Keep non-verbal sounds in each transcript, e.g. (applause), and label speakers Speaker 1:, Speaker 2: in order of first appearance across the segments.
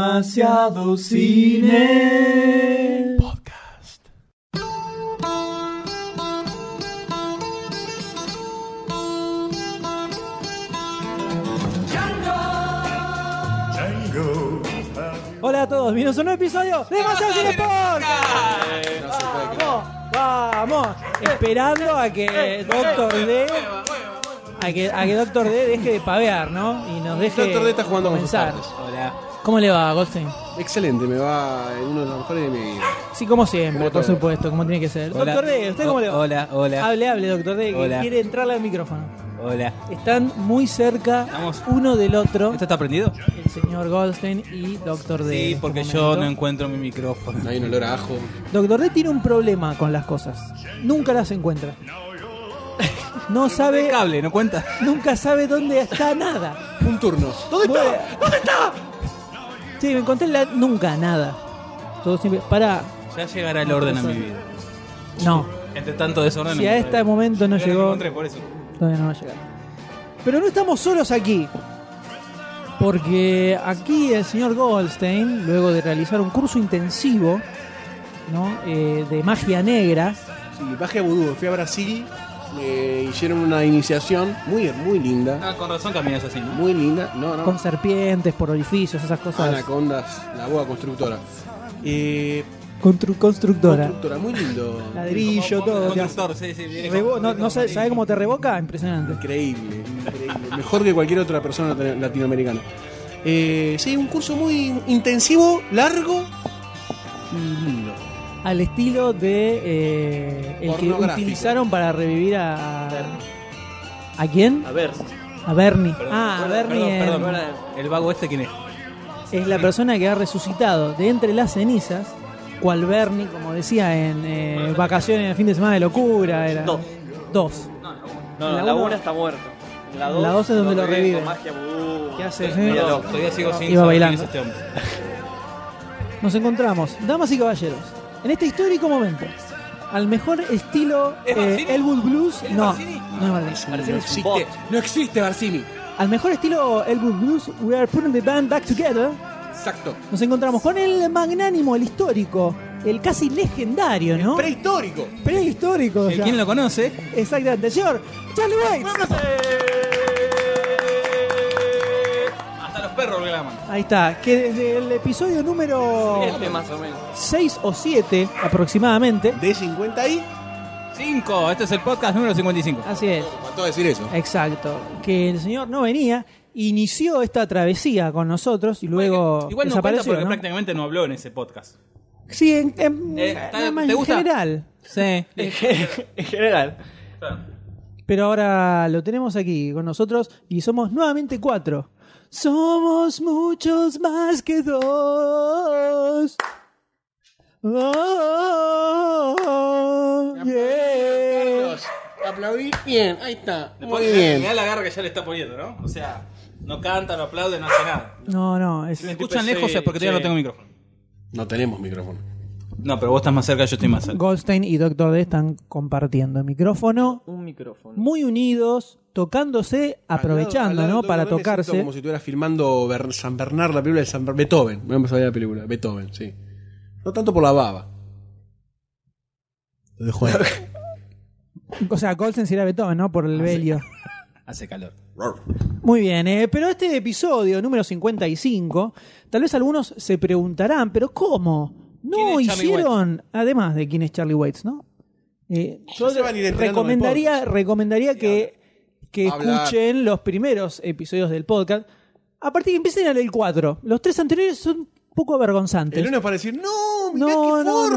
Speaker 1: Demasiado cine.
Speaker 2: Podcast.
Speaker 1: Hola a todos, bienvenidos a un nuevo episodio de Demasiado Cine Podcast. Vamos, vamos. Esperando a que Doctor D. A que, a que Doctor D deje de pavear, ¿no? Y nos deje.
Speaker 3: Doctor D está jugando con sus
Speaker 1: comenzar.
Speaker 3: padres.
Speaker 1: ¿Cómo le va, Goldstein?
Speaker 3: Excelente, me va en uno de los mejores de mi vida.
Speaker 1: Sí, como siempre,
Speaker 3: Como
Speaker 1: por
Speaker 3: todo.
Speaker 1: supuesto, como tiene que ser.
Speaker 4: Hola.
Speaker 1: Doctor D, ¿usted cómo le va?
Speaker 4: Hola, hola.
Speaker 1: Hable, hable, Doctor D, que
Speaker 4: Hola.
Speaker 1: quiere entrarle al micrófono.
Speaker 4: Hola.
Speaker 1: Están muy cerca
Speaker 4: Vamos.
Speaker 1: uno del otro,
Speaker 4: ¿Esto está prendido?
Speaker 1: el señor Goldstein y Doctor D. en
Speaker 4: Sí,
Speaker 1: este
Speaker 4: porque yo
Speaker 1: momento.
Speaker 4: no encuentro mi micrófono.
Speaker 3: Hay un olor a ajo.
Speaker 1: Doctor D tiene un problema con las cosas. Nunca las encuentra. (laughs) No
Speaker 4: ¿Sabe?
Speaker 1: sabe,
Speaker 4: cable, ¿no cuenta?
Speaker 1: nunca sabe dónde está nada.
Speaker 3: Un turno.
Speaker 1: ¿Dónde está? ¿Dónde está? Sí, me encontré la nunca nada. Todo siempre para
Speaker 4: Ya llegará el orden a mi vida.
Speaker 1: no.
Speaker 4: Entre tanto desorden.
Speaker 1: Si a este momento no llegó,
Speaker 4: encontré, por eso.
Speaker 1: todavía no va a llegar. Pero no estamos solos aquí. Porque aquí el señor Goldstein, luego de realizar un curso intensivo ¿no? Eh, de magia negra,
Speaker 3: Sí, bajé a vudú, fui a Brasil, me hicieron una iniciación muy, muy linda.
Speaker 4: Ah, con razón caminas así, ¿no?
Speaker 3: Muy linda. No, no.
Speaker 1: con serpientes, por orificios, esas cosas.
Speaker 3: Anacondas, la boa constructora. Eh,
Speaker 1: Constru- constructora.
Speaker 3: constructora, muy lindo.
Speaker 1: Ladrillo, todo. te hace-
Speaker 4: Conductor, sí, sí. viene
Speaker 1: Rebo-
Speaker 4: con-
Speaker 1: no, no sé, ¿Sabe cómo te revoca? Impresionante.
Speaker 3: Increíble, increíble. Mejor que cualquier otra persona latino- latinoamericana. Eh, sí, un curso muy intensivo, largo y lindo.
Speaker 1: Al estilo de eh, el que
Speaker 3: Pornográfico.
Speaker 1: utilizaron para revivir a. ¿A quién?
Speaker 5: A ver,
Speaker 1: A Bernie.
Speaker 4: Perdón,
Speaker 1: Ah, a
Speaker 4: perdón,
Speaker 1: Bernie es-
Speaker 4: Perdón, perdón. El vago este, ¿quién es?
Speaker 1: es la persona que ha resucitado de entre las cenizas, cual Bernie, como decía, en eh, vacaciones en el fin de semana de locura. Era.
Speaker 5: Dos.
Speaker 1: Dos.
Speaker 5: no,
Speaker 1: En la
Speaker 5: la
Speaker 1: uno-
Speaker 5: 1 está muerto. En La
Speaker 1: en la dos
Speaker 5: 2
Speaker 1: es donde lo revive.
Speaker 5: Con magia vudú.
Speaker 1: ¿Qué hace?
Speaker 5: Perdón,
Speaker 1: Eh?
Speaker 5: perdón.
Speaker 4: Todavía sigo sin
Speaker 1: Iba
Speaker 4: saber
Speaker 1: bailando.
Speaker 4: quién es este hombre.
Speaker 1: Nos encontramos, damas y caballeros, en este histórico momento, al mejor estilo
Speaker 4: ¿Es
Speaker 1: eh,
Speaker 4: Barcini?
Speaker 1: Elwood Blues.
Speaker 4: ¿Es
Speaker 1: No,
Speaker 4: Barcini?
Speaker 1: no es Barcini.
Speaker 5: Parece
Speaker 3: no
Speaker 5: un
Speaker 3: existe,
Speaker 5: bot.
Speaker 3: no existe Barcini.
Speaker 1: Al mejor estilo Elwood Blues, we are putting the band back together.
Speaker 3: Exacto.
Speaker 1: Nos encontramos con el magnánimo, el histórico, el casi legendario, ¿no?
Speaker 3: Prehistórico.
Speaker 1: Prehistórico.
Speaker 4: El
Speaker 1: ya.
Speaker 4: ¿Quién lo conoce?
Speaker 1: Exactamente, el señor Charlie Waits.
Speaker 4: Hasta los perros reclaman.
Speaker 1: Ahí está, que desde el episodio número
Speaker 5: Este más o menos.
Speaker 1: 6 o 7 aproximadamente.
Speaker 3: De 50 y...
Speaker 4: Cinco. Este es el podcast número 55.
Speaker 1: Así es.
Speaker 3: Faltó decir eso.
Speaker 1: Exacto. Que el señor no venía, inició esta travesía con nosotros y luego
Speaker 4: Igual no cuenta
Speaker 1: desapareció.
Speaker 4: porque
Speaker 1: ¿no?
Speaker 4: prácticamente no habló en ese podcast.
Speaker 1: Sí, en, en-
Speaker 4: Eh,
Speaker 1: nada
Speaker 4: ¿te-
Speaker 1: más
Speaker 4: te
Speaker 1: en
Speaker 4: gusta?
Speaker 1: general.
Speaker 4: (laughs) Sí.
Speaker 5: En gen- en general.
Speaker 1: Pero ahora lo tenemos aquí con nosotros y somos nuevamente cuatro. Somos muchos más que dos. Oh, yeah.
Speaker 3: Aplaudí bien, ahí está.
Speaker 4: Después,
Speaker 3: Muy
Speaker 4: mirá- mirá
Speaker 3: bien.
Speaker 4: la garra que ya le está poniendo, ¿no? O sea, no canta, no aplaude, no hace nada.
Speaker 1: No, no, es,
Speaker 4: Si me escuchan lejos es porque todavía no tengo micrófono.
Speaker 3: No tenemos micrófono.
Speaker 4: No, pero vos estás más cerca, yo estoy más cerca.
Speaker 1: Goldstein y Doctor D están compartiendo micrófono,
Speaker 5: Un micrófono.
Speaker 1: muy unidos, tocándose, aprovechando, ¿no? Para tocarse.
Speaker 3: Como si estuviera filmando Ber- San Bernard, la película de San Ber- Beethoven. No me salía la película. Beethoven, sí. No tanto por la baba. Lo dejo (laughs) ahí.
Speaker 1: O sea, Goldstein será Beethoven, ¿no? Por el velio.
Speaker 4: (laughs) Hace calor.
Speaker 1: Muy bien, eh, pero este episodio número 55, tal vez algunos se preguntarán, pero ¿cómo? No
Speaker 4: ¿Quién es Charlie
Speaker 1: hicieron, además de quién es Charlie Waits, ¿no? Eh,
Speaker 3: Ya se van a ir enterando en el
Speaker 1: recomendaría,
Speaker 3: podcast.
Speaker 1: recomendaría que, que
Speaker 3: Hablar.
Speaker 1: escuchen los primeros episodios del podcast. A partir que empiecen al el 4. Los tres anteriores son un poco avergonzantes.
Speaker 3: El lunes para decir, no,
Speaker 1: No,
Speaker 3: mirá
Speaker 1: no,
Speaker 3: qué
Speaker 1: no.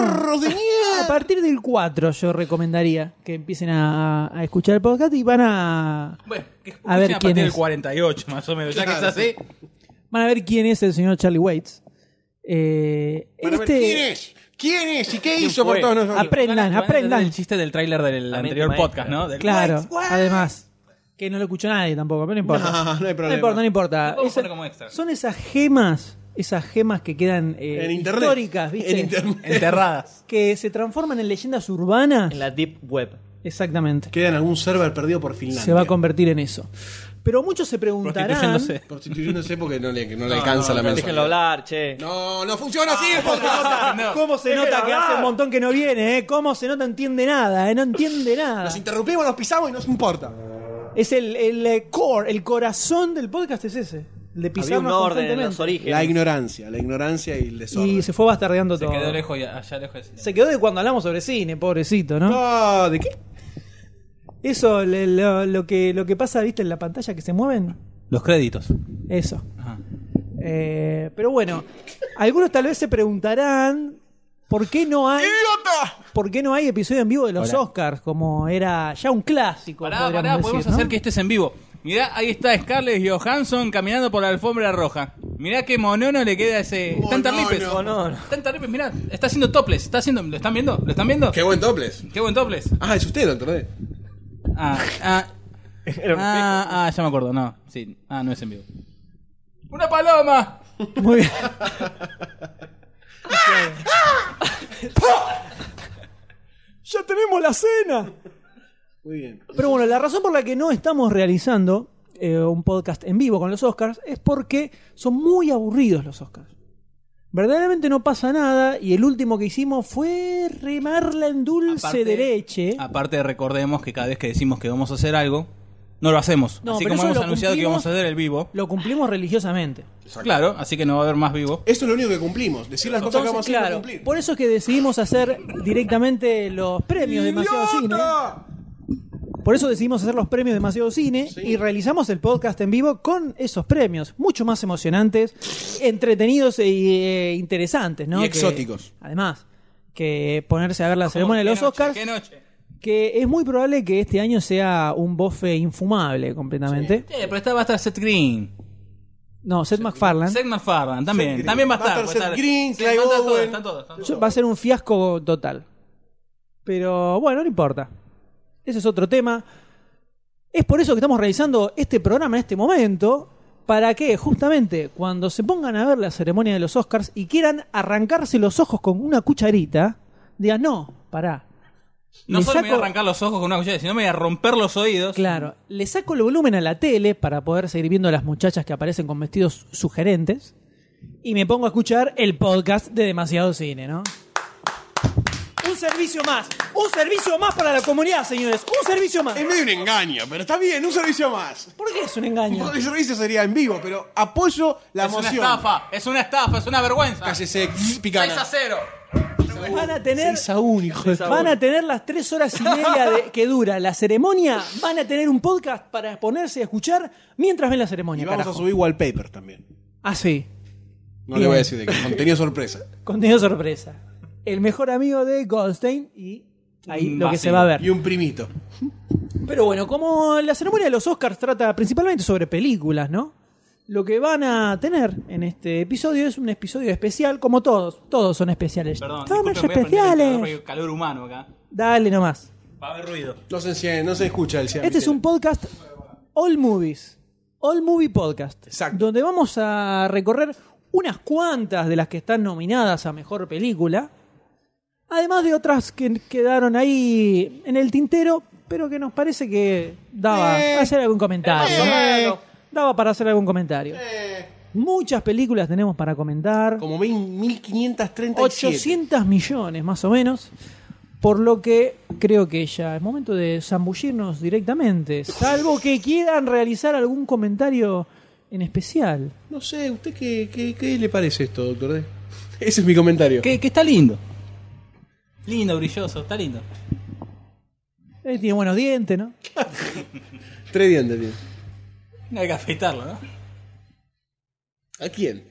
Speaker 1: (laughs)
Speaker 3: forros de
Speaker 1: A
Speaker 3: mierda.
Speaker 1: partir del 4 yo recomendaría que empiecen a, a escuchar el podcast y van a,
Speaker 4: Bueno, que
Speaker 1: A ver
Speaker 4: escuchen partir
Speaker 1: quién es.
Speaker 4: del 48, más o menos. Ya que es así.
Speaker 1: van a ver quién es el señor Charlie Waits. Eh,
Speaker 3: Para ver,
Speaker 1: este-
Speaker 3: ¿Quién es? ¿quién es? ¿Y qué
Speaker 5: ¿Quién
Speaker 3: hizo por
Speaker 5: fue?
Speaker 3: todos nosotros?
Speaker 1: Aprendan,
Speaker 4: Van a- van a
Speaker 1: aprendan.
Speaker 4: tener El chiste del tráiler del
Speaker 5: La mente
Speaker 4: anterior
Speaker 5: maestra.
Speaker 4: podcast, ¿no? Del-
Speaker 1: Claro,
Speaker 4: What? What?
Speaker 1: además. Que no lo escuchó nadie tampoco, pero no importa.
Speaker 3: No, no hay problema.
Speaker 1: importa, no importa.
Speaker 4: Lo podemos
Speaker 1: Esa-
Speaker 4: poner como extra.
Speaker 1: son esas gemas, esas gemas que quedan eh,
Speaker 3: En internet.
Speaker 1: históricas, ¿viste?
Speaker 3: En internet.
Speaker 4: Enterradas.
Speaker 1: Que se transforman en leyendas urbanas.
Speaker 5: En la Deep Web.
Speaker 1: Exactamente.
Speaker 3: Queda en algún server perdido por Finlandia.
Speaker 1: Se va a convertir en eso. Pero muchos se preguntarán.
Speaker 4: Prostituyéndose.
Speaker 3: Prostituyéndose porque no le, que no le alcanza la
Speaker 5: Déjenlo
Speaker 3: mensualidad.
Speaker 5: hablar, che.
Speaker 3: No, no funciona así el
Speaker 4: (laughs)
Speaker 3: podcast.
Speaker 4: No.
Speaker 1: ¿Cómo se
Speaker 5: Déjela
Speaker 1: nota que hace
Speaker 5: hablar.
Speaker 1: un montón que no viene? Eh? ¿Cómo se nota? Entiende nada, eh? no entiende nada.
Speaker 3: Nos interrumpimos, nos pisamos y nos importa.
Speaker 1: Es el, el, eh, core, el corazón del podcast es ese. El de
Speaker 5: Había un
Speaker 1: pisarnos
Speaker 5: orden en los
Speaker 1: constantemente.
Speaker 3: La
Speaker 5: orígenes.
Speaker 3: ignorancia, la ignorancia y el desorden.
Speaker 1: Y se fue bastardeando
Speaker 4: Se
Speaker 1: todo.
Speaker 4: quedó lejos, y allá lejos del cine.
Speaker 1: Se quedó de cuando hablamos sobre cine, pobrecito, ¿no?
Speaker 3: Ah, ¿De qué?
Speaker 1: Eso, le- lo, lo que, lo que pasa, viste, en la pantalla que se mueven.
Speaker 4: Los créditos.
Speaker 1: Eso.
Speaker 4: Ajá.
Speaker 1: Eh, pero bueno, algunos tal vez se preguntarán por qué no hay. ¿Por qué no hay episodio en vivo de los Oscars? Como era ya un clásico.
Speaker 4: Pará,
Speaker 1: podríamos
Speaker 4: pará,
Speaker 1: decir,
Speaker 4: podemos
Speaker 1: ¿no?
Speaker 4: hacer que estés en vivo. Mirá, ahí está Scarlett Johansson caminando por la alfombra roja. Mirá qué monono le queda a ese. Está en tarlipes.
Speaker 5: No, no, no.
Speaker 4: Está en tarlipes, mirá. Está haciendo topless. Está haciendo... ¿Lo están viendo? ¿Lo están viendo?
Speaker 3: Qué buen toples.
Speaker 4: Qué buen topless.
Speaker 3: Ah, es usted, doctor D.
Speaker 4: Ah, ah,
Speaker 3: (laughs)
Speaker 5: Era un
Speaker 4: ah, ah, ya me acuerdo. No, sí. Ah, no es en vivo. ¡Una paloma!
Speaker 1: (laughs) Muy bien. ¡Ah! ¡Ya tenemos la cena!
Speaker 3: Muy bien.
Speaker 1: Pero bueno, la razón por la que no estamos realizando eh, un podcast en vivo con los Oscars es porque son muy aburridos los Oscars. Verdaderamente no pasa nada y el último que hicimos fue remarla en dulce
Speaker 4: Aparte-
Speaker 1: de leche.
Speaker 4: Aparte, recordemos que cada vez que decimos que vamos a hacer algo, no lo hacemos.
Speaker 1: No,
Speaker 4: así
Speaker 1: pero
Speaker 4: como
Speaker 1: eso
Speaker 4: hemos
Speaker 1: lo
Speaker 4: anunciado que
Speaker 1: cumplimos.
Speaker 4: íbamos a hacer el vivo.
Speaker 1: Lo cumplimos religiosamente.
Speaker 4: Claro, así que no va a haber más
Speaker 1: Eh,
Speaker 4: vivo.
Speaker 3: Eso es lo único que cumplimos. Decir las cosas que vamos a
Speaker 1: Entonces,
Speaker 3: hacer y no
Speaker 1: claro,
Speaker 3: cumplir.
Speaker 1: por eso es que decidimos hacer directamente los premios de Demasiado Cine.
Speaker 3: ¡Idiota!
Speaker 1: Por eso decidimos hacer los premios de Demasiado Cine y realizamos el podcast en vivo con esos premios, mucho más emocionantes, entretenidos e eh, interesantes, ¿no?
Speaker 3: Y
Speaker 1: Que-
Speaker 3: exóticos.
Speaker 1: además, que ponerse a ver la ceremonia de
Speaker 4: ¿Qué
Speaker 1: los
Speaker 4: noche?
Speaker 1: Oscars,
Speaker 4: ¿Qué noche?
Speaker 1: que es muy probable que este año sea un bofe infumable completamente.
Speaker 4: Sí, pero está va a estar Seth Green.
Speaker 1: No, Seth MacFarlane.
Speaker 4: Seth MacFarlane también.
Speaker 3: Seth Green.
Speaker 4: También va a
Speaker 3: Va a
Speaker 4: estar.
Speaker 3: estar Seth Green,
Speaker 4: Sí,
Speaker 3: Clive
Speaker 4: van a estar todos,
Speaker 3: Owen.
Speaker 4: están todos, están todos.
Speaker 1: Yo- Va a ser un fiasco total. Pero bueno, no importa. Ese es otro tema. Es por eso que estamos realizando este programa en este momento. Para que justamente cuando se pongan a ver la ceremonia de los Oscars y quieran arrancarse los ojos con una cucharita, digan, no, pará.
Speaker 4: No
Speaker 1: Le
Speaker 4: solo me voy a
Speaker 1: saco-
Speaker 4: arrancar los ojos con una cuchilla, sino me voy a romper los oídos.
Speaker 1: Claro, le saco el volumen a la tele para poder seguir viendo a las muchachas que aparecen con vestidos sugerentes y me pongo a escuchar el podcast de Demasiado Cine, ¿no? Un servicio más, un servicio más para la comunidad, señores, un servicio más.
Speaker 3: Es medio un engaño, pero está bien, un servicio más.
Speaker 1: ¿Por qué es un
Speaker 3: Un
Speaker 1: engaño?
Speaker 3: poco de servicio sería en vivo, pero apoyo la
Speaker 4: Es una
Speaker 3: moción.
Speaker 4: estafa, es una estafa, es una vergüenza.
Speaker 3: Cállese, picana.
Speaker 4: 6 a 0.
Speaker 1: Van a tener,
Speaker 3: Seis a uno, hijo de
Speaker 1: van a tener las tres horas y media de- que dura la ceremonia, van a tener un podcast para ponerse a escuchar mientras ven la
Speaker 3: Y
Speaker 1: ceremonia.
Speaker 3: vamos a
Speaker 1: Carajo.
Speaker 3: subir wallpaper también.
Speaker 1: Ah, sí.
Speaker 3: No
Speaker 1: Bien.
Speaker 3: le voy a decir de qué. Contenido sorpresa.
Speaker 1: Contenido sorpresa. El mejor amigo de Goldstein y ahí
Speaker 4: Un
Speaker 1: lo que
Speaker 4: vacío.
Speaker 1: se va a ver.
Speaker 3: Y un primito.
Speaker 1: Pero bueno, como la ceremonia de los Oscars trata principalmente sobre películas, ¿no? Lo que van a tener en este episodio es un episodio especial, como todos. Todos son especiales.
Speaker 4: Perdón,
Speaker 1: Todos
Speaker 4: disculpen,
Speaker 1: son
Speaker 4: voy a prender el ventilador porque
Speaker 1: especiales.
Speaker 4: hay calor humano acá.
Speaker 1: Dale nomás.
Speaker 4: Va a haber ruido.
Speaker 3: No se enciende, no se escucha el
Speaker 1: Este es un podcast All Movies. All Movie Podcast.
Speaker 3: Exacto.
Speaker 1: Donde vamos a recorrer unas cuantas de las que están nominadas a Mejor Película. Además de otras que quedaron ahí en el tintero, pero que nos parece que daba
Speaker 3: Eh.
Speaker 1: para hacer algún comentario.
Speaker 3: Eh.
Speaker 1: Daba para hacer algún comentario. Muchas películas tenemos para comentar.
Speaker 3: Como veis, 1537.
Speaker 1: 800 millones más o menos. Por lo que creo que ya es momento de zambullirnos directamente. Salvo que quieran realizar algún comentario en especial.
Speaker 3: No sé, ¿usted qué, qué, qué le parece esto, doctor D? (laughs) Ese es mi comentario.
Speaker 4: Que, que está lindo. Lindo, brilloso, está lindo.
Speaker 1: Eh, tiene buenos dientes, ¿no?
Speaker 3: Tres dientes tiene.
Speaker 4: No hay que afeitarlo, ¿no?
Speaker 1: (laughs)
Speaker 3: ¿A quién?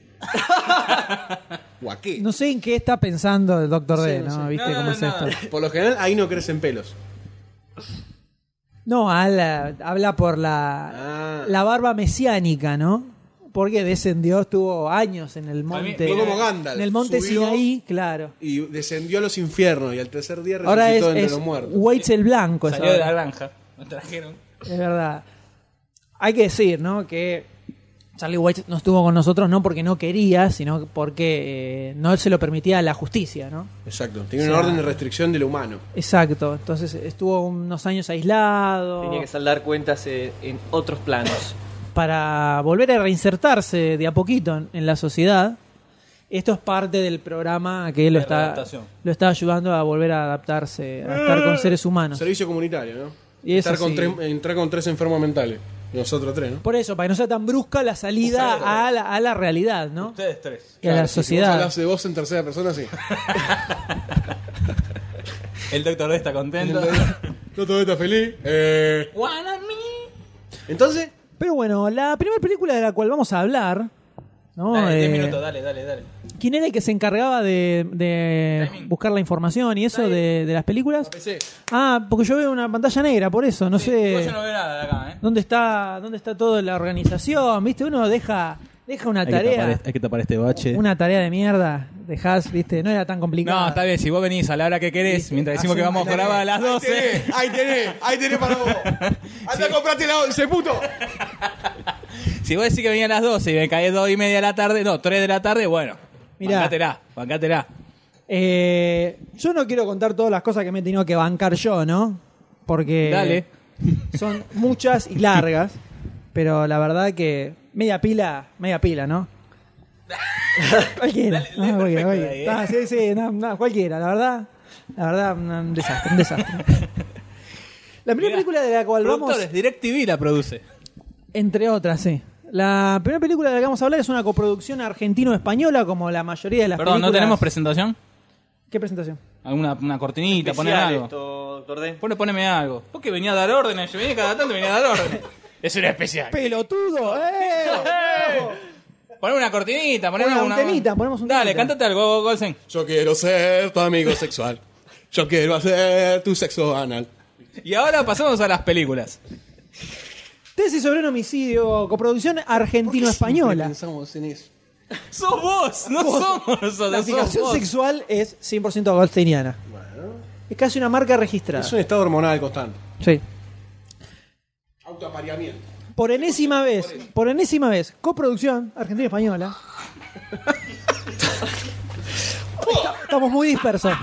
Speaker 3: ¿O a qué?
Speaker 1: No sé en qué está pensando el doctor D,
Speaker 3: Sí, no
Speaker 1: ¿no?
Speaker 3: sé.
Speaker 1: ¿Viste
Speaker 4: No, no,
Speaker 1: cómo
Speaker 4: no,
Speaker 1: es
Speaker 4: no.
Speaker 1: esto?
Speaker 3: Por lo general, ahí no crecen pelos.
Speaker 1: No, habla, habla por la,
Speaker 3: Ah.
Speaker 1: la barba mesiánica, ¿no? Porque descendió, estuvo años en el
Speaker 4: mí-
Speaker 1: monte.
Speaker 4: fue
Speaker 3: como Gandalf,
Speaker 1: En el monte
Speaker 3: subió-
Speaker 1: Sinaí, claro.
Speaker 3: Y descendió a los infiernos y al tercer día resucitó
Speaker 1: Ahora es,
Speaker 3: entre
Speaker 1: es
Speaker 3: los muertos.
Speaker 1: Waits el Blanco. es
Speaker 4: Salió de
Speaker 1: ahora.
Speaker 4: la granja. Lo trajeron.
Speaker 1: Es verdad. Hay que decir, ¿no? Que Charlie White no estuvo con nosotros no porque no quería, sino porque eh, no se lo permitía la justicia, ¿no?
Speaker 3: Exacto. Tenía una
Speaker 1: O sea,
Speaker 3: orden de restricción de lo humano.
Speaker 1: Exacto, entonces estuvo unos años aislado
Speaker 5: Tenía que saldar cuentas eh, en otros planos.
Speaker 1: para volver a reinsertarse de a poquito en, en la sociedad. Esto es parte del programa que lo está,
Speaker 4: readaptación.
Speaker 1: lo está ayudando a volver a adaptarse, a estar con seres humanos.
Speaker 3: Servicio comunitario, ¿no?
Speaker 1: Ah. Y es
Speaker 3: Estar con
Speaker 1: así.
Speaker 3: tres, entrar con tres enfermos mentales. Nosotros tres, ¿no?
Speaker 1: Por eso, para que no sea tan brusca la salida a la, a la realidad, ¿no?
Speaker 4: Ustedes tres.
Speaker 1: Y a la
Speaker 3: Claro, si vos
Speaker 1: sociedad.
Speaker 3: hablas de vos en tercera persona, sí. (laughs)
Speaker 4: El doctor D está contento.
Speaker 3: No todo está feliz. Eh. Entonces,
Speaker 1: Pero bueno, la primera película de la cual vamos a hablar, ¿no?
Speaker 4: Dale, 10
Speaker 1: Eh,
Speaker 4: minutos, dale, dale, dale.
Speaker 1: ¿Quién era el que se encargaba de, de
Speaker 4: Timing.
Speaker 1: buscar la información y eso de, de las películas?
Speaker 3: PC.
Speaker 1: Ah, porque yo veo una pantalla negra, por eso, no
Speaker 4: Igual
Speaker 1: sé
Speaker 4: Yo no veo nada de acá, ¿eh?
Speaker 1: dónde está dónde está toda la organización, ¿viste? Uno deja deja una tarea,
Speaker 2: este bache.
Speaker 1: una tarea de mierda, dejás, ¿viste? No era tan complicado.
Speaker 4: No, está bien, si vos venís a la hora que querés, mientras decimos que vamos a grabar a las 12.
Speaker 3: Ah, ahí tenés, ahí tenés para vos. Anda, comprate la 11, puto.
Speaker 4: Si vos decís que venía a las 12 y me caes 2 y media de la tarde, no, 3 de la tarde, bueno.
Speaker 1: Mirá.
Speaker 4: Bancátela, bancátela.
Speaker 1: Eh, yo no quiero contar todas las cosas que me he tenido que bancar yo, ¿no? Porque
Speaker 4: Dale.
Speaker 1: son muchas y largas, pero la verdad que media pila, media
Speaker 4: (laughs)
Speaker 1: pila, ¿no?
Speaker 4: dale,
Speaker 1: cualquiera, Ah, cualquiera,
Speaker 4: perfecto
Speaker 1: cualquiera.
Speaker 4: ahí, ¿eh?
Speaker 1: Ah, sí, sí, no, no, cualquiera, la verdad, la verdad, no, un desastre, un desastre.
Speaker 4: (laughs)
Speaker 1: La primera
Speaker 4: Mirá,
Speaker 1: película de la cual vamos,
Speaker 4: Productores, DirecTV la produce.
Speaker 1: entre otras, sí. La primera película de la que vamos a hablar es una coproducción argentino-española, como la mayoría de las
Speaker 4: Perdón, ¿no
Speaker 1: películas.
Speaker 4: tenemos presentación?
Speaker 1: ¿Qué presentación?
Speaker 4: ¿Alguna una cortinita? Poner
Speaker 5: Especial
Speaker 4: algo.
Speaker 5: esto, doctor D.
Speaker 4: Pone, poneme algo. ¿Por qué venía a dar órdenes? Yo venía cada tanto venía a dar órdenes. (laughs) Es una especial.
Speaker 1: (laughs) ¡Pelotudo!
Speaker 4: Poneme una cortinita, poneme
Speaker 1: Bueno, un
Speaker 4: una...
Speaker 1: temita, ponemos un
Speaker 4: Dale,
Speaker 1: temita.
Speaker 4: cántate algo, Golsen.
Speaker 3: Yo quiero ser tu amigo sexual. Yo quiero hacer tu sexo anal.
Speaker 4: Y ahora pasamos a las películas.
Speaker 1: (laughs) Tesis sobre un homicidio, coproducción argentino-española.
Speaker 3: Pensamos en eso.
Speaker 4: ¡Sos vos! ¡No somos
Speaker 1: La
Speaker 4: nosotros! ¡Sos
Speaker 1: fijación
Speaker 4: vos!
Speaker 1: sexual es 100% goldsteiniana. Es casi una marca registrada.
Speaker 3: Es un estado hormonal constante.
Speaker 1: Sí.
Speaker 3: Autoapareamiento.
Speaker 1: Por enésima vez, por enésima vez, coproducción argentina-española. Está- Estamos muy dispersos.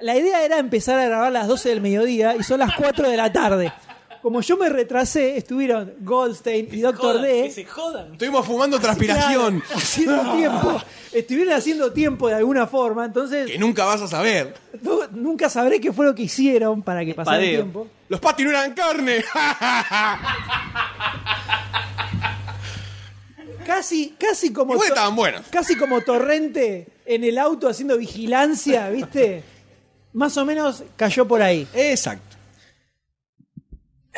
Speaker 1: La idea era empezar a grabar a las 12 del mediodía y son las 4 de la tarde. Como yo me retrasé, estuvieron Goldstein y Doctor D.
Speaker 3: Estuvimos fumando transpiración. Ah.
Speaker 1: Claro, haciendo tiempo. Estuvieron haciendo tiempo de alguna forma, entonces
Speaker 3: Que nunca vas a saber.
Speaker 1: no- nunca sabré qué fue lo que hicieron para que pasara el
Speaker 5: Padeo.
Speaker 1: tiempo.
Speaker 3: Los patis no eran carne. (laughs)
Speaker 1: Casi, casi como.
Speaker 3: Igual
Speaker 1: to-
Speaker 3: estaban buenos.
Speaker 1: Casi como torrente en el auto haciendo vigilancia, ¿viste? Más o menos cayó por ahí.
Speaker 3: Exacto.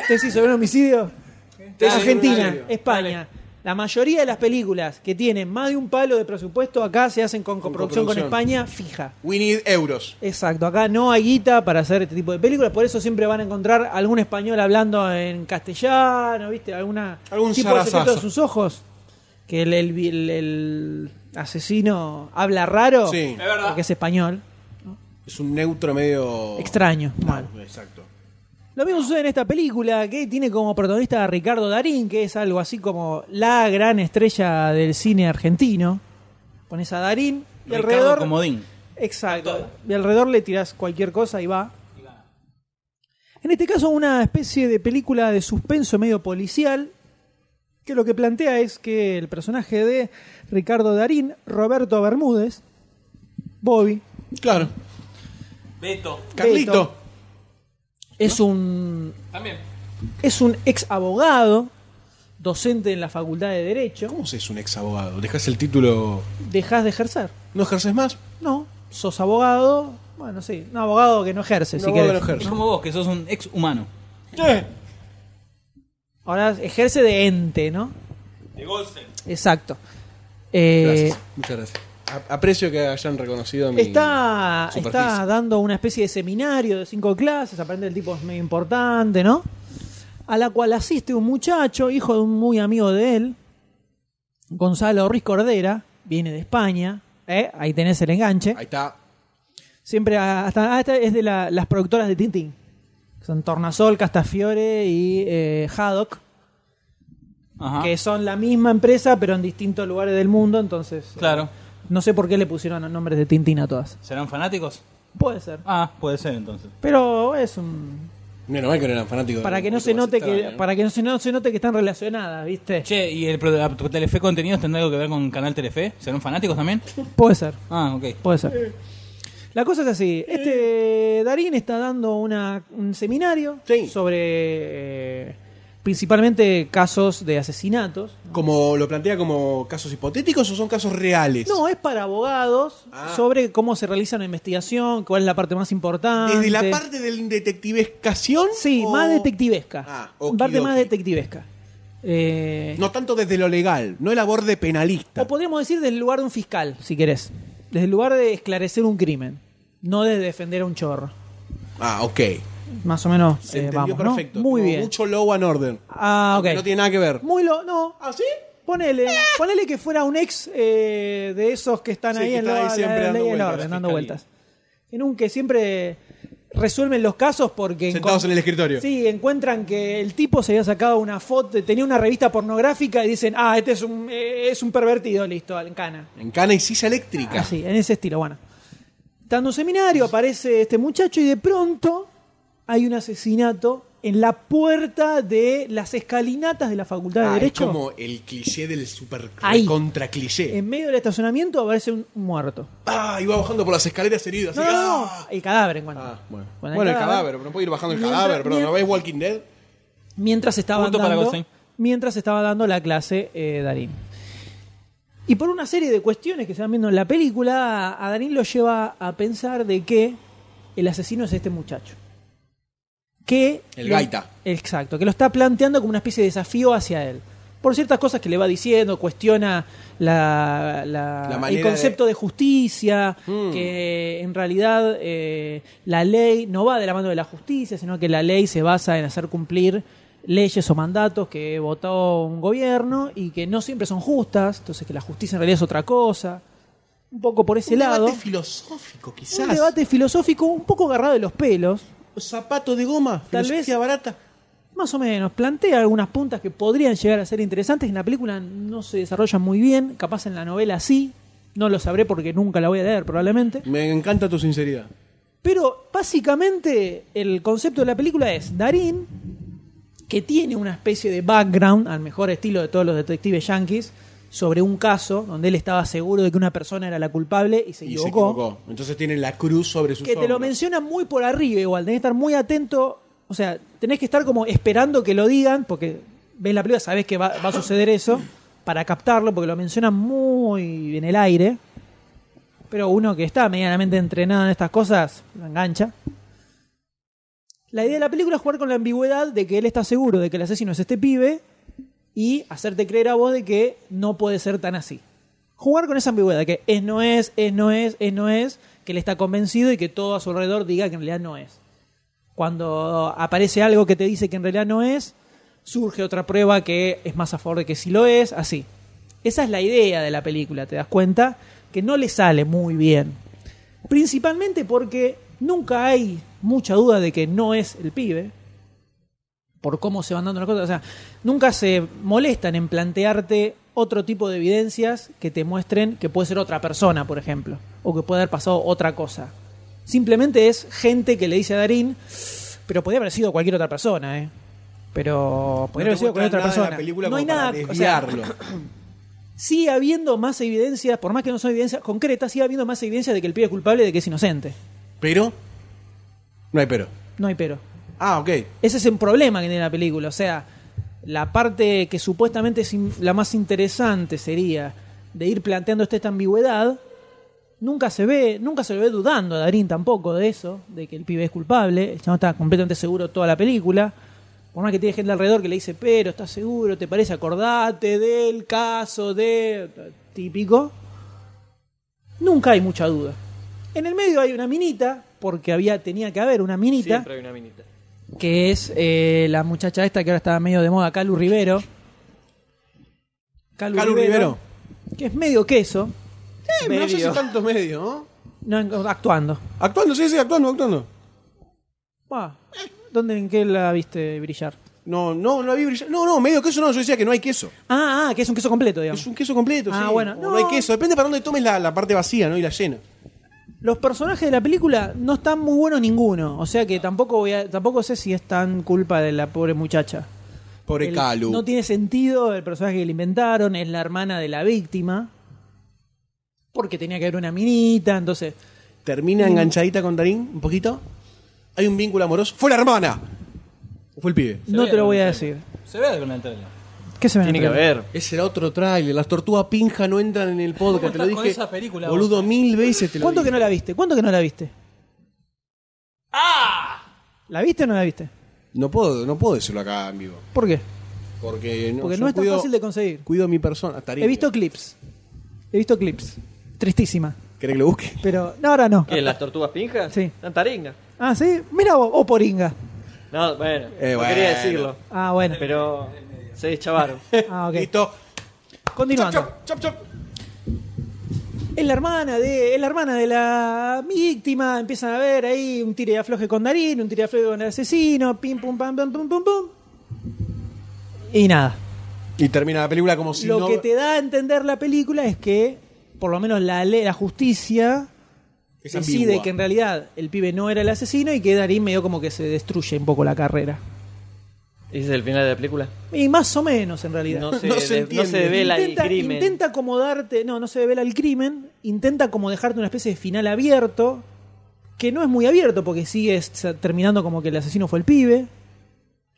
Speaker 1: Tesis sobre un homicidio.
Speaker 3: Tesis sobre un
Speaker 1: Argentina,
Speaker 3: homicidio.
Speaker 1: España. La mayoría de las películas que tienen más de un palo de presupuesto acá se hacen con coproducción con
Speaker 3: coproducción.
Speaker 1: España fija.
Speaker 3: We need euros.
Speaker 1: Exacto, acá no hay guita para hacer este tipo de películas, por eso siempre van a encontrar algún español hablando en castellano, ¿viste? Alguna
Speaker 3: Algún
Speaker 1: tipo de secreto de
Speaker 3: zarazazo.
Speaker 1: sus ojos, que el, el- el- el asesino habla raro,
Speaker 3: Sí. Es
Speaker 4: verdad.
Speaker 1: porque es español,
Speaker 3: Es un neutro medio.
Speaker 1: extraño, mal.
Speaker 3: Exacto.
Speaker 1: Lo mismo sucede en esta película, que tiene como protagonista a Ricardo Darín, que es algo así como la gran estrella del cine argentino. Pones a Darín y
Speaker 4: Ricardo
Speaker 1: alrededor...
Speaker 4: Comodín.
Speaker 1: Exacto. Y alrededor le tirás cualquier cosa y va. En este caso, una especie de película de suspenso medio policial, que lo que plantea es que el personaje de Ricardo Darín, Roberto Bermúdez, Bobby,
Speaker 3: Claro.
Speaker 4: Beto.
Speaker 3: Carlito.
Speaker 1: es un,
Speaker 4: También.
Speaker 1: es un ex abogado, docente en la Facultad de Derecho,
Speaker 3: ¿Cómo se es un ex abogado? ¿Dejas el título?
Speaker 1: dejás de ejercer.
Speaker 3: ¿No ejerces más?
Speaker 1: No, sos abogado, bueno, sí, un abogado que no ejerce,
Speaker 3: No
Speaker 1: si
Speaker 3: abogado
Speaker 1: querés.
Speaker 3: que no ejerce.
Speaker 4: Es como vos, que sos un ex humano.
Speaker 1: Ahora ejerce de ente, ¿no?
Speaker 4: De Golsen.
Speaker 1: Exacto. Eh,
Speaker 3: Gracias. Muchas gracias. A- aprecio que hayan reconocido mi.
Speaker 1: está,
Speaker 3: superficie.
Speaker 1: está dando una especie de seminario de cinco clases, aprende el tipo es medio importante, ¿no? A la cual asiste un muchacho, hijo de un muy amigo de él, Gonzalo Ruiz Cordera, viene de España, ¿eh? ahí tenés el enganche.
Speaker 3: Ahí está.
Speaker 1: Siempre a- hasta, ah, esta es de la- las productoras de Tintín. que Son Tornasol, Castafiore y eh, Haddock.
Speaker 3: Ah.
Speaker 4: Ajá.
Speaker 1: que son la misma empresa pero en distintos lugares del mundo, entonces...
Speaker 4: Claro.
Speaker 1: No sé por qué le pusieron nombres de Tintín a todas.
Speaker 4: ¿Serán fanáticos?
Speaker 1: Puede ser.
Speaker 4: Ah, puede ser entonces.
Speaker 1: Pero es un...
Speaker 3: Menos mal que no eran fanáticos.
Speaker 1: Para que no se note que, para que no se, no se note que están relacionadas, ¿viste?
Speaker 4: Che, ¿y el pro- la- Telefe Contenidos tendrá algo que ver con Canal Telefe? ¿Serán fanáticos (laughs) también?
Speaker 1: Puede ser.
Speaker 4: Ah, ok.
Speaker 1: Puede ser. La cosa es así. Este Darín está dando una- un seminario
Speaker 3: Sí.
Speaker 1: sobre eh, principalmente casos de asesinatos.
Speaker 3: Como lo plantea como casos hipotéticos o son casos reales.
Speaker 1: No, es para abogados
Speaker 3: Ah.
Speaker 1: sobre cómo se realiza una investigación, cuál es la parte más importante.
Speaker 3: Desde la parte del detectivescación.
Speaker 1: Sí,
Speaker 3: o-
Speaker 1: más detectivesca.
Speaker 3: Ah, okidoki.
Speaker 1: parte más detectivesca. Eh,
Speaker 3: No tanto desde lo legal, no el aborde penalista.
Speaker 1: O podríamos decir desde el lugar de un fiscal, si querés. Desde el lugar de esclarecer un crimen, no de defender a un chorro.
Speaker 3: Ah, ok.
Speaker 1: Más o menos, eh,
Speaker 3: Se entendió
Speaker 1: vamos, ¿no?
Speaker 3: perfecto.
Speaker 1: Muy
Speaker 3: Como
Speaker 1: bien.
Speaker 3: Mucho low and order.
Speaker 1: Ah, ok.
Speaker 3: No tiene nada que ver.
Speaker 1: Muy lo... No,
Speaker 3: ¿Ah, sí?
Speaker 1: ponele,
Speaker 3: (laughs)
Speaker 1: ponele que fuera un ex eh, de esos que están
Speaker 3: Sí,
Speaker 1: ahí
Speaker 3: que
Speaker 1: en
Speaker 3: está
Speaker 1: la,
Speaker 3: ahí
Speaker 1: la
Speaker 3: siempre dando
Speaker 1: ley y el
Speaker 3: vueltas,
Speaker 1: orden,
Speaker 3: la
Speaker 1: dando
Speaker 3: fiscalía.
Speaker 1: vueltas. En un que siempre resuelven los casos porque...
Speaker 3: Sentados
Speaker 1: encon-
Speaker 3: en el escritorio.
Speaker 1: Sí, encuentran que el tipo se había sacado una foto, tenía una revista pornográfica y dicen, ah, este es un, eh, es un pervertido, listo, en cana.
Speaker 3: En cana y silla eléctrica.
Speaker 1: Así, en ese estilo, bueno. Dando un seminario, aparece este muchacho y de pronto hay un asesinato en la puerta de las escalinatas de la Facultad de
Speaker 3: Ah, es
Speaker 1: Derecho.
Speaker 3: como el cliché del super
Speaker 1: Ahí. Eh,
Speaker 3: contra cliché.
Speaker 1: En medio del estacionamiento aparece un muerto.
Speaker 3: Ah, iba bajando por las escaleras heridas.
Speaker 1: No,
Speaker 3: así,
Speaker 1: no, no,
Speaker 3: ah.
Speaker 1: el cadáver, en cuanto.
Speaker 3: Ah, bueno.
Speaker 1: Bueno,
Speaker 3: Bueno,
Speaker 1: el
Speaker 3: el
Speaker 1: cadáver.
Speaker 3: cadáver, pero no puedo ir bajando el
Speaker 1: Mientras-
Speaker 3: cadáver, perdón. ¿No
Speaker 1: mientras-
Speaker 3: ves Walking Dead?
Speaker 1: Mientras estaba
Speaker 4: Punto para
Speaker 1: dando,
Speaker 4: Goldstein.
Speaker 1: mientras estaba dando la clase eh, Darín. Y por una serie de cuestiones que se van viendo en la película, a Darín lo lleva a pensar de que el asesino es este muchacho. Que
Speaker 3: El
Speaker 1: lo-
Speaker 3: gaita.
Speaker 1: Exacto, que lo está planteando como una especie de desafío hacia él. Por ciertas cosas que le va diciendo, cuestiona la- la-
Speaker 3: La
Speaker 1: Ah, el
Speaker 3: manera
Speaker 1: concepto de, justicia,
Speaker 3: Mm.
Speaker 1: que en realidad eh, la ley no va de la mano de la justicia, sino que la ley se basa en hacer cumplir leyes o mandatos que votó un gobierno y que no siempre son justas, entonces que la justicia en realidad es otra cosa. Un poco por ese
Speaker 3: Un
Speaker 1: lado.
Speaker 3: debate filosófico, quizás.
Speaker 1: un debate filosófico un poco agarrado de los pelos,
Speaker 3: Zapato de goma,
Speaker 1: Tal
Speaker 3: filosofía
Speaker 1: vez-
Speaker 3: barata.
Speaker 1: más o menos, plantea algunas puntas que podrían llegar a ser interesantes. En la película no se desarrollan muy bien, capaz en la novela sí. No lo sabré porque nunca la voy a leer, probablemente.
Speaker 3: Me encanta tu sinceridad.
Speaker 1: Pero básicamente el concepto de la película es Darín, que tiene una especie de background, al mejor estilo de todos los detectives yankees, sobre un caso donde él estaba seguro de que una persona era la culpable y se
Speaker 3: Y
Speaker 1: equivocó.
Speaker 3: se equivocó. Entonces tiene la cruz sobre sus
Speaker 1: Que te lo
Speaker 3: hombros.
Speaker 1: mencionan muy por arriba igual, tenés que estar muy atento, o sea, tenés que estar como esperando que lo digan, porque ves la película, sabés que va, va a suceder eso, para captarlo, porque lo mencionan muy en el aire, pero uno que está medianamente entrenado en estas cosas, lo engancha. La idea de la película es jugar con la ambigüedad de que él está seguro de que el asesino es este pibe y hacerte creer a vos de que no puede ser tan así. Jugar con esa ambigüedad, que es no es, es no es, es no es, que él está convencido y que todo a su alrededor diga que en realidad no es. Cuando aparece algo que te dice que en realidad no es, surge otra prueba que es más a favor de que sí lo es, así. Esa es la idea de la película, te das cuenta, que no le sale muy bien. Principalmente porque nunca hay mucha duda de que no es el pibe, por cómo se van dando las cosas. O sea, nunca se molestan en plantearte otro tipo de evidencias que te muestren que puede ser otra persona, por ejemplo, o que puede haber pasado otra cosa. Simplemente es gente que le dice a Darín, pero podría haber sido cualquier otra persona, ¿eh? Pero podría
Speaker 3: No
Speaker 1: haber
Speaker 3: te
Speaker 1: sido cualquier otra
Speaker 3: muestran nada
Speaker 1: persona.
Speaker 3: de La película
Speaker 1: no hay
Speaker 3: como
Speaker 1: nada,
Speaker 3: para
Speaker 1: o sea,
Speaker 3: desviarlo.
Speaker 1: sigue habiendo más evidencias, por más que no son evidencias concretas, sigue habiendo más evidencias de que el pibe es culpable de que es inocente.
Speaker 3: Pero. No hay pero.
Speaker 1: No hay pero.
Speaker 3: Ah, ok.
Speaker 1: Ese es el problema que tiene la película. O sea, la parte que supuestamente es in- la más interesante sería de ir planteando esta, esta ambigüedad. Nunca se ve, nunca se lo ve dudando a Darín tampoco de eso, de que el pibe es culpable. El chabón está completamente seguro toda la película. Por más que tiene gente alrededor que le dice, pero ¿estás seguro? ¿Te parece? Acordate del caso de. típico. Nunca hay mucha duda. En el medio hay una minita, porque había, tenía que haber una minita
Speaker 5: Siempre hay una minita.
Speaker 1: que es eh, la muchacha esta que ahora está medio de moda, Calu Rivero. Calu,
Speaker 3: Calu Rivero.
Speaker 1: Que es medio queso,
Speaker 3: Eh, no sé si tanto medio, ¿no?
Speaker 1: no, en- actuando.
Speaker 3: Actuando, sí, sí, actuando, actuando.
Speaker 1: Buah, ¿Dónde en qué la viste brillar?
Speaker 3: No, no, no la vi brillar. No, no, medio queso no, yo decía que no hay queso.
Speaker 1: Ah, ah, que es un queso completo, digamos.
Speaker 3: Es un queso completo,
Speaker 1: Ah,
Speaker 3: sí.
Speaker 1: bueno.
Speaker 3: O
Speaker 1: No.
Speaker 3: no. hay queso. Depende para dónde tomes la, la parte vacía, ¿no? Y la llena.
Speaker 1: Los personajes de la película no están muy buenos ninguno. O sea que tampoco voy a- tampoco sé si es tan culpa de la pobre muchacha.
Speaker 3: Pobre
Speaker 1: El-
Speaker 3: Calu.
Speaker 1: No tiene sentido el personaje que le inventaron, es la hermana de la víctima. Porque tenía que haber una minita, entonces. Mm.
Speaker 3: Termina enganchadita con Darín un poquito. Hay un vínculo amoroso. ¡Fue la hermana! ¿O fue el pibe?
Speaker 1: no
Speaker 4: ve
Speaker 1: te lo voy a
Speaker 4: en el
Speaker 1: decir.
Speaker 4: Se ve con la entrega.
Speaker 1: ¿Qué se ve en
Speaker 5: Tiene
Speaker 1: el
Speaker 5: que
Speaker 1: trailer?
Speaker 5: haber.
Speaker 3: Ese era otro trailer. Las tortugas pinja no entran en el podcast. Te lo
Speaker 4: estás con
Speaker 3: dije.
Speaker 4: esa película,
Speaker 3: boludo, mil veces te lo
Speaker 1: ¿Cuánto
Speaker 3: dije.
Speaker 1: que no la viste? ¿Cuánto que no la viste? ¡Ah! ¿La viste o no la viste?
Speaker 3: No puedo, no puedo decirlo acá en vivo.
Speaker 1: ¿Por qué?
Speaker 3: Porque no,
Speaker 1: Porque
Speaker 3: yo
Speaker 1: no es tan
Speaker 3: cuido-
Speaker 1: fácil de conseguir.
Speaker 3: Cuido mi persona. Tarín.
Speaker 1: He visto clips. He visto clips. Tristísima.
Speaker 3: ¿Querés que lo busque?
Speaker 1: Pero no, ahora no.
Speaker 5: ¿Qué, las tortugas pinjas?
Speaker 1: Sí.
Speaker 5: Están taringas.
Speaker 1: Ah, sí. Mira vos, o poringa.
Speaker 5: No, bueno,
Speaker 3: Eh,
Speaker 5: no
Speaker 3: bueno.
Speaker 5: quería decirlo.
Speaker 1: Ah, bueno.
Speaker 5: Pero se deschavaron.
Speaker 1: Ah, ok.
Speaker 3: Listo.
Speaker 1: Continuando.
Speaker 3: Chop, chop, chop.
Speaker 1: Es la hermana de, es la hermana de la víctima, empiezan a ver ahí un tire y afloje con Darín, un tire y afloje con el asesino, pim pum pam pam pum pum pum. Y nada.
Speaker 3: Y termina la película como si
Speaker 1: Lo
Speaker 3: no...
Speaker 1: que te da a entender la película es que, por lo menos la ley, la justicia
Speaker 3: Es
Speaker 1: decide
Speaker 3: ambigua.
Speaker 1: que en realidad el pibe no era el asesino y que Darín medio como que se destruye un poco la carrera.
Speaker 5: ¿Ese es el final de la película?
Speaker 1: Y más o menos en realidad.
Speaker 5: No se,
Speaker 3: No
Speaker 5: de-
Speaker 3: se
Speaker 5: no se
Speaker 3: entiende.
Speaker 5: devela
Speaker 1: intenta,
Speaker 5: el crimen.
Speaker 1: intenta acomodarte, no, no se devela el crimen, intenta como dejarte una especie de final abierto, que no es muy abierto porque sigue es- sa- terminando como que el asesino fue el pibe.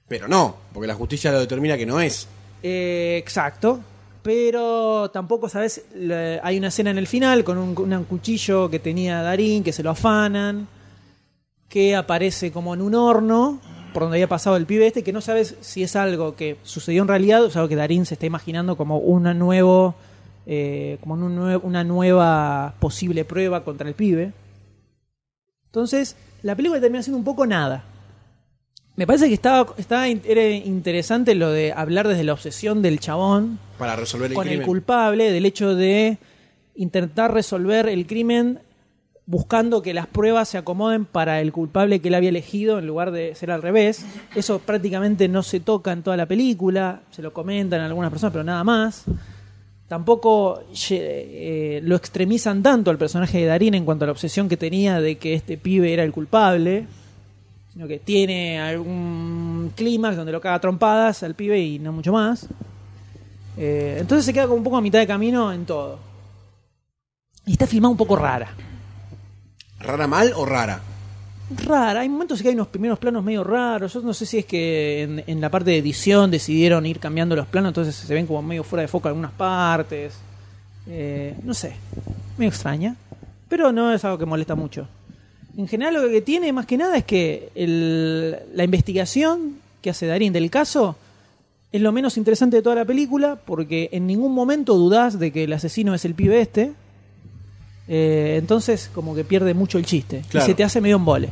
Speaker 3: Pero no, porque la justicia lo determina que no es.
Speaker 1: Eh, exacto. Pero tampoco, ¿sabes? La- hay una escena en el final con un, con un cuchillo que tenía Darín, que se lo afanan, que aparece como en un horno, por donde había pasado el pibe este, que no sabes si es algo que sucedió en realidad, o sea, que Darín se está imaginando como un nuevo, eh, como un nue- una nueva posible prueba contra el pibe. Entonces, la película termina siendo un poco nada. Me parece que estaba, estaba in- era interesante lo de hablar desde la obsesión del chabón
Speaker 3: Para resolver el
Speaker 1: con
Speaker 3: crimen.
Speaker 1: el culpable, del hecho de intentar resolver el crimen buscando que las pruebas se acomoden para el culpable que él había elegido en lugar de ser al revés. Eso prácticamente no se toca en toda la película, se lo comentan algunas personas, pero nada más. Tampoco ye- eh, lo extremizan tanto al personaje de Darín en cuanto a la obsesión que tenía de que este pibe era el culpable sino que tiene algún clímax donde lo caga a trompadas al pibe y no mucho más. Eh, entonces se queda como un poco a mitad de camino en todo. Y está filmada un poco rara.
Speaker 3: ¿Rara mal o rara?
Speaker 1: Rara, hay momentos que hay unos primeros planos medio raros. Yo no sé si es que en, en la parte de edición decidieron ir cambiando los planos, entonces se ven como medio fuera de foco algunas partes. Eh, no sé, medio extraña. Pero no es algo que molesta mucho. En general lo que tiene más que nada es que el- la investigación que hace Darín del caso es lo menos interesante de toda la película porque en ningún momento dudás de que el asesino es el pibe este. Eh, entonces como que pierde mucho el chiste
Speaker 3: Claro.
Speaker 1: y se te hace medio embole.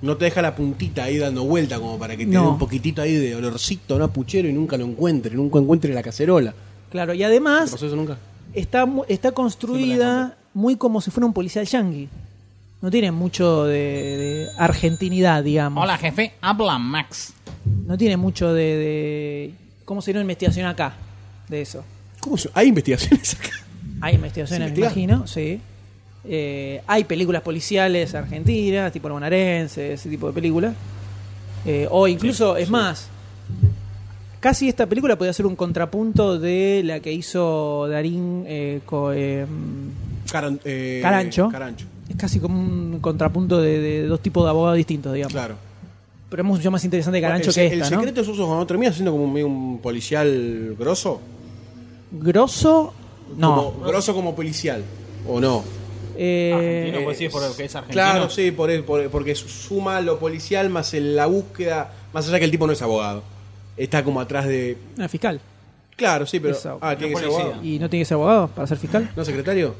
Speaker 3: No te deja la puntita ahí dando vuelta como para que te
Speaker 1: No.
Speaker 3: dé un poquitito ahí de olorcito, no puchero y nunca lo encuentre, nunca encuentre la cacerola.
Speaker 1: Claro, y
Speaker 3: ¿Te
Speaker 1: además
Speaker 3: pasó eso nunca?
Speaker 1: está, mu- está construida muy como si fuera un policial yanqui. No tiene mucho de, de argentinidad, digamos.
Speaker 4: Hola, jefe. Habla Max.
Speaker 1: No tiene mucho de, de- ¿Cómo sería una investigación acá? De eso.
Speaker 3: ¿Cómo se- ¿Hay investigaciones (laughs) acá?
Speaker 1: Hay investigaciones,
Speaker 3: ¿Se
Speaker 1: me
Speaker 3: investiga?
Speaker 1: imagino, sí. Eh, hay películas policiales argentinas, tipo Bonarense, ese tipo de películas. Eh, o incluso, es más, casi esta película podría ser un contrapunto de la que hizo Darín eh, co- em,
Speaker 3: Caran- eh,
Speaker 1: Carancho.
Speaker 3: Carancho,
Speaker 1: Es casi como un contrapunto de, de dos tipos de abogados distintos, digamos.
Speaker 3: claro.
Speaker 1: Pero es mucho más interesante Carancho
Speaker 3: el,
Speaker 1: que
Speaker 3: el
Speaker 1: esta, ¿no?
Speaker 3: secreto de sus ojos cuando termina siendo como un, medio un policial grosso.
Speaker 1: Grosso, no.
Speaker 3: Como- Ah, grosso como policial. ¿O no?
Speaker 1: Eh,
Speaker 4: Argentino, pues sí, por lo que es argentino.
Speaker 3: Claro, sí, por, por- porque suma lo policial más el- la búsqueda, más allá que el tipo no es abogado. Está como atrás de...
Speaker 1: no, fiscal.
Speaker 3: Claro, sí, pero...
Speaker 1: Es abogado.
Speaker 3: Ah, tiene que ser
Speaker 4: Policía.
Speaker 3: abogado.
Speaker 1: ¿Y no tiene que ser abogado para ser fiscal?
Speaker 3: ¿No secretario?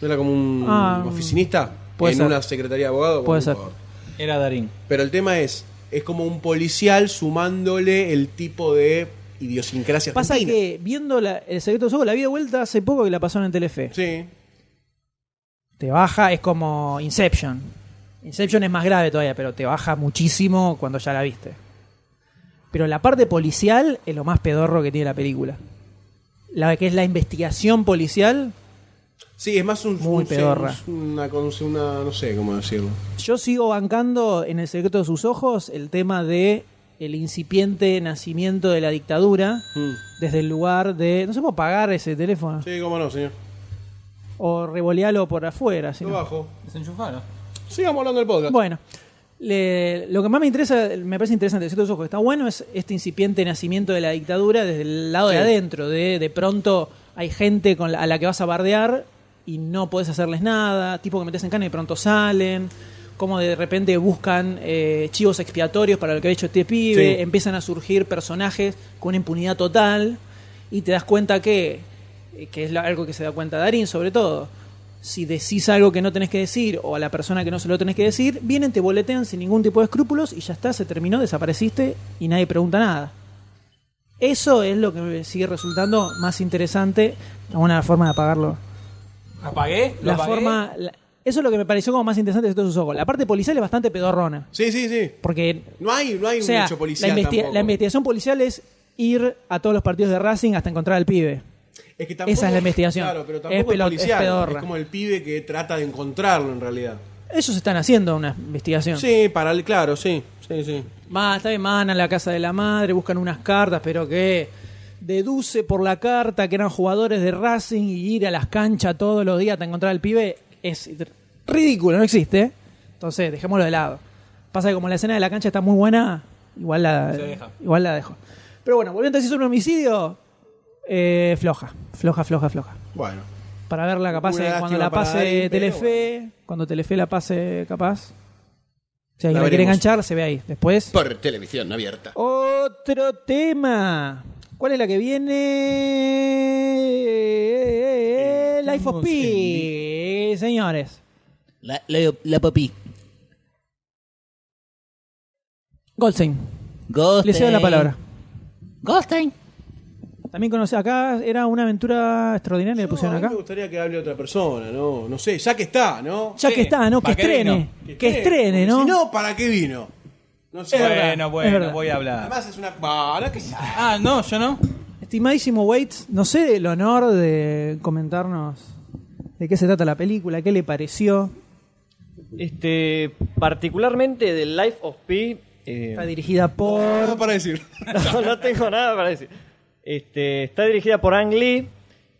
Speaker 3: ¿No era como un
Speaker 1: Ah,
Speaker 3: oficinista?
Speaker 1: puede
Speaker 3: en
Speaker 1: ser.
Speaker 3: una secretaría de abogado.
Speaker 1: Puede
Speaker 3: Bueno,
Speaker 1: ser.
Speaker 3: no importa.
Speaker 4: Era Darín.
Speaker 3: Pero el tema es, es como un policial sumándole el tipo de idiosincrasia
Speaker 1: Pasa
Speaker 3: argentina.
Speaker 1: que viendo la- El secreto de los ojos, la vi de vuelta hace poco que la pasaron en Telefe.
Speaker 3: Sí.
Speaker 1: Te baja, es como Inception. Inception es más grave todavía, pero te baja muchísimo cuando ya la viste. Pero la parte policial es lo más pedorro que tiene la película. La que es la investigación policial,
Speaker 3: Sí, es más un.
Speaker 1: Muy
Speaker 3: un-
Speaker 1: pedorra.
Speaker 3: Una, una, no sé cómo decirlo.
Speaker 1: Yo sigo bancando en el secreto de sus ojos el tema de el incipiente nacimiento de la dictadura
Speaker 3: Mm.
Speaker 1: desde el lugar de no sé cómo pagar ese teléfono
Speaker 3: Sí, cómo no, señor.
Speaker 1: o revolearlo por afuera si
Speaker 3: Lo
Speaker 1: no.
Speaker 3: bajo.
Speaker 4: Desenchufalo.
Speaker 3: Sigamos hablando del podcast.
Speaker 1: bueno le- lo que más me interesa me parece interesante el secreto de sus ojos está bueno es este incipiente nacimiento de la dictadura desde el lado de
Speaker 3: Sí.
Speaker 1: adentro de de pronto hay gente con la- a la que vas a bardear y no podés hacerles nada tipo que metes en cana y de pronto salen como de repente buscan eh, chivos expiatorios para lo que ha hecho este pibe,
Speaker 3: Sí.
Speaker 1: empiezan a surgir personajes con una impunidad total y te das cuenta que, eh, que es la- algo que se da cuenta Darín sobre todo, si decís algo que no tenés que decir o a la persona que no se lo tenés que decir, vienen, te boletean sin ningún tipo de escrúpulos y ya está, se terminó, desapareciste y nadie pregunta nada. Eso es lo que me sigue resultando más interesante, una forma de apagarlo
Speaker 4: ¿Apagué? ¿Lo
Speaker 1: la
Speaker 4: apagué?
Speaker 1: forma. la- eso es lo que me pareció como más interesante de todos sus ojos. La parte policial es bastante pedorrona.
Speaker 3: Sí, sí, sí.
Speaker 1: Porque.
Speaker 3: No hay, no hay
Speaker 1: O sea,
Speaker 3: un hecho policial.
Speaker 1: la, investi-
Speaker 3: tampoco.
Speaker 1: la investigación policial es ir a todos los partidos de Racing hasta encontrar al pibe.
Speaker 3: Es que
Speaker 1: Esa es la investigación.
Speaker 3: Claro, pero
Speaker 1: Es
Speaker 3: tampoco es,
Speaker 1: pelo- es
Speaker 3: policial. Es,
Speaker 1: pedorra.
Speaker 3: como el pibe que trata de encontrarlo en realidad.
Speaker 1: Ellos están haciendo una investigación.
Speaker 3: Sí, para el, claro, sí. Sí, sí.
Speaker 1: Va, está bien, van a la casa de la madre, buscan unas cartas, pero que deduce por la carta que eran jugadores de Racing y ir a las canchas todos los días hasta encontrar al pibe es ridículo, no existe. Entonces, dejémoslo de lado. Pasa que como la escena de la cancha está muy buena, igual la,
Speaker 4: Se deja.
Speaker 1: igual la dejo. Pero bueno, volviendo a decir sobre un homicidio, eh, floja, floja, floja, floja.
Speaker 3: Bueno.
Speaker 1: Para verla capaz
Speaker 3: Una
Speaker 1: eh, cuando
Speaker 3: lástima
Speaker 1: la
Speaker 3: para
Speaker 1: pase
Speaker 3: Darín, pero
Speaker 1: Telefe, cuando Telefe la pase capaz. Si alguien
Speaker 3: La
Speaker 1: la, quiere
Speaker 3: veremos.
Speaker 1: enganchar, se ve ahí. Después.
Speaker 2: Por televisión abierta.
Speaker 1: Otro tema. ¿Cuál es la que viene? Life of Pi, señores.
Speaker 2: La, la, la papi.
Speaker 1: Goldstein.
Speaker 2: Ghost.
Speaker 1: Le cedo la palabra.
Speaker 2: Ghosting.
Speaker 1: También conocí acá, era una aventura extraordinaria, le pusieron
Speaker 3: No, a mí
Speaker 1: acá.
Speaker 3: Me gustaría que hable otra persona, ¿no? No sé, ya que está, ¿no?
Speaker 1: Ya
Speaker 4: Sí,
Speaker 1: que está, ¿no? Que
Speaker 4: ¿para qué
Speaker 1: estrene.
Speaker 4: vino?
Speaker 1: Que, estrene, ¿no?
Speaker 3: Si no, ¿para qué vino? No sé.
Speaker 4: Bueno,
Speaker 1: es
Speaker 4: bueno,
Speaker 1: verdad.
Speaker 4: voy a hablar.
Speaker 3: Además es una. Para que sí.
Speaker 4: Ah, no, yo no.
Speaker 1: Estimadísimo Waits, no sé el honor de comentarnos de qué se trata la película, qué le pareció.
Speaker 5: Este, particularmente del Life of Pi. eh,
Speaker 1: Está dirigida por.
Speaker 3: Nada para decir.
Speaker 5: (laughs) no, no tengo nada para decir. Este, está dirigida por Ang Lee,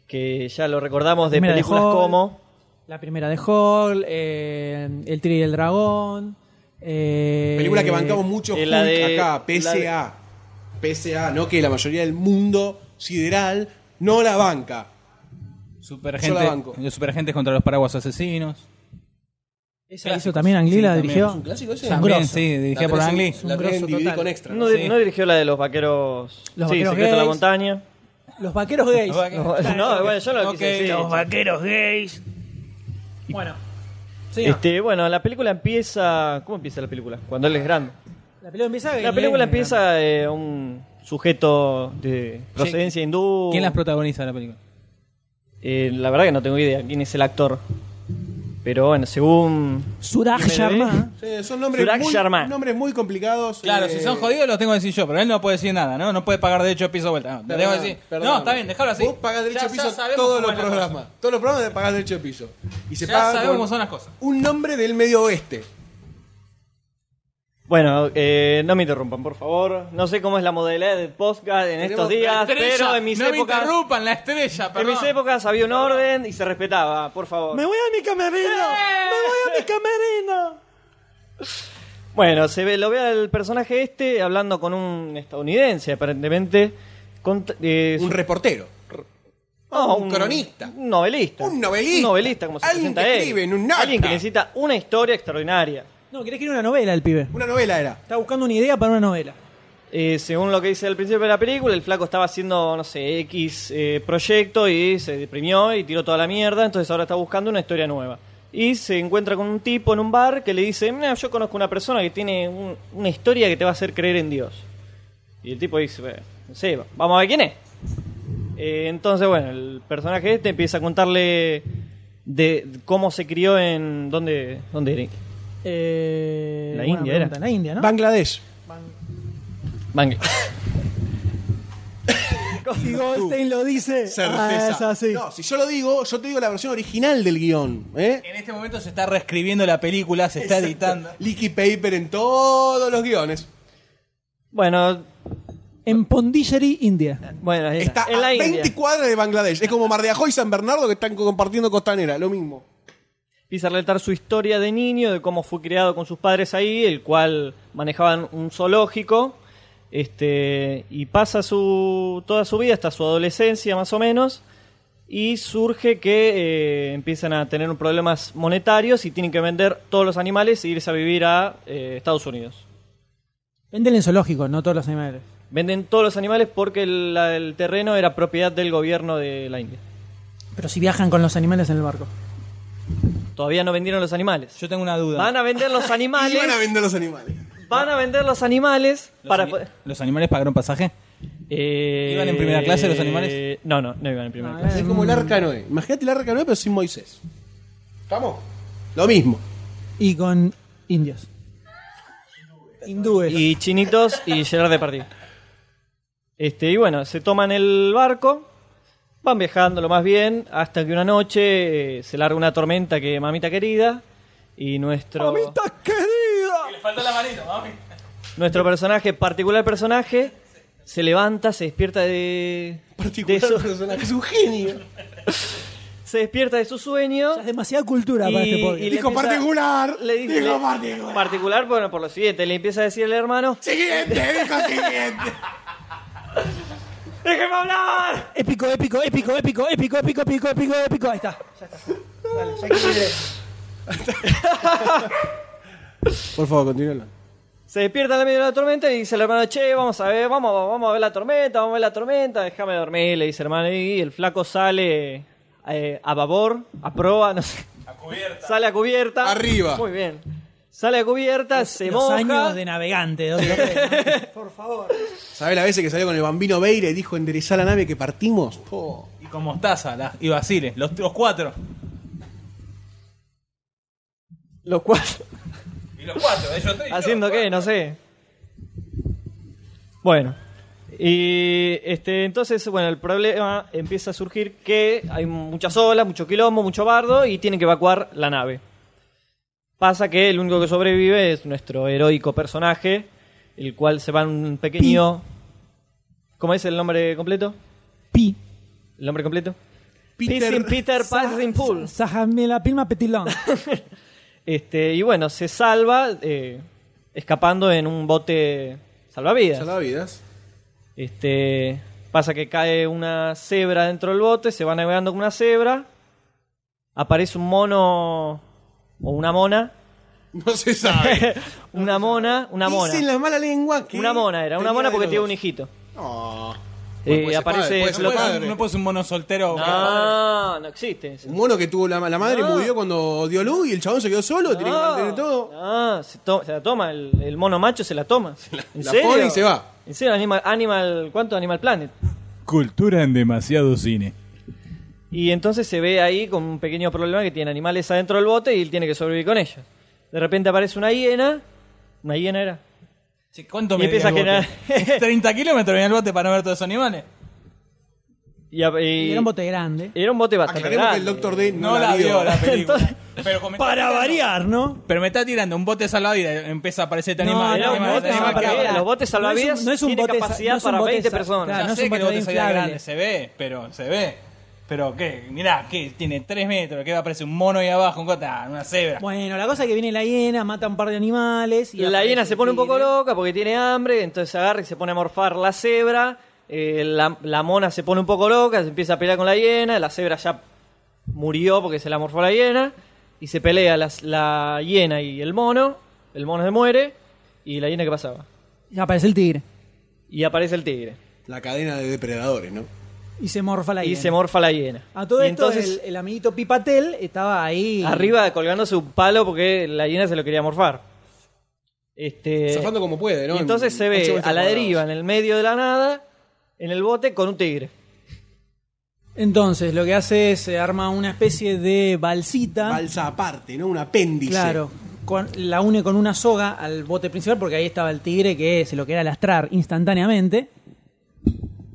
Speaker 5: que ya lo recordamos de
Speaker 1: Primera de
Speaker 5: películas
Speaker 1: Hall.
Speaker 5: como.
Speaker 1: La primera de Hall, eh, El Tri y el Dragón. eh,
Speaker 3: Película que bancamos mucho
Speaker 5: eh, la
Speaker 3: Hulk
Speaker 5: de-
Speaker 3: acá, PSA. PSA, ¿no? Que la mayoría del mundo sideral no la banca. Yo la banco.
Speaker 4: Supergente, supergentes contra los paraguas asesinos.
Speaker 1: Esa la hizo también Ang Lee,
Speaker 4: Sí,
Speaker 1: la
Speaker 4: también.
Speaker 1: dirigió.
Speaker 2: clásico ese?
Speaker 1: San
Speaker 4: También,
Speaker 1: grosso.
Speaker 4: sí, dirigida por Ang Lee.
Speaker 1: La
Speaker 2: La
Speaker 1: tres
Speaker 2: tres
Speaker 1: grosso
Speaker 3: Dividí
Speaker 1: total.
Speaker 3: con extra.
Speaker 5: No, di- no dirigió la de los vaqueros.
Speaker 1: Los
Speaker 5: sí,
Speaker 1: vaqueros
Speaker 5: Secreto de la
Speaker 1: gays.
Speaker 5: montaña.
Speaker 1: Los vaqueros gays.
Speaker 4: Los vaqueros.
Speaker 5: No, no, bueno, yo no lo quise
Speaker 4: Ok.
Speaker 5: decir.
Speaker 4: Los
Speaker 1: vaqueros gays. Bueno, sí.
Speaker 5: Este, bueno, la película empieza. ¿Cómo empieza la película? Cuando él es grande.
Speaker 1: la película empieza.
Speaker 5: La película empieza eh, un sujeto de procedencia hindú.
Speaker 4: ¿Quién las protagoniza la película?
Speaker 5: Eh, la verdad que no tengo idea quién es el actor. Pero bueno, según.
Speaker 1: Suraj
Speaker 5: IMDb.
Speaker 1: Sharma.
Speaker 3: Sí, son nombres
Speaker 5: Suraj Sharma.
Speaker 3: muy, nombres muy complicados.
Speaker 4: Claro,
Speaker 3: eh,
Speaker 4: si son jodidos los tengo que decir yo, pero él no puede decir nada, ¿no? No puede pagar derecho a piso de vuelta. No, te tengo que decir.
Speaker 3: perdón.
Speaker 4: No, está bien, déjalo así.
Speaker 3: Vos pagás derecho
Speaker 4: Ya-
Speaker 3: a piso
Speaker 4: ya sabemos
Speaker 3: todos
Speaker 4: cómo
Speaker 3: los
Speaker 4: es la cosa.
Speaker 3: programas. Todos los programas de pagás derecho a piso. Y se
Speaker 4: Ya
Speaker 3: paga
Speaker 4: sabemos
Speaker 3: con
Speaker 4: cómo son las cosas.
Speaker 3: Un nombre del medio oeste.
Speaker 5: Bueno, eh, no me interrumpan, por favor. No sé cómo es la modalidad de podcast en estos
Speaker 3: Tenemos
Speaker 5: días, pero en mis
Speaker 4: no me
Speaker 5: épocas.
Speaker 4: interrumpan, la estrella,
Speaker 5: En
Speaker 4: perdón.
Speaker 5: mis épocas había un orden y se respetaba, por favor.
Speaker 1: voy a mi camerino.
Speaker 5: ¡Eh!
Speaker 1: voy a mi camerino.
Speaker 5: Bueno, se ve, lo ve al personaje este hablando con un estadounidense, aparentemente. Con, eh,
Speaker 3: Un reportero.
Speaker 5: no,
Speaker 3: un cronista.
Speaker 5: Un novelista.
Speaker 3: Un novelista.
Speaker 5: Un novelista, como se
Speaker 3: Alguien
Speaker 5: presenta
Speaker 3: que
Speaker 5: él.
Speaker 3: escribe en un nota.
Speaker 5: Alguien que necesita una historia extraordinaria.
Speaker 1: No, quería escribir una novela el pibe.
Speaker 3: Una novela era.
Speaker 1: Está buscando una idea para una novela.
Speaker 5: Eh, según lo que dice al principio de la película, el flaco estaba haciendo, no sé, X eh, proyecto y se deprimió y tiró toda la mierda, entonces ahora está buscando una historia nueva. Y se encuentra con un tipo en un bar que le dice, mira, yo conozco una persona que tiene un- una historia que te va a hacer creer en Dios. Y el tipo dice, "Bueno, no sé, va- vamos a ver quién es. Eh, entonces, bueno, el personaje este empieza a contarle de cómo se crió en... ¿Dónde, dónde era?
Speaker 1: Eh,
Speaker 5: La
Speaker 1: buena
Speaker 5: India
Speaker 1: pregunta.
Speaker 5: era.
Speaker 1: La India, ¿no?
Speaker 3: Bangladesh.
Speaker 5: Mangue.
Speaker 1: Y (laughs) Goldstein lo dice.
Speaker 3: Certeza.
Speaker 1: Ah, es así.
Speaker 3: No, si yo lo digo, yo te digo la versión original del guión. ¿eh?
Speaker 4: En este momento se está reescribiendo la película, se está editando.
Speaker 3: (laughs) Leaky paper en todos los guiones.
Speaker 5: (laughs) Bueno,
Speaker 1: En Pondicherry, India.
Speaker 5: bueno, ahí
Speaker 3: Está
Speaker 5: en
Speaker 3: a
Speaker 5: la
Speaker 3: 20
Speaker 5: India.
Speaker 3: cuadras de Bangladesh. Es como Mardeajoy y San Bernardo que están compartiendo costanera, lo mismo.
Speaker 5: Empieza a relatar su historia de niño, de cómo fue criado con sus padres ahí, el cual manejaban un zoológico. Este, y pasa su, toda su vida hasta su adolescencia, más o menos. Y surge que eh, empiezan a tener un problemas monetarios y tienen que vender todos los animales e irse a vivir a eh, Estados Unidos.
Speaker 1: Venden en zoológico, no todos los animales.
Speaker 5: Venden todos los animales porque el, la- el terreno era propiedad del gobierno de la India.
Speaker 1: Pero si viajan con los animales en el barco.
Speaker 5: Todavía no vendieron los animales.
Speaker 4: Yo tengo una duda.
Speaker 5: Van a vender
Speaker 4: (laughs)
Speaker 5: los
Speaker 3: Y
Speaker 5: animales.
Speaker 3: van a vender los animales.
Speaker 5: Van a vender los animales
Speaker 4: ¿Los,
Speaker 5: para
Speaker 4: ani-
Speaker 5: poder-
Speaker 4: ¿Los animales pagaron pasaje?
Speaker 5: Eh,
Speaker 4: ¿Iban en primera clase los animales?
Speaker 5: No, no, no iban en primera
Speaker 1: Ah,
Speaker 5: clase.
Speaker 3: Es como el arca de Noé. Imagínate el arca de Noé, pero sin Moisés. ¿Estamos? Lo mismo.
Speaker 1: Y con indios. Hindúes.
Speaker 5: Y Chinitos y Gerard Depardieu. Este, y bueno, se toman el barco, van viajando lo más bien, hasta que una noche eh, se larga una tormenta que mamita querida y nuestro
Speaker 1: querida!
Speaker 5: nuestro personaje, particular personaje, se levanta, se despierta de, de
Speaker 3: Particular
Speaker 5: su-
Speaker 3: personaje. Es un
Speaker 5: (laughs)
Speaker 3: genio.
Speaker 5: se despierta de su sueño.
Speaker 1: Ya es demasiada cultura para este podcast.
Speaker 5: le
Speaker 3: Dijo
Speaker 5: empieza-
Speaker 3: particular,
Speaker 5: (laughs) le dice-
Speaker 3: dijo
Speaker 5: le-
Speaker 3: particular.
Speaker 5: Particular, bueno, por lo siguiente, le empieza a decir el hermano,
Speaker 3: Siguiente, dijo siguiente.
Speaker 5: (laughs) ¡Déjeme hablar!
Speaker 1: Épico, épico, épico, épico, épico, épico, épico, épico, épico. Ahí está. Ya está. Dale, ya quiere.
Speaker 3: Por favor, continúalo.
Speaker 5: Se despierta en la medio de la tormenta y dice el hermano, che, vamos a ver, vamos, vamos a ver la tormenta, vamos a ver la tormenta, déjame dormir, le dice el hermano, y el flaco sale eh, a babor, a proa, no sé. (laughs) A cubierta. Sale a cubierta.
Speaker 3: Arriba.
Speaker 5: Muy bien. Sale a cubierta, se
Speaker 1: Los
Speaker 5: moja.
Speaker 1: años de navegante. Doc López, ¿no? Por favor.
Speaker 3: ¿Sabés la vez que salió con el bambino Beira y dijo enderezá la nave que partimos? Po.
Speaker 4: Y con Mostaza la- y Basile, los, los cuatro.
Speaker 5: Los cuatro.
Speaker 4: Y los cuatro, ellos tres.
Speaker 5: ¿Haciendo qué? No sé. Bueno. Y este, entonces, bueno, el problema empieza a surgir que hay muchas olas, mucho quilombo, mucho bardo y tienen que evacuar la nave. Pasa que el único que sobrevive es nuestro heroico personaje, el cual se va en un pequeño... ¿Cómo es el nombre completo?
Speaker 1: Pi.
Speaker 5: ¿El nombre completo?
Speaker 3: Peter-
Speaker 5: Peter, Peter Passing Pool.
Speaker 1: Sájame la pilma petilón.
Speaker 5: Este, y bueno, se salva eh, escapando en un bote salvavidas.
Speaker 3: Salvavidas.
Speaker 5: Este, pasa que cae una cebra dentro del bote, se va navegando con una cebra. Aparece un mono o una mona, (laughs)
Speaker 3: No se sabe.
Speaker 5: una mona, (laughs) una mona.
Speaker 3: Dicen la mala lengua que...
Speaker 5: Una mona era, una
Speaker 3: tenía
Speaker 5: mona porque
Speaker 3: los
Speaker 5: tiene
Speaker 3: dos.
Speaker 5: un hijito.
Speaker 3: No. pues
Speaker 5: Eh,
Speaker 3: puede ser padre,
Speaker 5: aparece
Speaker 3: puede ser
Speaker 4: No
Speaker 5: flotando.
Speaker 4: puedes,
Speaker 3: padre.
Speaker 4: no puedes un mono soltero.
Speaker 5: No, no existe. ese.
Speaker 3: Un mono que tuvo la, la madre
Speaker 5: No.
Speaker 3: murió cuando dio luz y el chabón se quedó solo, tiene
Speaker 5: Ah.
Speaker 3: que mantener todo.
Speaker 5: No, se, to- se la toma, el, el mono macho se la toma. ¿En
Speaker 3: la
Speaker 5: serio?
Speaker 3: pone y (laughs) se va.
Speaker 5: ¿En serio? Animal, animal, ¿Cuánto? Animal Planet.
Speaker 4: Cultura en demasiado cine.
Speaker 5: Y entonces se ve ahí con un pequeño problema que tiene animales adentro del bote y él tiene que sobrevivir con ellos. De repente aparece una hiena. ¿Una hiena era?
Speaker 4: ¿Cuánto
Speaker 5: Y
Speaker 4: me
Speaker 5: empieza
Speaker 4: (laughs)
Speaker 5: a generar-
Speaker 4: 30 kilómetros en el bote para no ver todos esos animales.
Speaker 5: Y, a- y-
Speaker 1: Era un bote grande.
Speaker 5: era un bote bastante
Speaker 3: Aclaremos que el
Speaker 5: grande.
Speaker 3: Doctor D
Speaker 4: No, la vio
Speaker 1: (laughs)
Speaker 4: la película.
Speaker 5: Entonces-
Speaker 4: pero como me está
Speaker 1: Para
Speaker 4: tirando-
Speaker 1: variar, ¿no?
Speaker 4: Pero me está tirando un bote salvavidas. Empieza a aparecer este animal.
Speaker 5: era
Speaker 4: este
Speaker 5: un
Speaker 4: animal,
Speaker 5: bote
Speaker 4: este animal,
Speaker 5: salvavidas.
Speaker 4: que habla.
Speaker 5: Los botes salvavidas
Speaker 1: No es un- no es un
Speaker 5: tienen
Speaker 1: bote sa-
Speaker 5: capacidad
Speaker 1: no es un
Speaker 5: para
Speaker 1: bote
Speaker 5: 20
Speaker 1: sa-
Speaker 5: personas.
Speaker 1: claro,
Speaker 4: Ya
Speaker 1: no es
Speaker 4: sé
Speaker 1: un
Speaker 4: que el
Speaker 1: bote
Speaker 4: bote salía
Speaker 1: inflable.
Speaker 4: grande, se ve, pero se ve. Pero qué, mirá, que tiene 3 metros, que va a aparecer un mono ahí abajo, un gota, una cebra.
Speaker 1: Bueno, la cosa es que viene la hiena, mata un par de animales. Y
Speaker 5: La
Speaker 1: aparece
Speaker 5: hiena se pone un poco
Speaker 1: tigre.
Speaker 5: loca porque tiene hambre, entonces se agarra y se pone a morfar la cebra. eh, la, la mona se pone un poco loca, se empieza a pelear con la hiena. La cebra ya murió porque se la morfó la hiena. Y se pelea la, la hiena y el mono. El mono se muere. ¿Y la hiena qué pasaba?
Speaker 1: Y aparece el tigre.
Speaker 5: Y aparece el tigre.
Speaker 3: La cadena de depredadores, ¿no?
Speaker 5: Eh,
Speaker 1: Y se morfa la
Speaker 5: y
Speaker 1: hiena.
Speaker 5: se morfa la hiena.
Speaker 1: A todo
Speaker 5: Y
Speaker 1: esto,
Speaker 5: entonces,
Speaker 1: el, el amiguito Pipatel estaba ahí.
Speaker 5: arriba colgándose un palo porque la hiena se lo quería morfar. Este,
Speaker 3: Zafando como puede, ¿no?
Speaker 5: Y entonces
Speaker 3: En-
Speaker 5: se
Speaker 3: ocho
Speaker 5: ve
Speaker 3: metros
Speaker 5: a la
Speaker 3: cuadrados.
Speaker 5: deriva, en el medio de la nada, en el bote con un tigre.
Speaker 1: Entonces, lo que hace es se arma una especie de balsita.
Speaker 3: Balsa aparte, ¿no? Un apéndice.
Speaker 1: Claro. con- la une con una soga al bote principal porque ahí estaba el tigre que se lo quería lastrar instantáneamente.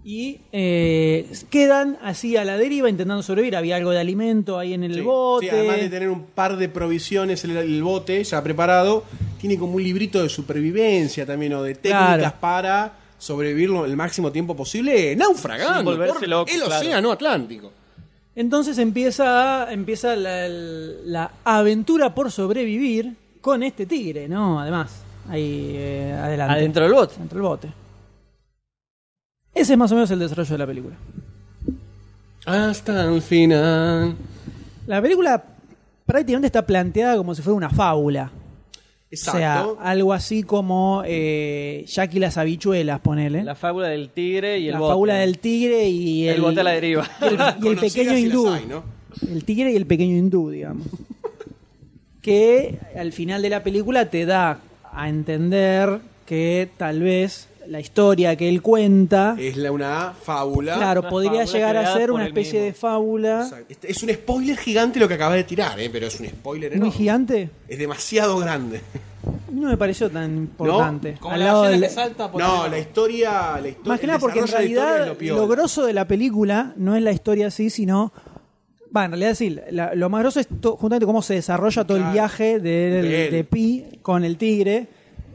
Speaker 1: Y eh, quedan así a la deriva intentando sobrevivir. Había algo de alimento ahí en el
Speaker 3: Sí,
Speaker 1: bote.
Speaker 3: sí, además de tener un par de provisiones en el, el bote ya preparado, tiene como un librito de supervivencia también o de técnicas
Speaker 1: Claro.
Speaker 3: para sobrevivir lo- el máximo tiempo posible naufragando
Speaker 5: Sin volverse
Speaker 3: por
Speaker 5: loco,
Speaker 3: el
Speaker 5: claro.
Speaker 3: océano Atlántico.
Speaker 1: Entonces empieza, empieza la, la aventura por sobrevivir con este tigre, ¿no? Además, ahí eh, adelante.
Speaker 5: Adentro del bote.
Speaker 1: Adentro del bote. Ese es más o menos el desarrollo de la película.
Speaker 3: Hasta el final.
Speaker 1: La película prácticamente está planteada como si fuera una fábula.
Speaker 3: Exacto.
Speaker 1: O sea, algo así como eh, Jack y las habichuelas, ponele.
Speaker 5: ¿Eh? La fábula del tigre y el
Speaker 1: La
Speaker 5: bote.
Speaker 1: fábula del tigre y el,
Speaker 5: El bote a la deriva.
Speaker 1: y el- y el
Speaker 3: Conocidas
Speaker 1: pequeño
Speaker 3: si las
Speaker 1: hindú.
Speaker 3: hay, ¿no?
Speaker 1: El tigre y el pequeño hindú,
Speaker 3: (laughs)
Speaker 1: digamos. que al final de la película te da a entender que tal vez la historia que él cuenta,
Speaker 3: Es la, una fábula.
Speaker 1: claro,
Speaker 5: Una
Speaker 1: podría
Speaker 5: fábula
Speaker 1: llegar a
Speaker 5: creada
Speaker 1: ser
Speaker 5: por
Speaker 1: una
Speaker 5: él
Speaker 1: especie
Speaker 5: mismo.
Speaker 1: de fábula
Speaker 3: Exacto. Este- Es un spoiler gigante lo que acabas de tirar, ¿eh? pero es un spoiler
Speaker 1: muy
Speaker 3: enorme.
Speaker 1: gigante.
Speaker 3: Es demasiado grande.
Speaker 1: No me pareció tan importante.
Speaker 4: Como
Speaker 1: Al
Speaker 4: la
Speaker 1: lado
Speaker 4: ballena
Speaker 1: del-
Speaker 4: que
Speaker 5: Ah,
Speaker 3: (laughs)
Speaker 4: salta por
Speaker 3: No,
Speaker 4: el-
Speaker 3: la historia. La historia
Speaker 1: Más que
Speaker 3: el
Speaker 1: nada porque en
Speaker 3: desarrollo de la historia
Speaker 1: realidad
Speaker 3: es
Speaker 1: lo,
Speaker 3: piola.
Speaker 1: grosso de la película no es la historia así, sino... Va, en realidad sí, la- lo más grosso es to- justamente cómo se desarrolla todo el
Speaker 3: Claro.
Speaker 1: viaje de,
Speaker 3: De él.
Speaker 1: de Pi con el tigre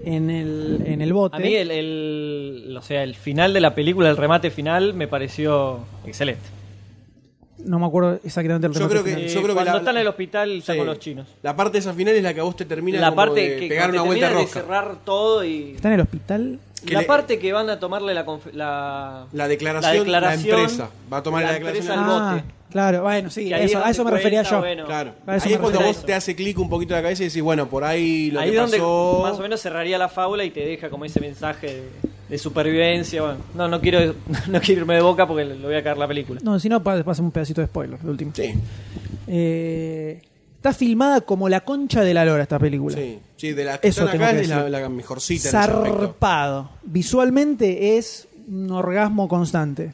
Speaker 1: en el, en el bote.
Speaker 5: A mí el, el- o sea, el final de la película, el remate final, me pareció excelente.
Speaker 1: No me acuerdo exactamente el
Speaker 3: Yo
Speaker 1: remate
Speaker 3: creo que-
Speaker 1: final.
Speaker 5: Eh,
Speaker 3: Yo creo
Speaker 5: cuando
Speaker 3: la-
Speaker 5: está en el hospital está
Speaker 3: Sí.
Speaker 5: con los chinos.
Speaker 3: La parte esa final es la que a vos te termina
Speaker 5: La
Speaker 3: como
Speaker 5: parte
Speaker 3: de
Speaker 5: que
Speaker 3: pegar una
Speaker 5: cuando te
Speaker 3: vuelta
Speaker 5: terminan de
Speaker 3: roja.
Speaker 5: cerrar todo y
Speaker 1: ¿Está en el hospital?
Speaker 3: Que
Speaker 5: la
Speaker 3: le-
Speaker 5: parte que van a tomarle la conf- la,
Speaker 3: La declaración, la
Speaker 5: declaración,
Speaker 3: empresa. Va a tomar la declaración
Speaker 5: empresa al bote.
Speaker 1: Ah, claro, bueno, sí,
Speaker 5: Que ahí es
Speaker 1: eso- a
Speaker 5: donde
Speaker 1: eso me
Speaker 5: cuenta,
Speaker 1: refería yo.
Speaker 5: bueno.
Speaker 3: Claro.
Speaker 1: A eso
Speaker 3: Ahí
Speaker 1: me
Speaker 3: es cuando
Speaker 1: refiero.
Speaker 3: vos te hace clic un poquito la cabeza y decís, bueno, por ahí lo
Speaker 5: ahí
Speaker 3: que
Speaker 5: es donde
Speaker 3: pasó.
Speaker 5: más o menos cerraría la fábula y te deja como ese mensaje de, de supervivencia. Bueno, no, no quiero, (laughs) no quiero irme de boca porque le voy a cagar la película.
Speaker 1: No, si no, pa- pasemos un pedacito de spoiler, de último.
Speaker 3: Sí,
Speaker 1: Eh, está filmada como la concha de la lora esta película.
Speaker 3: sí, sí, de las que
Speaker 1: Eso
Speaker 3: están
Speaker 1: tengo
Speaker 3: acá
Speaker 1: que
Speaker 3: es la,
Speaker 1: decir.
Speaker 3: la mejorcita. en ese aspecto.
Speaker 1: Zarpado. Visualmente es un orgasmo constante.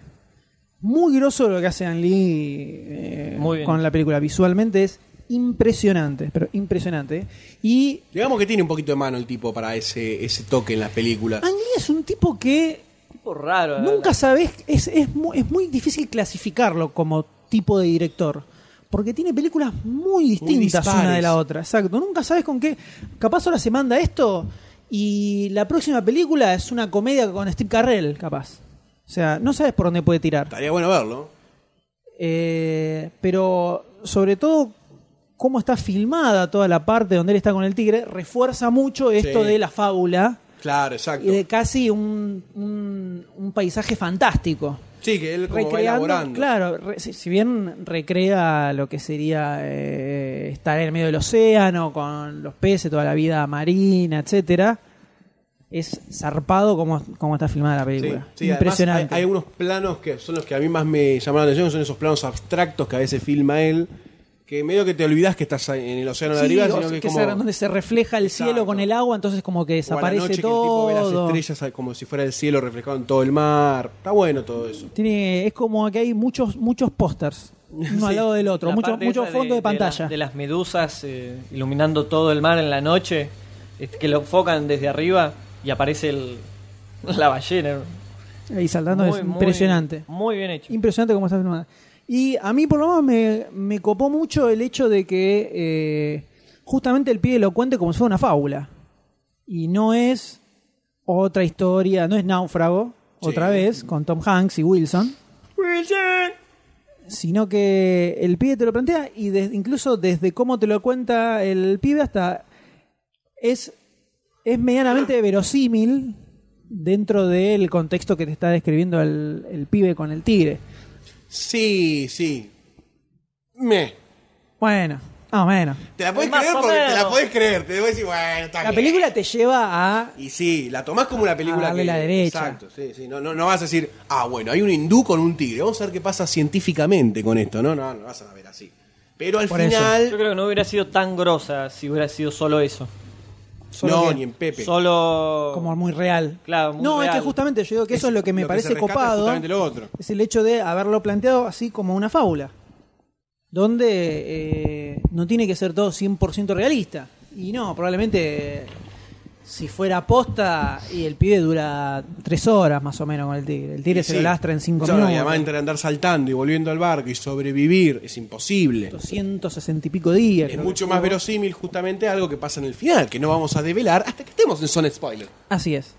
Speaker 1: Muy groso lo que hace Ang Lee eh,
Speaker 5: Muy bien.
Speaker 1: con la película. Visualmente es impresionante, pero impresionante. ¿eh? Y
Speaker 3: Digamos que tiene un poquito de mano el tipo para ese, ese toque en las películas.
Speaker 1: Ang Lee es un tipo que
Speaker 5: Tipo raro. la-
Speaker 1: Nunca
Speaker 5: la-
Speaker 1: sabes, es, es, mu- es muy difícil clasificarlo como tipo de director. Porque tiene películas muy distintas una de
Speaker 3: dispares.
Speaker 1: la otra. Exacto. Nunca sabes con qué. Capaz ahora se manda esto y la próxima película es una comedia con Steve Carrell, capaz. O sea, no sabes por dónde puede tirar.
Speaker 3: Estaría bueno verlo.
Speaker 1: Eh, pero sobre todo cómo está filmada toda la parte donde él está con el tigre, refuerza mucho esto
Speaker 3: Sí.
Speaker 1: de la fábula
Speaker 3: Claro, exacto.
Speaker 1: y de casi un- un- un paisaje fantástico
Speaker 3: Sí, que él como va
Speaker 1: recreando,
Speaker 3: elaborando.
Speaker 1: claro, re- si, si bien recrea lo que sería eh, estar en el medio del océano con los peces, toda la vida marina, etcétera, es zarpado como, como está filmada la
Speaker 3: Sí,
Speaker 1: película.
Speaker 3: sí, además
Speaker 1: Impresionante.
Speaker 3: hay, hay algunos planos que son los que a mí más me llamaron la atención, son esos planos abstractos que a veces filma él, que medio que te olvidás que estás en el océano de
Speaker 1: Sí,
Speaker 3: arriba,
Speaker 1: o
Speaker 3: sino
Speaker 1: sea,
Speaker 3: que, es
Speaker 1: que es
Speaker 3: como
Speaker 1: donde se refleja el
Speaker 3: Exacto.
Speaker 1: cielo con el agua, entonces como que
Speaker 3: o a la
Speaker 1: desaparece
Speaker 3: noche
Speaker 1: todo.
Speaker 3: que el tipo ve las estrellas ah, como si fuera el cielo reflejado en todo el mar. Está bueno todo eso.
Speaker 1: Tiene, es como que hay muchos muchos pósters,
Speaker 3: (laughs)
Speaker 1: uno al lado del otro,
Speaker 5: la
Speaker 1: muchos
Speaker 5: parte
Speaker 1: muchos
Speaker 5: esa
Speaker 1: fondos de,
Speaker 5: la-
Speaker 1: pantalla.
Speaker 5: de las medusas eh, iluminando todo el mar en la noche, este, que lo enfocan desde arriba y aparece el, (laughs) la ballena.
Speaker 1: Ahí saltando
Speaker 5: Muy,
Speaker 1: es
Speaker 5: muy-
Speaker 1: impresionante.
Speaker 5: Muy bien hecho.
Speaker 1: Impresionante cómo está filmada. Y a mí, por lo menos, me, me copó mucho el hecho de que eh, justamente el pibe lo cuente como si fuera una fábula. Y no es otra historia, no es Náufrago, otra vez, con Tom Hanks y Wilson. Sino que el pibe te lo plantea y des- incluso desde cómo te lo cuenta el pibe hasta es, es medianamente verosímil dentro del contexto que te está describiendo el, el pibe con el tigre.
Speaker 3: Sí, sí. Me.
Speaker 1: Bueno, más o menos.
Speaker 3: Te la podés
Speaker 5: Más
Speaker 3: creer
Speaker 5: o
Speaker 3: porque te la
Speaker 5: menos.
Speaker 3: podés creer. Te voy a decir, bueno, está
Speaker 1: La
Speaker 3: bien.
Speaker 1: película te lleva a...
Speaker 3: Y sí, la tomás como una película
Speaker 1: A darle
Speaker 3: que.
Speaker 1: la derecha.
Speaker 3: Exacto, sí, sí. No, no, no vas a decir, ah, bueno, hay un hindú con un tigre. Vamos a ver qué pasa científicamente con esto. No, no, no vas a ver así. Pero al
Speaker 1: Por eso.
Speaker 3: final.
Speaker 5: Yo creo que no hubiera sido tan grosa si hubiera sido solo eso.
Speaker 1: solo
Speaker 3: No,
Speaker 1: que-
Speaker 3: ni en Pepe.
Speaker 5: Solo.
Speaker 1: Como muy real.
Speaker 5: Claro, muy
Speaker 1: no, es
Speaker 5: real.
Speaker 1: que justamente yo digo que eso es lo que me
Speaker 3: lo que se
Speaker 1: parece
Speaker 3: rescata es
Speaker 1: copado.
Speaker 3: justamente lo otro.
Speaker 1: Es el hecho de haberlo planteado así como una fábula. Donde eh, no tiene que ser todo 100% realista. Y no, probablemente si fuera posta y el pibe dura tres horas más o menos con el tigre. El tigre se lo
Speaker 3: Sí.
Speaker 1: lastra en cinco
Speaker 3: Claro, Y además
Speaker 1: minutos.
Speaker 3: entre andar saltando y volviendo al barco y sobrevivir es imposible.
Speaker 1: 260 y pico días.
Speaker 3: Es
Speaker 1: creo
Speaker 3: mucho
Speaker 1: que
Speaker 3: más
Speaker 1: estuvo.
Speaker 3: verosímil justamente algo que pasa en el final, que no vamos a develar hasta que estemos en Zone Spoiler.
Speaker 1: Así es.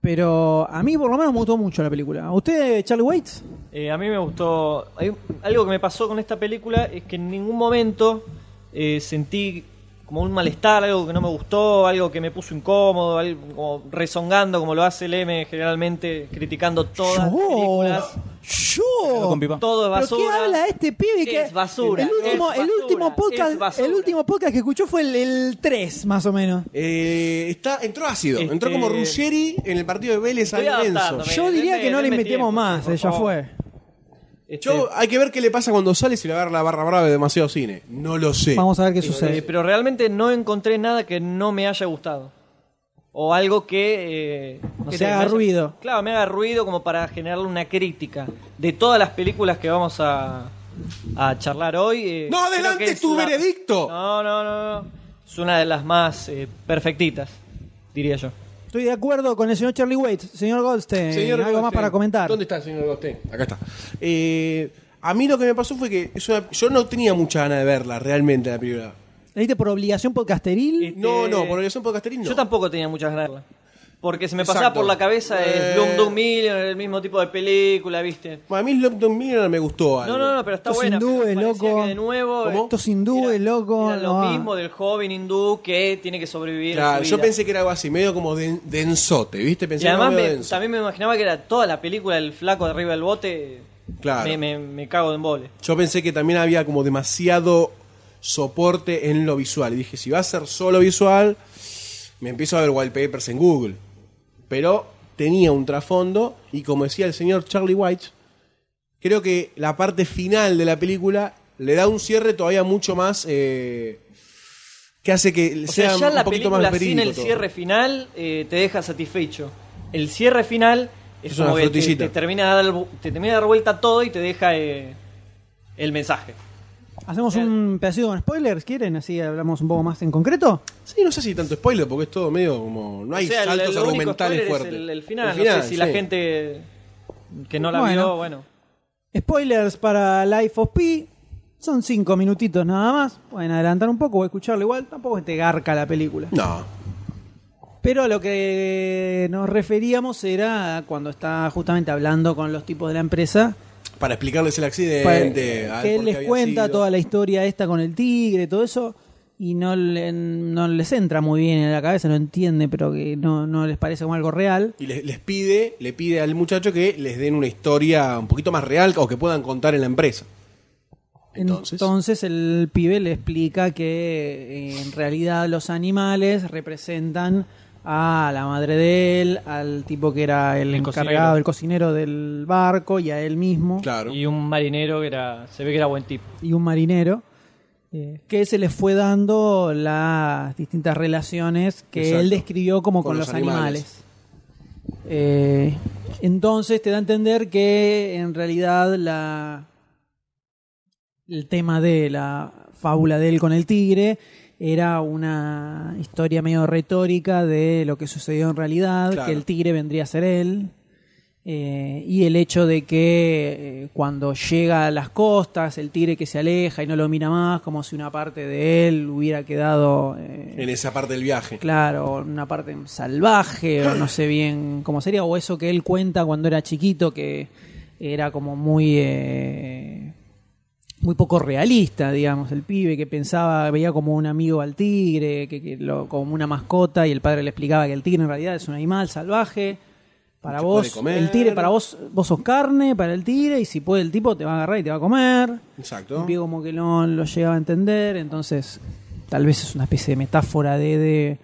Speaker 1: Pero a mí por lo menos me gustó mucho la película. ¿A usted, Charlie Waits?
Speaker 5: Eh, a mí me gustó. hay un- algo que me pasó con esta película es que en ningún momento eh, sentí como un malestar, algo que no me gustó, algo que me puso incómodo, algo como rezongando, como lo hace el M generalmente, criticando todas las películas.
Speaker 1: Yo.
Speaker 4: Con pipa.
Speaker 5: Todo es
Speaker 1: ¿Pero qué
Speaker 5: basura.
Speaker 1: habla este pibe? Que
Speaker 5: Es basura,
Speaker 1: El último,
Speaker 5: es
Speaker 1: el
Speaker 5: basura,
Speaker 1: último
Speaker 5: es
Speaker 1: podcast,
Speaker 5: basura.
Speaker 1: el último podcast que escuchó fue el, 3, más o menos.
Speaker 3: Eh, está, entró ácido, entró
Speaker 5: Este-
Speaker 3: como Ruggeri en el partido de Vélez
Speaker 5: Estoy
Speaker 3: San Lorenzo.
Speaker 5: adaptándome.
Speaker 1: Yo
Speaker 5: denme-
Speaker 1: diría que no le
Speaker 5: denme
Speaker 1: metemos
Speaker 5: tiempo,
Speaker 1: más,
Speaker 5: por
Speaker 1: eh, ya
Speaker 5: favor.
Speaker 1: fue.
Speaker 5: Este,
Speaker 3: Yo, hay que ver qué le pasa cuando sale si le agarra la barra brava de demasiado cine. No lo sé.
Speaker 1: Vamos a ver qué
Speaker 5: Eh,
Speaker 1: sucede.
Speaker 5: pero realmente no encontré nada que no me haya gustado. O algo que. eh, no
Speaker 1: Que te
Speaker 5: sé,
Speaker 1: haga
Speaker 5: me haya-
Speaker 1: ruido.
Speaker 5: Claro, me haga ruido como para generarle una crítica. De todas las películas que vamos a, a charlar hoy. eh,
Speaker 3: ¡No,
Speaker 5: creo
Speaker 3: adelante
Speaker 5: que es
Speaker 3: tu
Speaker 5: la-
Speaker 3: veredicto!
Speaker 5: No, no, no, no. Es una de las más eh, perfectitas, diría yo.
Speaker 1: Estoy de acuerdo con el señor Charlie Waits. Señor Goldstein,
Speaker 3: Señor
Speaker 1: algo más
Speaker 3: Goldstein,
Speaker 1: para comentar.
Speaker 3: ¿Dónde está el señor Goldstein? Acá está. Eh, a mí lo que me pasó fue que es una- yo no tenía mucha gana de verla realmente la película.
Speaker 1: ¿La viste por obligación podcasteril?
Speaker 5: Este-
Speaker 3: No, no, por obligación podcasteril no.
Speaker 5: Yo tampoco tenía muchas ganas de verla. Porque se me
Speaker 3: Exacto.
Speaker 5: pasaba por la cabeza
Speaker 3: Eh.
Speaker 5: el Doom Doom Million, el mismo tipo de película, ¿viste?
Speaker 3: Para mí Slumdog Millionaire me gustó algo.
Speaker 5: No, no, no, pero está
Speaker 1: Estos
Speaker 5: buena. pero
Speaker 1: hindúes,
Speaker 5: parecía
Speaker 1: loco.
Speaker 5: que de nuevo.
Speaker 1: ¿Cómo?
Speaker 5: eh,
Speaker 1: Estos hindúes,
Speaker 5: era-
Speaker 1: loco, Ah.
Speaker 5: era lo
Speaker 1: no.
Speaker 5: mismo del joven hindú que tiene que sobrevivir. a
Speaker 3: Claro,
Speaker 5: su
Speaker 3: yo
Speaker 5: vida.
Speaker 3: pensé que era algo así, medio como den- densote, ¿viste? Pensé
Speaker 5: Y además
Speaker 3: que era medio
Speaker 5: me-
Speaker 3: denso.
Speaker 5: también me imaginaba que era toda la película del flaco de arriba del bote.
Speaker 3: Claro.
Speaker 5: Me, me- me cago en bole.
Speaker 3: Yo pensé que también había como demasiado soporte en lo visual. Y dije, si va a ser solo visual, me empiezo a ver wallpapers en Google. Pero tenía un trasfondo y como decía el señor Charlie White, creo que la parte final de la película le da un cierre todavía mucho más... eh, que hace que
Speaker 5: O
Speaker 3: sea
Speaker 5: sea, ya
Speaker 3: un
Speaker 5: la
Speaker 3: poquito
Speaker 5: película
Speaker 3: más
Speaker 5: sin
Speaker 3: verídico
Speaker 5: el
Speaker 3: todo.
Speaker 5: cierre final eh, te deja satisfecho. El cierre final es,
Speaker 3: Es una
Speaker 5: como que te,
Speaker 3: frutillita.
Speaker 5: te termina de dar, vu- te termina de dar vuelta todo y te deja eh, el mensaje. eh.
Speaker 1: ¿Hacemos un pedacito con spoilers? ¿Quieren? Así hablamos un poco más en concreto.
Speaker 3: Sí, no sé si tanto spoiler, porque es todo medio como. No hay
Speaker 5: O sea, el-
Speaker 3: saltos
Speaker 5: lo único
Speaker 3: argumentales
Speaker 5: spoiler es
Speaker 3: fuertes.
Speaker 5: El, el final,
Speaker 3: El
Speaker 5: no sé si la
Speaker 3: sí.
Speaker 5: gente que no la
Speaker 1: Bueno.
Speaker 5: vio, bueno.
Speaker 1: Spoilers para Life of Pi. Son cinco minutitos nada más. Pueden adelantar un poco o escucharlo igual. Tampoco es que te garca la película.
Speaker 3: No.
Speaker 1: Pero a lo que nos referíamos era cuando está justamente hablando con los tipos de la empresa.
Speaker 3: Para explicarles el accidente.
Speaker 1: pa-
Speaker 3: al
Speaker 1: que
Speaker 3: por
Speaker 1: él
Speaker 3: qué
Speaker 1: les
Speaker 3: había
Speaker 1: cuenta
Speaker 3: sido.
Speaker 1: toda la historia esta con el tigre, todo eso. Y no, le- no les entra muy bien en la cabeza, no entiende, pero que no, no les parece como algo real.
Speaker 3: Y les, les pide, le pide al muchacho que les den una historia un poquito más real o que puedan contar en la empresa. Entonces.
Speaker 1: el pibe le explica que eh, en realidad los animales representan a la madre de él, al tipo que era el,
Speaker 5: El
Speaker 1: encargado,
Speaker 5: cocinero.
Speaker 1: el cocinero del barco y a él mismo
Speaker 3: Claro.
Speaker 5: Y un marinero que era, se ve que era buen tipo.
Speaker 1: y un marinero, eh, que se les fue dando las distintas relaciones que
Speaker 3: Exacto.
Speaker 1: él describió como con,
Speaker 3: Con
Speaker 1: los,
Speaker 3: los
Speaker 1: animales. Eh, entonces te da a entender que en realidad la, el tema de la fábula de él con el tigre era una historia medio retórica de lo que sucedió en realidad,
Speaker 3: Claro.
Speaker 1: que el tigre vendría a ser él. eh, y el hecho de que eh, cuando llega a las costas, el tigre que se aleja y no lo mira más, como si una parte de él hubiera quedado eh,
Speaker 3: en esa parte del viaje.
Speaker 1: Claro, una parte salvaje, o no sé bien cómo sería, o eso que él cuenta cuando era chiquito, que era como muy. eh, muy poco realista, digamos, el pibe que pensaba, veía como un amigo al tigre, que, que lo- como una mascota, y el padre le explicaba que el tigre en realidad es un animal salvaje. Para
Speaker 3: Se
Speaker 1: vos,
Speaker 3: puede comer.
Speaker 1: el tigre, para vos, vos sos carne, para el tigre, y si puede el tipo te va a agarrar y te va a comer.
Speaker 3: Exacto.
Speaker 1: El pibe como que no lo llegaba a entender, entonces tal vez es una especie de metáfora de, de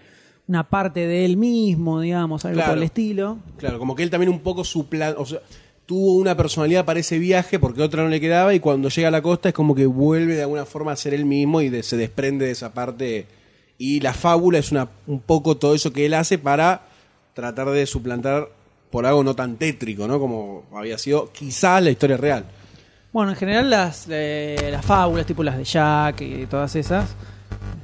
Speaker 1: una parte de él mismo, digamos, algo
Speaker 3: Claro.
Speaker 1: por el estilo.
Speaker 3: Claro, como que él también un poco su plan. O sea, tuvo una personalidad para ese viaje porque otra no le quedaba y cuando llega a la costa es como que vuelve de alguna forma a ser él mismo y de- se desprende de esa parte. Y la fábula es una, un poco todo eso que él hace para tratar de suplantar por algo no tan tétrico, ¿no? Como había sido quizás la historia real.
Speaker 1: Bueno, en general las, eh, las fábulas, tipo las de Jack y todas esas,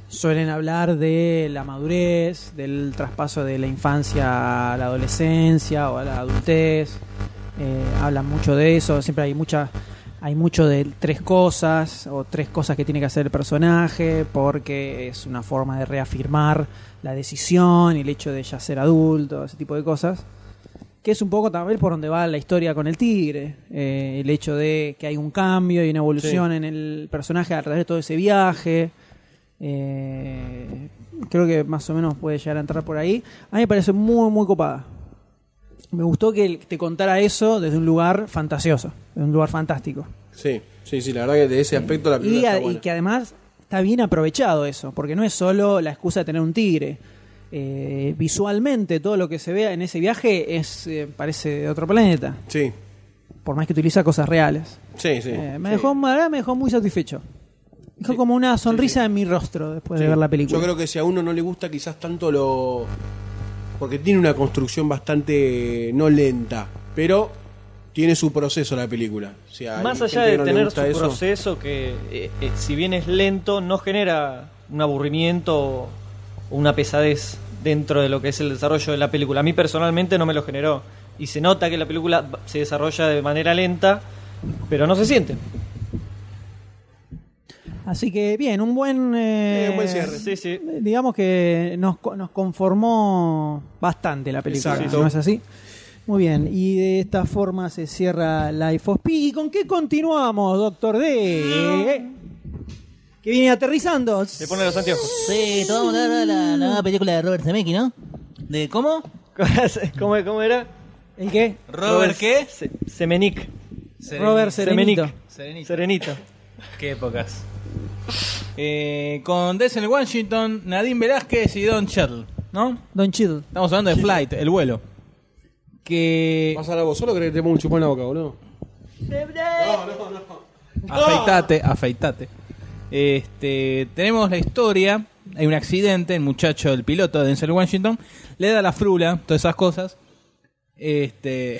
Speaker 1: suelen hablar de la madurez, del traspaso de la infancia a la adolescencia o a la adultez. Eh, hablan mucho de eso, siempre hay mucha hay mucho de tres cosas o tres cosas que tiene que hacer el personaje porque es una forma de reafirmar la decisión y el hecho de ya ser adulto, ese tipo de cosas. Que es un poco también por donde va la historia con el tigre. eh, el hecho de que hay un cambio y una evolución en el personaje a través de todo ese viaje. Eh, creo que más o menos puede llegar a entrar por ahí. A mí me parece muy, muy copada. Me gustó que el- te contara eso desde un lugar fantasioso, desde un lugar fantástico.
Speaker 3: Sí, sí, sí, la verdad que de ese aspecto la película
Speaker 1: Y, a-
Speaker 3: está
Speaker 1: y
Speaker 3: buena.
Speaker 1: que además está bien aprovechado eso, porque no es solo la excusa de tener un tigre. Eh, visualmente todo lo que se vea en ese viaje es eh, parece de otro planeta,
Speaker 3: Sí,
Speaker 1: por más que utiliza cosas reales.
Speaker 3: sí, sí.
Speaker 1: Eh, me, dejó, la verdad me dejó muy satisfecho. Dejó como una sonrisa en mi rostro después de ver la película.
Speaker 3: Yo creo que si a uno no le gusta quizás tanto lo... Porque tiene una construcción bastante eh, no lenta, pero tiene su proceso la película. O sea, hay
Speaker 5: Más
Speaker 3: gente
Speaker 5: allá
Speaker 3: que
Speaker 5: de
Speaker 3: no le
Speaker 5: tener su
Speaker 3: gusta eso.
Speaker 5: proceso que, eh, eh, si bien es lento, no genera un aburrimiento o una pesadez dentro de lo que es el desarrollo de la película. A mí personalmente no me lo generó. Y se nota que la película va- se desarrolla de manera lenta, pero no se siente.
Speaker 1: Así que bien, un buen... eh,
Speaker 3: Eh, un buen cierre.
Speaker 5: Sí, sí.
Speaker 1: digamos que nos, co- nos conformó bastante la película,
Speaker 3: Exacto.
Speaker 1: ¿no es así? Muy bien, y de esta forma se cierra Life of Pi. ¿Y con qué continuamos, Doctor D? Que viene aterrizando.
Speaker 5: Se pone los anteojos.
Speaker 2: Sí, te vamos a hablar de la nueva película de Robert Zemeckis, ¿no? ¿De cómo?
Speaker 5: (laughs) ¿Cómo, cómo era?
Speaker 1: ¿El qué?
Speaker 4: ¿Robert qué?
Speaker 5: Se- Semenic.
Speaker 1: Robert Serenito.
Speaker 5: Semenic.
Speaker 4: Serenito.
Speaker 5: Serenito.
Speaker 4: Qué épocas. Eh, con Denzel Washington, Nadine Velázquez y Don Shuttle, ¿no?
Speaker 1: Don Chill.
Speaker 4: Estamos hablando de Flight, el vuelo. Que.
Speaker 3: ¿Vas a hablar vos solo o querés que te pongo un chupón en la boca, boludo?
Speaker 4: Afeitate, afeitate. Este, tenemos la historia. Hay un accidente, el muchacho, el piloto de Denzel Washington, le da la frula, todas esas cosas. Este.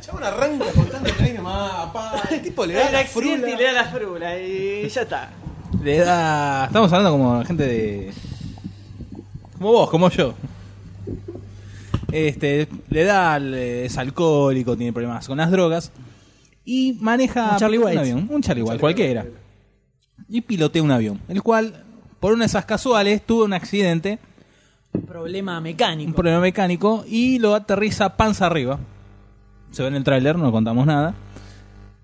Speaker 3: Chabón arranca contando que ahí nomás,
Speaker 5: (laughs)
Speaker 3: apá, el tipo le da la frula.
Speaker 5: le da la frula y ya está.
Speaker 4: Le da. Estamos hablando como gente de. Como vos, como yo. Este, le da. le- Es alcohólico, tiene problemas con las drogas. Y maneja.
Speaker 1: Un Charlie
Speaker 4: pilota
Speaker 1: White.
Speaker 4: avión. Un Charlie White, cualquiera. Y pilotea un avión. El cual, por una de esas casuales, tuvo un accidente,
Speaker 1: Problema
Speaker 4: un
Speaker 1: mecánico.
Speaker 4: problema mecánico, y lo aterriza panza arriba. Se ve en el tráiler, no contamos nada.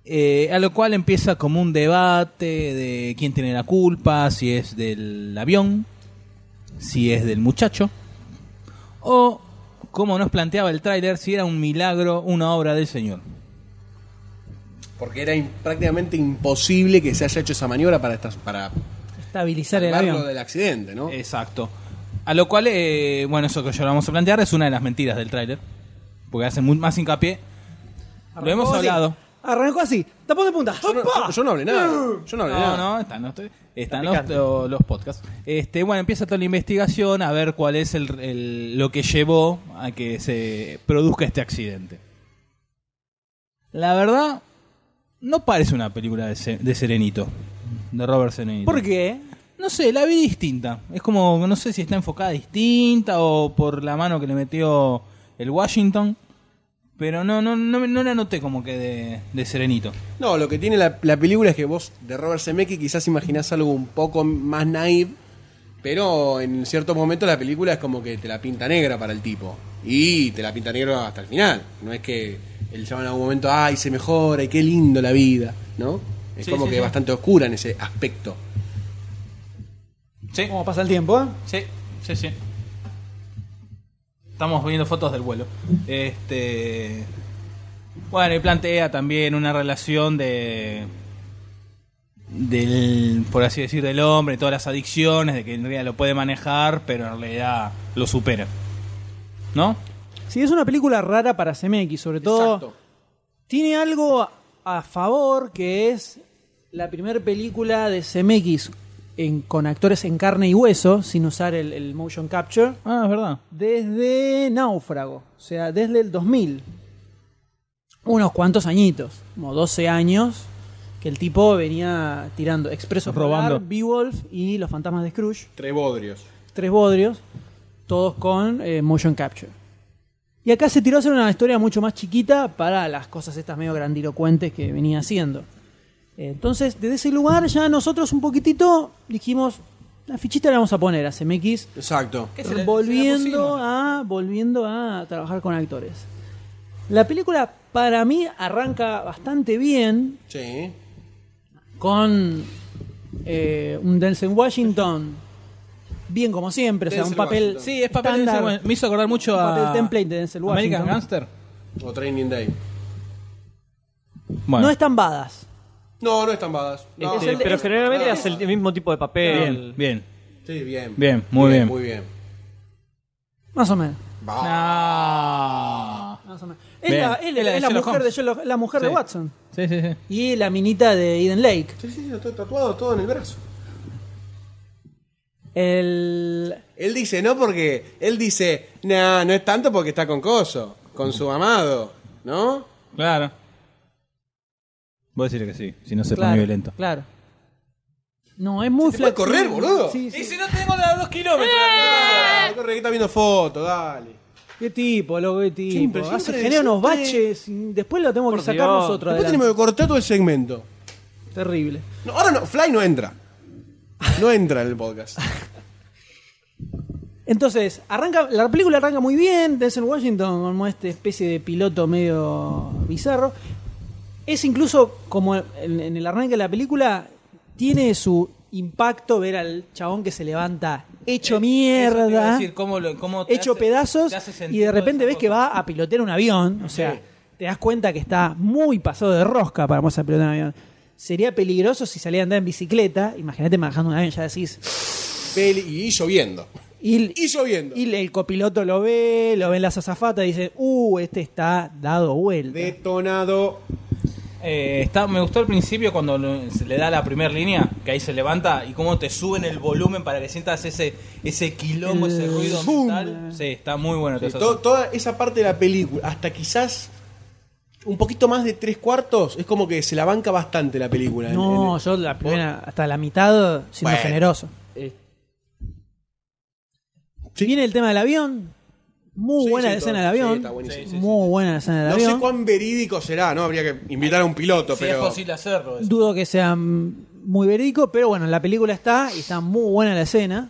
Speaker 4: Eh, a lo cual empieza como un debate de quién tiene la culpa, si es del avión, si es del muchacho, o como nos planteaba el tráiler, si era un milagro, una obra del Señor.
Speaker 3: Porque era im- prácticamente imposible que se haya hecho esa maniobra para, estas, para
Speaker 1: Estabilizar el
Speaker 3: salvarlo
Speaker 1: avión.
Speaker 3: del accidente,
Speaker 5: Eh.
Speaker 3: ¿no?
Speaker 4: Exacto. A lo cual, eh, bueno, eso que yo lo vamos a plantear es una de las mentiras del tráiler, porque hace muy- más hincapié. Lo hemos
Speaker 1: Arrancó así.
Speaker 4: hablado.
Speaker 1: Arrancó así. Tapón de punta.
Speaker 3: Yo no,
Speaker 1: ¡Opa!
Speaker 3: yo- yo no hablé nada. Yo no hablé
Speaker 4: No,
Speaker 3: nada.
Speaker 4: no, están, no estoy- están los, los- los podcasts. Este, bueno, empieza toda la investigación a ver cuál es el- el- lo que llevó a que se produzca este accidente. La verdad, no parece una película de, Se- de Serenito, de Robert Serenito.
Speaker 1: ¿Por qué?
Speaker 4: No sé, la vi distinta. Es como, no sé si está enfocada distinta o por la mano que le metió el Washington. Pero no, no, no, no la noté como que de, de Serenito.
Speaker 3: No, lo que tiene la, la película es que vos de Robert Zemeckis quizás imaginás algo un poco más naive, pero en ciertos momentos la película es como que te la pinta negra para el tipo. Y te la pinta negra hasta el final. No es que él llama en algún momento, ay, se mejora y qué lindo la vida, ¿no? Es
Speaker 4: Sí,
Speaker 3: como
Speaker 4: sí,
Speaker 3: que
Speaker 4: sí.
Speaker 3: bastante oscura en ese aspecto.
Speaker 4: Sí.
Speaker 1: ¿Cómo pasa el tiempo? eh?
Speaker 4: Sí, sí, sí. Estamos viendo fotos del vuelo. Este. Bueno, y plantea también una relación de. del. por así decir, del hombre, todas las adicciones, de que en realidad lo puede manejar, pero en realidad lo supera. ¿No?
Speaker 1: Sí, es una película rara para CMX, sobre todo. Tiene algo a favor que es la primera película de CMX en- con actores en carne y hueso, sin usar el, el motion capture,
Speaker 4: Ah, es verdad.
Speaker 1: desde Náufrago, o sea, desde el 2000. Unos cuantos añitos, como 12 años, que el tipo venía tirando Expreso
Speaker 4: Robando.
Speaker 1: Polar, Beowulf y Los Fantasmas de Scrooge,
Speaker 3: Trebodrios.
Speaker 1: tres bodrios, todos con eh, motion capture. Y acá se tiró a hacer una historia mucho más chiquita para las cosas estas medio grandilocuentes que venía haciendo. Eh, Entonces, desde ese lugar ya nosotros un poquitito dijimos, la fichita la vamos a poner a CMX
Speaker 3: Exacto.
Speaker 4: ¿Qué se le- se le
Speaker 1: volviendo
Speaker 4: pusimos?
Speaker 1: a volviendo a trabajar con actores. La película para mí arranca bastante bien
Speaker 3: Sí.
Speaker 1: con eh, un Denzel Washington bien como siempre, o sea, un
Speaker 3: Denzel
Speaker 1: papel
Speaker 3: Washington.
Speaker 4: Sí, es papel de
Speaker 1: estándar.
Speaker 4: Denzel Washington. Me hizo acordar mucho
Speaker 1: Un
Speaker 4: a.
Speaker 1: papel template de Denzel
Speaker 4: American
Speaker 1: Washington.
Speaker 4: Gangster.
Speaker 3: O Training Day.
Speaker 4: Bueno.
Speaker 1: No están badas.
Speaker 3: No, no están badas. No.
Speaker 5: Este, pero generalmente hace el mismo tipo de papel.
Speaker 4: Bien, bien.
Speaker 3: Sí, bien.
Speaker 4: Bien, muy bien.
Speaker 3: Muy bien.
Speaker 1: Más o menos.
Speaker 3: Va.
Speaker 4: Ah.
Speaker 1: más o menos. Es,
Speaker 4: Bien.
Speaker 1: la, es la-
Speaker 4: Es la de
Speaker 1: es la
Speaker 4: Sherlock
Speaker 1: mujer, de,
Speaker 4: Holmes.
Speaker 1: Sherlock- la mujer de
Speaker 4: Sí.
Speaker 1: Watson.
Speaker 4: Sí, sí, sí.
Speaker 1: Y la minita de Eden Lake.
Speaker 3: Sí, sí, sí, está tatuado todo en el brazo.
Speaker 1: El,
Speaker 3: Él dice no porque. Él dice, no, no es tanto porque está con Coso, con su amado, ¿no?
Speaker 4: Claro. Voy a decirle que sí, si no se
Speaker 1: claro,
Speaker 4: pone violento.
Speaker 1: Claro. No, es muy
Speaker 3: Se puede
Speaker 1: flexible.
Speaker 3: correr, boludo.
Speaker 1: Sí, sí.
Speaker 4: no tengo la dos kilómetros?
Speaker 3: Ah, corre, que está viendo fotos, dale.
Speaker 1: Qué tipo, loco, qué tipo.
Speaker 3: Siempre,
Speaker 1: Hace-
Speaker 3: siempre,
Speaker 1: genera unos
Speaker 3: siempre.
Speaker 1: baches. y Después lo tenemos que
Speaker 5: Por
Speaker 1: sacar
Speaker 5: Dios.
Speaker 1: nosotros.
Speaker 3: Después
Speaker 1: adelante.
Speaker 3: tenemos que cortar todo el segmento.
Speaker 1: Terrible.
Speaker 3: No, ahora no, Fly no entra. No entra en
Speaker 1: (laughs)
Speaker 3: el podcast.
Speaker 1: Entonces, arranca, la película arranca muy bien, Denzel Washington como esta especie de piloto medio bizarro. Es incluso como en, en el arranque de la película, tiene su impacto ver al chabón que se levanta
Speaker 3: Eh,
Speaker 1: hecho mierda,
Speaker 4: cómo lo- cómo te
Speaker 1: hecho
Speaker 4: hace-
Speaker 1: pedazos,
Speaker 4: te hace sentir
Speaker 1: y de
Speaker 4: toda
Speaker 1: repente
Speaker 4: esa
Speaker 1: ves que
Speaker 4: cosa.
Speaker 1: va a pilotear un avión. O sea, te das cuenta que está muy pasado de rosca para vamos a pilotar un avión. Sería peligroso si salía a andar en bicicleta. Imagínate manejando un avión, ya decís.
Speaker 3: Peli y lloviendo.
Speaker 1: Y,
Speaker 3: Y lloviendo.
Speaker 1: y el copiloto lo ve, lo ven las azafatas y dice, uh, este está dado vuelta.
Speaker 3: Detonado.
Speaker 4: Eh, está, me gustó al principio cuando lo- se le da la primera línea, que ahí se levanta y cómo te suben el volumen para que sientas ese ese quilombo, ese
Speaker 1: El
Speaker 4: ruido
Speaker 1: boom.
Speaker 4: mental. Sí, está muy bueno. todo eso.
Speaker 3: To- toda esa parte de la película, hasta quizás un poquito más de tres cuartos, es como que se la banca bastante la película. En-
Speaker 1: No,
Speaker 3: en-
Speaker 1: yo la primera, hasta la mitad, siendo
Speaker 3: Bueno.
Speaker 1: generoso.
Speaker 5: Eh,
Speaker 1: Si Viene el tema del avión, muy
Speaker 3: Sí,
Speaker 1: buena
Speaker 3: sí,
Speaker 1: la escena
Speaker 3: todo.
Speaker 1: del avión.
Speaker 3: Sí, está buenísimo.
Speaker 1: muy buena la escena del
Speaker 3: No
Speaker 1: avión.
Speaker 3: sé cuán verídico será, ¿no? Habría que invitar a un piloto,
Speaker 4: Si es
Speaker 3: pero.
Speaker 4: posible hacerlo. eso.
Speaker 1: Dudo que sea mm, muy verídico, pero bueno, la película está y está muy buena la escena.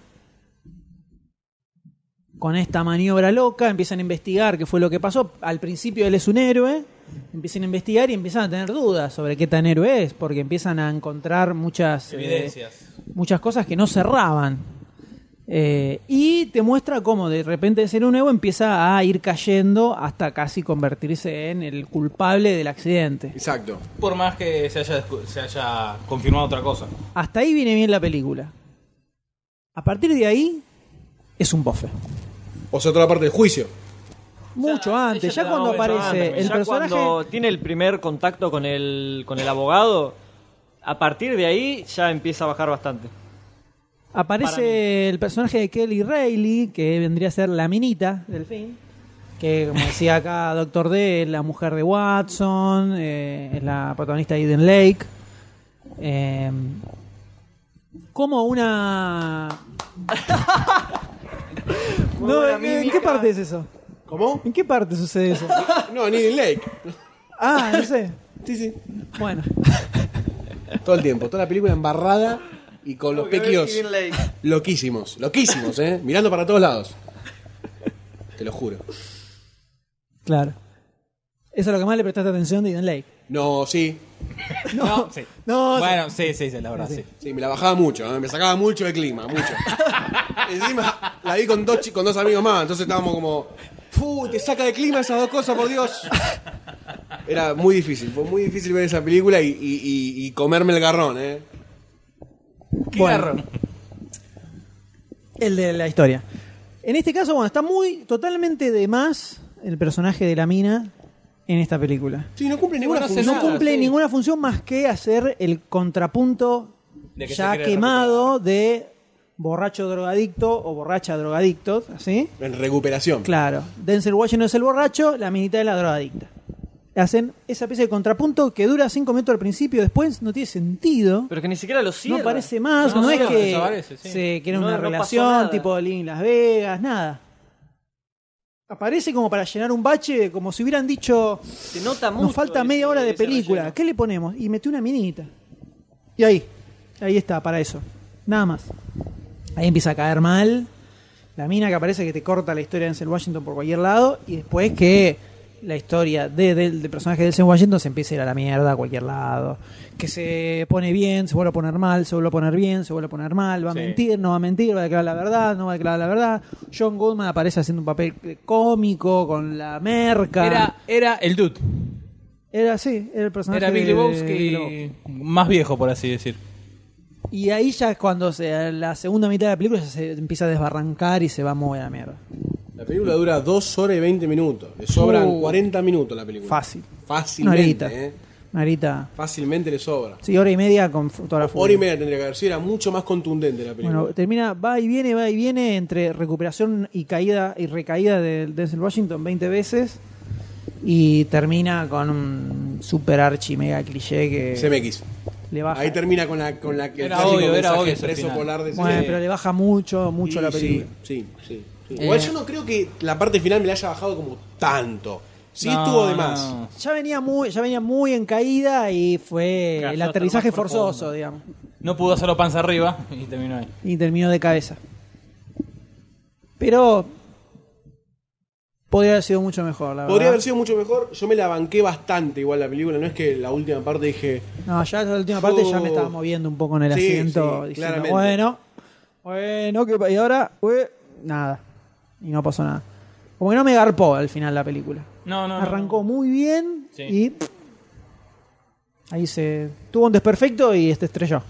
Speaker 1: Con esta maniobra loca empiezan a investigar qué fue lo que pasó. Al principio él es un héroe, empiezan a investigar y empiezan a tener dudas sobre qué tan héroe es, porque empiezan a encontrar muchas eh,
Speaker 4: Evidencias.
Speaker 1: muchas cosas que no cerraban. Eh, y te muestra cómo de repente de ser un héroe empieza a ir cayendo hasta casi convertirse en el culpable del accidente.
Speaker 3: Exacto.
Speaker 4: Por más que se haya, descu- se haya confirmado otra cosa.
Speaker 1: Hasta ahí viene bien la película. A partir de ahí es un bofe.
Speaker 3: O sea, toda la parte del juicio.
Speaker 1: Mucho
Speaker 4: ella te
Speaker 1: antes, ya
Speaker 4: la
Speaker 1: cuando
Speaker 4: va
Speaker 1: aparece
Speaker 4: avanzando,
Speaker 1: el
Speaker 5: ya
Speaker 1: personaje.
Speaker 5: cuando tiene el primer contacto con el, con el abogado, a partir de ahí ya empieza a bajar bastante.
Speaker 1: Aparece el personaje de Kelly Reilly, que vendría a ser la minita del film. Que, como decía acá Doctor D, es la mujer de Watson, eh, es la protagonista de Eden Lake. Eh, como una. No,
Speaker 5: buena
Speaker 1: ¿en- ¿En
Speaker 5: mímica.
Speaker 1: qué parte es eso?
Speaker 3: ¿Cómo?
Speaker 1: ¿En qué parte sucede eso?
Speaker 3: No, Needle Lake.
Speaker 1: Ah, no sé.
Speaker 3: Sí, sí.
Speaker 1: Bueno,
Speaker 3: Todo el tiempo. Toda la película embarrada y con los pequios loquísimos. Loquísimos, ¿eh? Mirando para todos lados. Te lo juro.
Speaker 1: claro. Eso es lo que más le prestaste atención de Eden Lake.
Speaker 3: No, sí.
Speaker 4: No, sí.
Speaker 1: No,
Speaker 4: Bueno, sí, sí, sí, la verdad, sí.
Speaker 3: Sí, me la bajaba mucho. ¿eh? Me sacaba mucho de clima, mucho. Encima la vi con dos, chi- con dos amigos más. Entonces estábamos como... ¡Fu! Te saca de clima esas dos cosas, por Dios. Era muy difícil. Fue muy difícil ver esa película y, y- y- y comerme el garrón, ¿eh?
Speaker 4: ¿Qué
Speaker 1: Bueno.
Speaker 4: garrón?
Speaker 1: El de la historia. En este caso, bueno, está muy totalmente de más el personaje de la mina en esta película.
Speaker 3: Sí, no cumple ninguna
Speaker 4: no hace
Speaker 3: función.
Speaker 1: No
Speaker 4: nada,
Speaker 1: cumple
Speaker 4: sí.
Speaker 1: ninguna función más que hacer el contrapunto
Speaker 4: De que se
Speaker 1: ya
Speaker 4: quiere
Speaker 1: quemado de borracho drogadicto o borracha drogadicto, ¿sí?
Speaker 3: En recuperación.
Speaker 1: Claro. Denzel Washington es el borracho, la minita es la drogadicta. hacen esa pieza de contrapunto que dura cinco minutos al principio, después no tiene sentido.
Speaker 5: Pero que ni siquiera lo
Speaker 1: no
Speaker 5: cierra.
Speaker 1: aparece más, no,
Speaker 4: No,
Speaker 1: es
Speaker 4: sí,
Speaker 1: que,
Speaker 4: desaparece, sí.
Speaker 1: se, que era
Speaker 5: No,
Speaker 1: una
Speaker 5: no pasó
Speaker 1: relación
Speaker 5: nada.
Speaker 1: tipo Living Las Vegas, nada. Aparece como para llenar un bache, como si hubieran dicho,
Speaker 5: Se nota mucho.
Speaker 1: nos falta
Speaker 5: ese-
Speaker 1: media hora de
Speaker 5: ese
Speaker 1: película,
Speaker 5: relleno.
Speaker 1: ¿qué le ponemos? Y metió una minita. Y ahí, ahí está, para eso. Nada más. Ahí empieza a caer mal. La mina que aparece que te corta la historia de Denzel Washington por cualquier lado. Y después que la historia de- del del personaje de Denzel Washington se empieza a ir a la mierda a cualquier lado. Que se pone bien, se vuelve a poner mal, se vuelve a poner bien, se vuelve a poner mal. Va a mentir, no va a mentir, va a declarar la verdad, no va a declarar la verdad. John Goodman aparece haciendo un papel eh, cómico con la merca.
Speaker 4: Era, era el dude.
Speaker 1: Era sí, era el personaje
Speaker 4: Era Big
Speaker 1: de- de
Speaker 4: Lebowski
Speaker 1: Lebowski.
Speaker 4: más viejo, por así decir.
Speaker 1: Y ahí ya es cuando se, la segunda mitad de la película ya se empieza a desbarrancar y se va muy a la mierda.
Speaker 3: La película dura 2 horas y 20 minutos. Le sobran
Speaker 1: Uh.
Speaker 3: 40 minutos a la película.
Speaker 1: Fácil. Una horita.
Speaker 3: Fácilmente, ¿eh?
Speaker 1: Una horita.
Speaker 3: Fácilmente le sobra.
Speaker 1: Sí, hora y media con f- toda la furia.
Speaker 3: Hora y media tendría que haber sido, era mucho más contundente la película.
Speaker 1: Bueno, termina, va y viene, va y viene, entre recuperación y caída y recaída de Denzel Washington 20 veces. Y termina con un super archi mega cliché que
Speaker 3: CMX.
Speaker 1: le baja.
Speaker 3: Ahí termina con la con la que
Speaker 4: Era
Speaker 3: el clásico
Speaker 4: obvio, era
Speaker 3: mensaje
Speaker 4: obvio ese
Speaker 3: expreso
Speaker 4: final.
Speaker 3: polar de
Speaker 1: Bueno,
Speaker 3: CMX.
Speaker 1: pero le baja mucho, mucho
Speaker 3: Y
Speaker 1: la película.
Speaker 3: Sí, sí, sí.
Speaker 2: Eh.
Speaker 3: Igual yo no creo que la parte final me la haya bajado como tanto. Sí
Speaker 4: No,
Speaker 3: estuvo de
Speaker 4: no.
Speaker 3: más.
Speaker 1: Ya venía muy, ya venía muy en caída y fue
Speaker 5: Cayó
Speaker 1: el
Speaker 5: hasta
Speaker 1: aterrizaje
Speaker 5: lo más profundo.
Speaker 1: forzoso, digamos.
Speaker 4: No pudo hacerlo panza arriba y terminó ahí.
Speaker 1: Y terminó de cabeza. Pero podría haber sido mucho mejor, la verdad.
Speaker 3: Podría haber sido mucho mejor. Yo me la banqué bastante igual la película. No es que la última parte dije.
Speaker 1: No, ya la última parte ya me estaba
Speaker 3: Oh.
Speaker 1: moviendo un poco en el
Speaker 3: Sí,
Speaker 1: asiento.
Speaker 3: sí,
Speaker 1: diciendo,
Speaker 3: claramente.
Speaker 1: bueno, bueno, que, y ahora, ue, nada. Y no pasó nada. Como que no me garpó al final la película.
Speaker 4: No, no. no.
Speaker 1: Arrancó muy bien
Speaker 4: Sí.
Speaker 1: y pff, ahí se tuvo un desperfecto y este estrelló.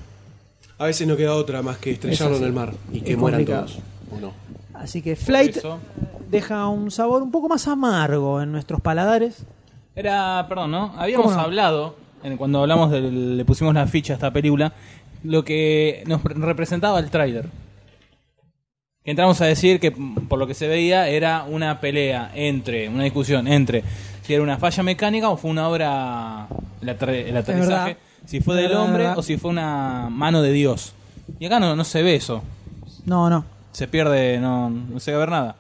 Speaker 3: A veces no queda otra más que estrellarlo
Speaker 1: Es así.
Speaker 3: en el mar y que
Speaker 1: Es
Speaker 3: mueran
Speaker 1: complicado.
Speaker 3: todos. ¿O no?
Speaker 1: Así que
Speaker 4: Por
Speaker 1: Flight
Speaker 4: eso-
Speaker 1: deja un sabor un poco más amargo en nuestros paladares.
Speaker 4: Era, perdón, ¿no? Habíamos
Speaker 1: no?
Speaker 4: hablado, en- cuando hablamos, del, le pusimos la ficha a esta película, lo que nos pre- representaba el tráiler. Que Entramos a decir que, mm, por lo que se veía, era una pelea entre, una discusión entre si era una falla mecánica o fue una obra, el, atre- el
Speaker 1: verdad.
Speaker 4: aterrizaje, si fue
Speaker 1: Es
Speaker 4: del
Speaker 1: verdad, es
Speaker 4: hombre
Speaker 1: verdad.
Speaker 4: o si fue una mano de Dios. Y acá no, no se ve eso,
Speaker 1: No, no.
Speaker 4: se pierde, no, no se va a ver nada.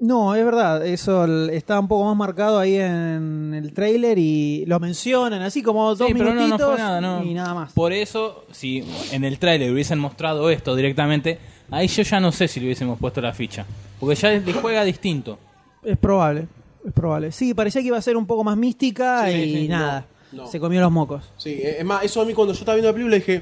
Speaker 1: No, es verdad, eso l- está un poco más marcado ahí en el tráiler y lo mencionan así como dos
Speaker 4: Sí, pero no,
Speaker 1: minutitos
Speaker 4: no fue nada, no.
Speaker 1: y nada más.
Speaker 4: Por eso, si en el tráiler hubiesen mostrado esto directamente, ahí yo ya no sé si le hubiésemos puesto la ficha. Porque ya le juega distinto.
Speaker 1: Es probable, es probable. Sí, parecía que iba a ser un poco más mística
Speaker 3: Sí,
Speaker 1: y
Speaker 3: sí, no,
Speaker 1: nada.
Speaker 3: no.
Speaker 1: Se comió los mocos.
Speaker 3: Sí, eh, es más, eso a mí cuando yo estaba viendo la película dije,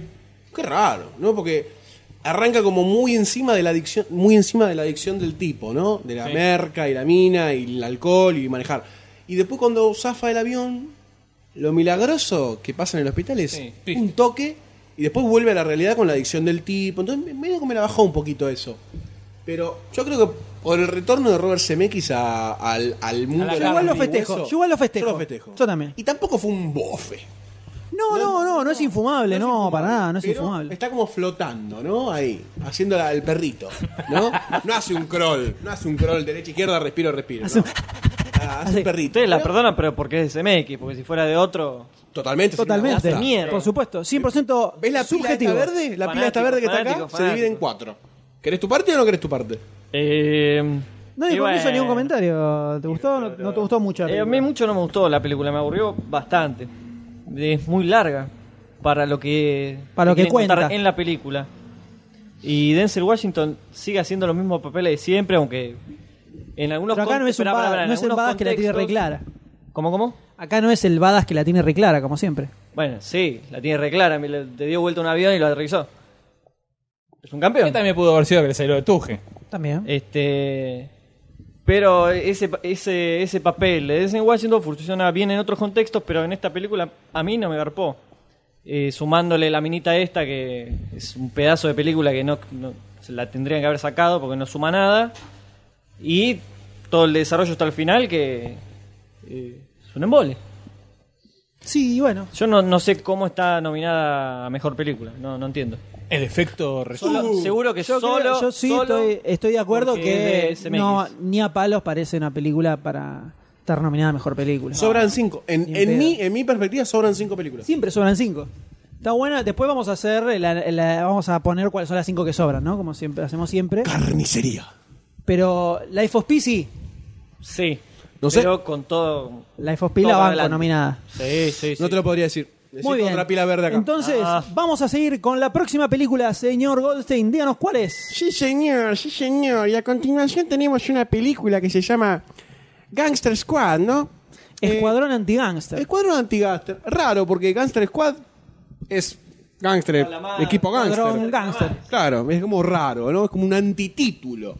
Speaker 3: qué raro, ¿no? Porque arranca como muy encima de la adicción, muy encima de la adicción del tipo, ¿no? De la merca y la mina y el alcohol y manejar. Y después cuando zafa el avión, lo milagroso que pasa en el hospital es
Speaker 4: Sí, triste.
Speaker 3: un toque y después vuelve a la realidad con la adicción del tipo. Entonces me- medio que me la bajó un poquito eso. Pero yo creo que por el retorno de Robert Zemeckis a- al, al mundo
Speaker 4: la
Speaker 3: de
Speaker 1: Yo igual
Speaker 3: carne
Speaker 1: lo
Speaker 3: y
Speaker 1: festejo,
Speaker 3: hueso,
Speaker 1: yo igual lo festejo.
Speaker 3: Yo lo festejo.
Speaker 1: Yo también.
Speaker 3: Y tampoco fue un bofe.
Speaker 1: No, no, no, no, es infumable, no,
Speaker 3: es infumable,
Speaker 1: para nada, no es
Speaker 3: pero
Speaker 1: infumable.
Speaker 3: Está como flotando, ¿no? Ahí, haciendo la- el perrito, ¿no? No hace un crawl, no hace un crawl derecha, izquierda, respiro, respiro.
Speaker 1: Hace
Speaker 3: Hace,
Speaker 1: un-
Speaker 3: no. Ah, hace un perrito.
Speaker 5: Ustedes la perdonan, pero porque es de CMX, porque si fuera de otro.
Speaker 3: Totalmente. sería una
Speaker 1: Totalmente,
Speaker 3: bosta.
Speaker 5: mierda.
Speaker 1: por supuesto, 100%
Speaker 3: ¿Ves la pila esta
Speaker 1: subjetivo.
Speaker 3: verde? La pila esta
Speaker 5: Fanático,
Speaker 3: verde que está acá
Speaker 5: fanático,
Speaker 3: se
Speaker 5: fanático.
Speaker 3: divide en cuatro. ¿Querés tu parte o no querés tu parte?
Speaker 5: Eh,
Speaker 1: No
Speaker 5: y
Speaker 1: le
Speaker 5: bueno.
Speaker 1: hizo ningún comentario. ¿Te gustó? o No, no te gustó mucho. la
Speaker 5: Eh, a mí
Speaker 1: película?
Speaker 5: mucho no me gustó la película, me aburrió bastante. Es muy larga para lo que
Speaker 1: Para lo que
Speaker 5: quieren contar
Speaker 1: cuenta.
Speaker 5: en la película. Y Denzel Washington sigue haciendo los mismos papeles de siempre, aunque en algunos
Speaker 1: Pero acá no
Speaker 5: con-
Speaker 1: es un
Speaker 5: pará, pará,
Speaker 1: badass,
Speaker 5: pará, en
Speaker 1: no es el
Speaker 5: algunos
Speaker 1: badass que la tiene
Speaker 5: contextos-
Speaker 1: reclara.
Speaker 5: ¿Cómo, cómo?
Speaker 1: Acá no es el badass que la tiene reclara, como siempre.
Speaker 5: Bueno, sí, la tiene reclara, me le- te dio vuelta un avión y lo aterrizó. Es un campeón.
Speaker 4: Que también pudo haber sido que le salió de tuje.
Speaker 1: También.
Speaker 5: Este, pero ese, pa- ese, ese papel de Denzel Washington funciona bien en otros contextos, pero en esta película a mí no me garpó. Eh, sumándole la minita esta, que es un pedazo de película que no, no- se la tendrían que haber sacado porque no suma nada. Y todo el desarrollo hasta el final que eh, es un embole.
Speaker 1: Sí, y bueno.
Speaker 5: Yo no, no sé cómo está nominada a mejor película, no, no entiendo.
Speaker 4: El efecto
Speaker 5: Solo- seguro que
Speaker 1: Yo,
Speaker 5: solo.
Speaker 1: creo- yo sí
Speaker 5: solo
Speaker 1: estoy, estoy de acuerdo
Speaker 5: porque
Speaker 1: que
Speaker 5: es de CMX.
Speaker 1: no, ni a palos parece una película para estar nominada a mejor película.
Speaker 3: Sobran cinco. En,
Speaker 1: Ni
Speaker 3: en
Speaker 1: en
Speaker 3: mi,
Speaker 1: pedo.
Speaker 3: en mi perspectiva, sobran cinco películas.
Speaker 1: Siempre sobran cinco. Está buena. Después vamos a hacer, la- la- vamos a poner cuáles son las cinco que sobran, ¿no? Como siempre hacemos siempre.
Speaker 3: Carnicería.
Speaker 1: Pero Life of Pi sí.
Speaker 5: Sí.
Speaker 3: No sé.
Speaker 5: Pero con todo.
Speaker 1: Life of Pi la
Speaker 5: Todo
Speaker 1: banco
Speaker 5: adelante.
Speaker 1: nominada.
Speaker 5: Sí, sí, sí.
Speaker 3: No te lo podría decir. Decir
Speaker 1: Muy bien.
Speaker 3: otra pila verde acá.
Speaker 1: Entonces,
Speaker 5: Ah.
Speaker 1: vamos a seguir con la próxima película, señor Goldstein. Díganos cuál es.
Speaker 6: Sí, señor, sí, señor. Y a continuación tenemos una película que se llama Gangster Squad, ¿no?
Speaker 1: Escuadrón Antigangster.
Speaker 3: Escuadrón anti-gangster. Raro, porque Gangster Squad es gangster,
Speaker 5: Calamar.
Speaker 3: equipo
Speaker 1: Escuadrón
Speaker 3: gangster.
Speaker 1: Gangster.
Speaker 3: Claro, es como raro, ¿no? Es como un antitítulo.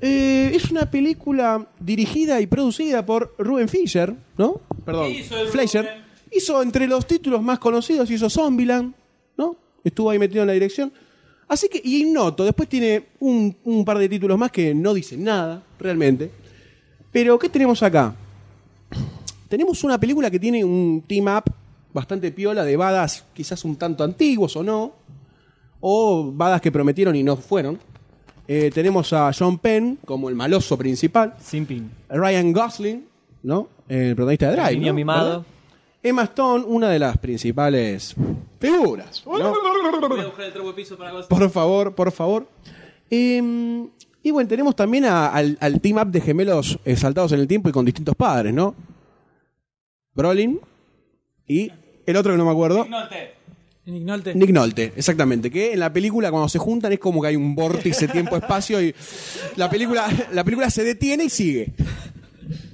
Speaker 3: Eh, es una película dirigida y producida por Ruben Fisher, ¿no? Perdón, Fleischer. Hizo entre los títulos más conocidos, hizo Zombieland, ¿no? Estuvo ahí metido en la dirección. Así que, y noto, después tiene un, un par de títulos más que no dicen nada, realmente. Pero, ¿qué tenemos acá? Tenemos una película que tiene un team-up bastante piola de badas, quizás un tanto antiguos o no o badas que prometieron y no fueron. Eh, tenemos a John Penn como el maloso principal,
Speaker 5: Sin pin.
Speaker 3: Ryan Gosling, ¿no? El protagonista de Drive.
Speaker 5: niño
Speaker 3: ¿no?
Speaker 5: mimado.
Speaker 3: ¿Verdad? Emma Stone, una de las principales figuras. ¿no? Por favor, por favor. Eh, y bueno, tenemos también a- al, al team up de gemelos eh, saltados en el tiempo y con distintos padres, ¿no? Brolin y el otro que no me acuerdo.
Speaker 1: Nick Nolte.
Speaker 3: Nick Nolte, exactamente. Que en la película, cuando se juntan, es como que hay un vórtice tiempo-espacio y la película, la película se detiene y sigue.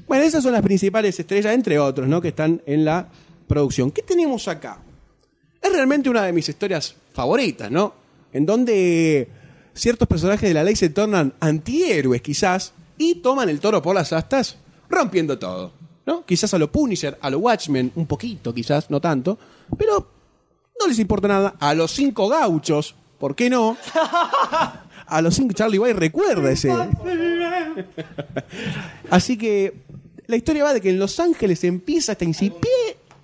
Speaker 3: Bueno, esas son las principales estrellas, entre otros, ¿no? Que están en la producción. ¿Qué tenemos acá? Es realmente una de mis historias favoritas, ¿no? En donde ciertos personajes de la ley se tornan antihéroes, quizás, y toman el toro por las astas, rompiendo todo, ¿no? Quizás a lo Punisher, a lo Watchmen, un poquito, quizás, no tanto, pero no les importa nada. A los cinco gauchos, ¿por qué no? A los cinco, Charlie White recuerda ese. Así que la historia va de que en Los Ángeles empieza esta incipiente.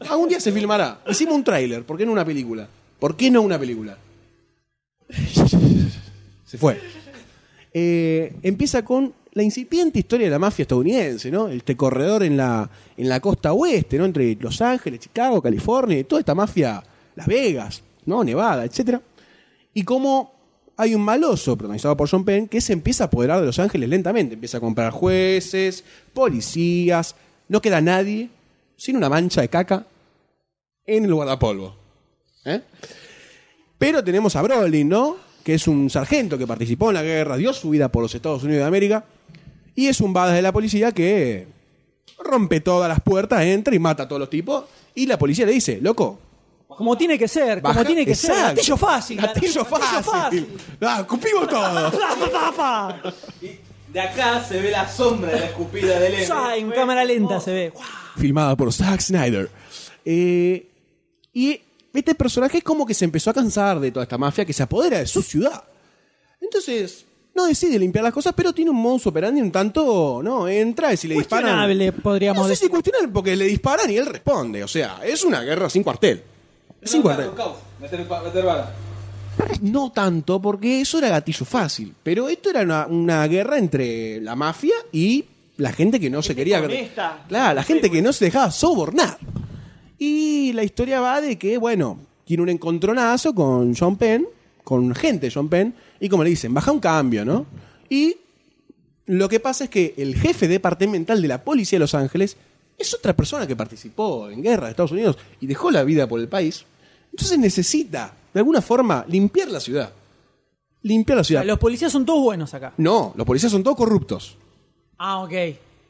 Speaker 3: Algún día se filmará. Hicimos un tráiler, ¿por qué no una película? ¿Por qué no una película? Se fue. Eh, empieza con la incipiente historia de la mafia estadounidense, ¿no? Este corredor en la, en la costa oeste, ¿no? Entre Los Ángeles, Chicago, California, y toda esta mafia, Las Vegas, ¿no? Nevada, etcétera. Y cómo hay un maloso protagonizado por John Penn que se empieza a apoderar de Los Ángeles lentamente. Empieza a comprar jueces, policías, no queda nadie sin una mancha de caca en el guardapolvo. ¿Eh? Pero tenemos a Brolin, ¿no? Que es un sargento que participó en la guerra, dio su vida por los Estados Unidos de América. Y es un badass de la policía que rompe todas las puertas, entra y mata a todos los tipos. Y la policía le dice, loco,
Speaker 1: Como tiene que ser,
Speaker 3: Baja-
Speaker 1: como tiene que ser.
Speaker 3: Exacto.
Speaker 1: Gatillo fácil. Ah,
Speaker 3: Gatillo fácil. Ah, cupimos todo.
Speaker 1: Pa, pa, pa, pa.
Speaker 4: De acá se ve la sombra de la escupida del
Speaker 1: Sa, en cámara lenta se ve. Guau.
Speaker 3: Filmada por Zack Snyder. Eh, y este personaje es como que se empezó a cansar de toda esta mafia que se apodera de su ciudad. Entonces, no decide limpiar las cosas, pero tiene un modus operandi un tanto, ¿no? Entra y si le disparan...
Speaker 1: Cuestionable, podríamos
Speaker 3: no sé si
Speaker 1: decir.
Speaker 3: cuestionable, porque le disparan y él responde. O sea, es una guerra sin cuartel. Sin cuartel. No tanto, porque eso era gatillo fácil. Pero esto era una, una guerra entre la mafia y la gente que no se quería.
Speaker 5: honesta.
Speaker 3: Claro, la gente que
Speaker 1: pues.
Speaker 3: no se dejaba sobornar. Y la historia va de que, bueno, tiene un encontronazo con John Penn, con un agente de John Penn, y como le dicen, baja un cambio, ¿no? Y lo que pasa es que el jefe departamental de la policía de Los Ángeles es otra persona que participó en guerra de Estados Unidos y dejó la vida por el país. Entonces necesita, de alguna forma, limpiar la ciudad. Limpiar la ciudad.
Speaker 1: Los policías son todos buenos acá.
Speaker 3: No, los policías son todos corruptos.
Speaker 1: Ah, ok.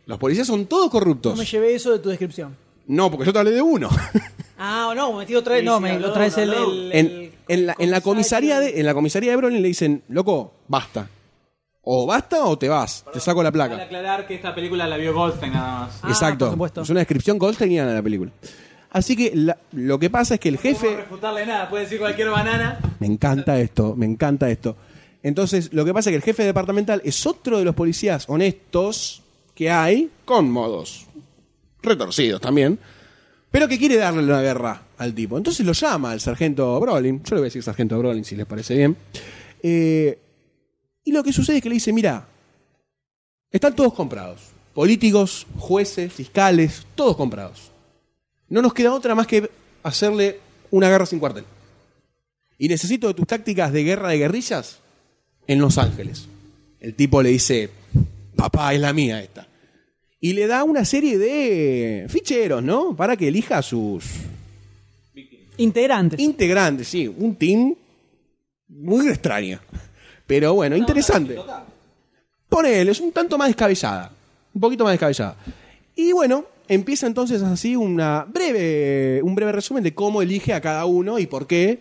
Speaker 3: Los policías son todos corruptos.
Speaker 1: No me llevé eso de tu descripción.
Speaker 3: No, porque yo te hablé de uno. (laughs)
Speaker 1: Ah, no, metí otra vez.
Speaker 5: Sí,
Speaker 1: No,
Speaker 5: sí,
Speaker 1: me
Speaker 5: habló,
Speaker 1: otra vez el.
Speaker 5: habló.
Speaker 1: el-
Speaker 3: en, en la, en la comisaría de, en la comisaría de Brolin le dicen, loco, basta. O basta o te vas, te saco la placa.
Speaker 4: aclarar que esta película la vio Goldstein nada más.
Speaker 1: Ah,
Speaker 3: Exacto.
Speaker 1: por supuesto.
Speaker 3: Es una descripción Goldsteiniana de la película. Así que la- lo que pasa es que el jefe.
Speaker 4: refutarle nada, puede decir cualquier banana.
Speaker 3: Me encanta esto, me encanta esto. Entonces, lo que pasa es que el jefe departamental es otro de los policías honestos que hay, con modos retorcidos también, pero que quiere darle una guerra al tipo. Entonces lo llama el sargento Brolin, yo le voy a decir sargento Brolin si les parece bien, Eh, y lo que sucede es que le dice, mira, están todos comprados. Políticos, jueces, fiscales, todos comprados. No nos queda otra más que hacerle una guerra sin cuartel. Y necesito de tus tácticas de guerra de guerrillas en Los Ángeles. El tipo le dice, papá, es la mía esta. Y le da una serie de ficheros, ¿no? Para que elija a sus
Speaker 1: Integrantes.
Speaker 3: integrantes, sí. Un team muy extraño. Pero bueno, interesante. Ponele, es un tanto más descabellada. Un poquito más descabellada. Y bueno, empieza entonces así una breve, un breve resumen de cómo elige a cada uno y por qué.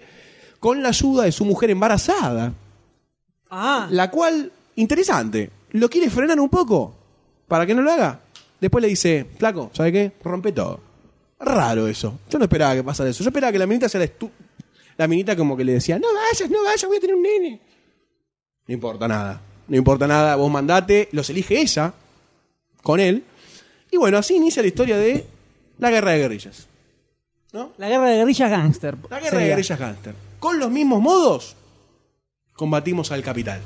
Speaker 3: Con la ayuda de su mujer embarazada.
Speaker 1: ah,
Speaker 3: La cual, interesante, lo quiere frenar un poco para que no lo haga. Después le dice, flaco, ¿sabe qué? Rompe todo. Raro eso. Yo no esperaba que pasara eso. Yo esperaba que la minita sea la estu... La minita como que le decía, no vayas, no vayas, voy a tener un nene. No importa nada. No importa nada, vos mandate. Los elige ella con él. Y bueno, así inicia la historia de la guerra de guerrillas. ¿No?
Speaker 1: la guerra de guerrillas gangster.
Speaker 3: La guerra de
Speaker 1: sería.
Speaker 3: guerrillas gánster. Con los mismos modos, combatimos al capital.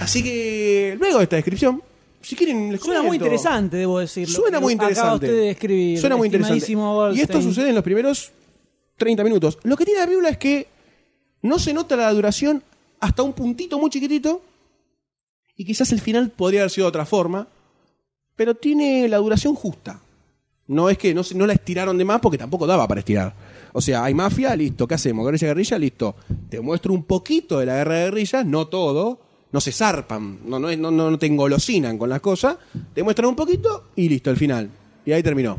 Speaker 3: Así que, luego de esta descripción, si quieren, les
Speaker 1: Suena
Speaker 3: comento.
Speaker 1: muy interesante, debo decirlo.
Speaker 3: Suena muy interesante.
Speaker 1: Acaba usted de describir.
Speaker 3: Suena muy interesante.
Speaker 1: estimadísimo
Speaker 3: Y esto
Speaker 1: Goldstein.
Speaker 3: sucede en los primeros 30 minutos. Lo que tiene la película es que no se nota la duración hasta un puntito muy chiquitito. Y quizás el final podría haber sido de otra forma. Pero tiene la duración justa. No es que no, se- no la estiraron de más porque tampoco daba para estirar. O sea, hay mafia, listo, ¿qué hacemos? Guerrilla, guerrilla, listo. Te muestro un poquito de la guerra de guerrillas, no todo. No se zarpan, no, no, es- no, no, no te engolosinan con las cosas. Te muestran un poquito y listo, el final. Y ahí terminó.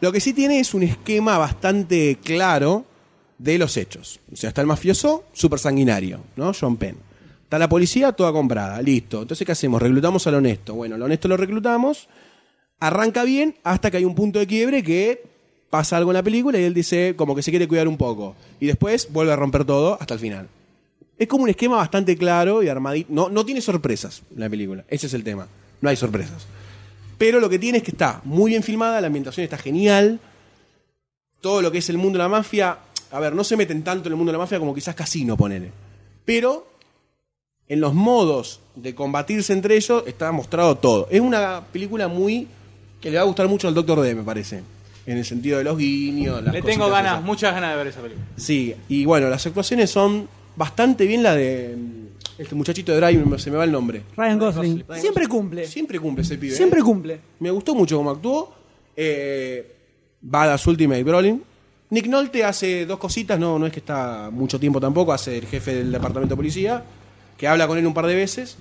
Speaker 3: Lo que sí tiene es un esquema bastante claro de los hechos. O sea, está el mafioso, súper sanguinario, ¿no? John Penn. Está la policía, toda comprada, listo. Entonces, ¿qué hacemos? Reclutamos al honesto. Bueno, al honesto lo reclutamos, arranca bien hasta que hay un punto de quiebre que pasa algo en la película y él dice como que se quiere cuidar un poco. Y después vuelve a romper todo hasta el final. Es como un esquema bastante claro y armadito. No, no tiene sorpresas la película. Ese es el tema. No hay sorpresas. Pero lo que tiene es que está muy bien filmada, la ambientación está genial. Todo lo que es el mundo de la mafia. A ver, no se meten tanto en el mundo de la mafia como quizás Casino, ponele. Pero en los modos de combatirse entre ellos está mostrado todo. Es una película muy. que le va a gustar mucho al Doctor D, me parece. En el sentido de los guiños. las
Speaker 7: Le tengo
Speaker 3: cositas
Speaker 7: ganas,
Speaker 3: esas.
Speaker 7: muchas ganas de ver esa película.
Speaker 3: Sí, y bueno, las actuaciones son bastante bien la de mm, este muchachito de Drive, se me va el nombre.
Speaker 1: Ryan Gosling. Siempre cumple.
Speaker 3: Siempre cumple ese pibe. ¿eh?
Speaker 1: Siempre cumple.
Speaker 3: Me gustó mucho cómo actuó. Eh, Badass Ultimate Brolin. Nick Nolte hace dos cositas, no, no es que está mucho tiempo tampoco, hace el jefe del departamento de policía, que habla con él un par de veces.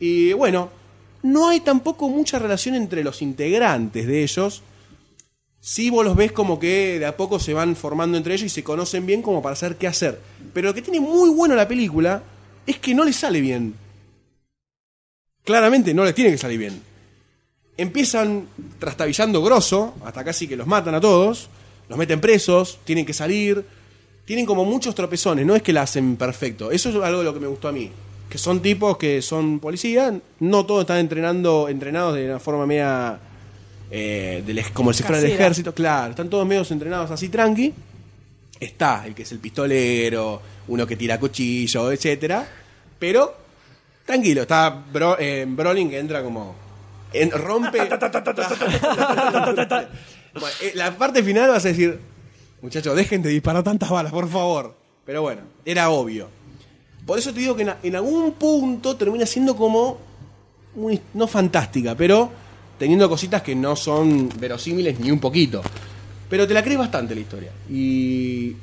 Speaker 3: Y bueno, no hay tampoco mucha relación entre los integrantes de ellos. Sí vos los ves como que de a poco se van formando entre ellos y se conocen bien como para saber qué hacer. Pero lo que tiene muy bueno la película es que no les sale bien. Claramente no les tiene que salir bien empiezan trastabillando grosso, hasta casi que los matan a todos, los meten presos, tienen que salir, tienen como muchos tropezones, no es que la hacen perfecto, eso es algo de lo que me gustó a mí, que son tipos que son policías, no todos están entrenando, entrenados de una forma media, eh, del ej- como si fuera del
Speaker 1: Casera.
Speaker 3: ejército, claro, están todos medios entrenados así tranqui, está el que es el pistolero, uno que tira cuchillo, etcétera, pero tranquilo, está Bro- eh, Brolin que entra como en- rompe Bueno, eh, la parte final vas a decir, muchachos, dejen de disparar tantas balas, por favor. Pero bueno, era obvio. Por eso te digo que en, en algún punto termina siendo como muy- no fantástica, pero teniendo cositas que no son verosímiles ni un poquito. Pero te la crees bastante la historia. Y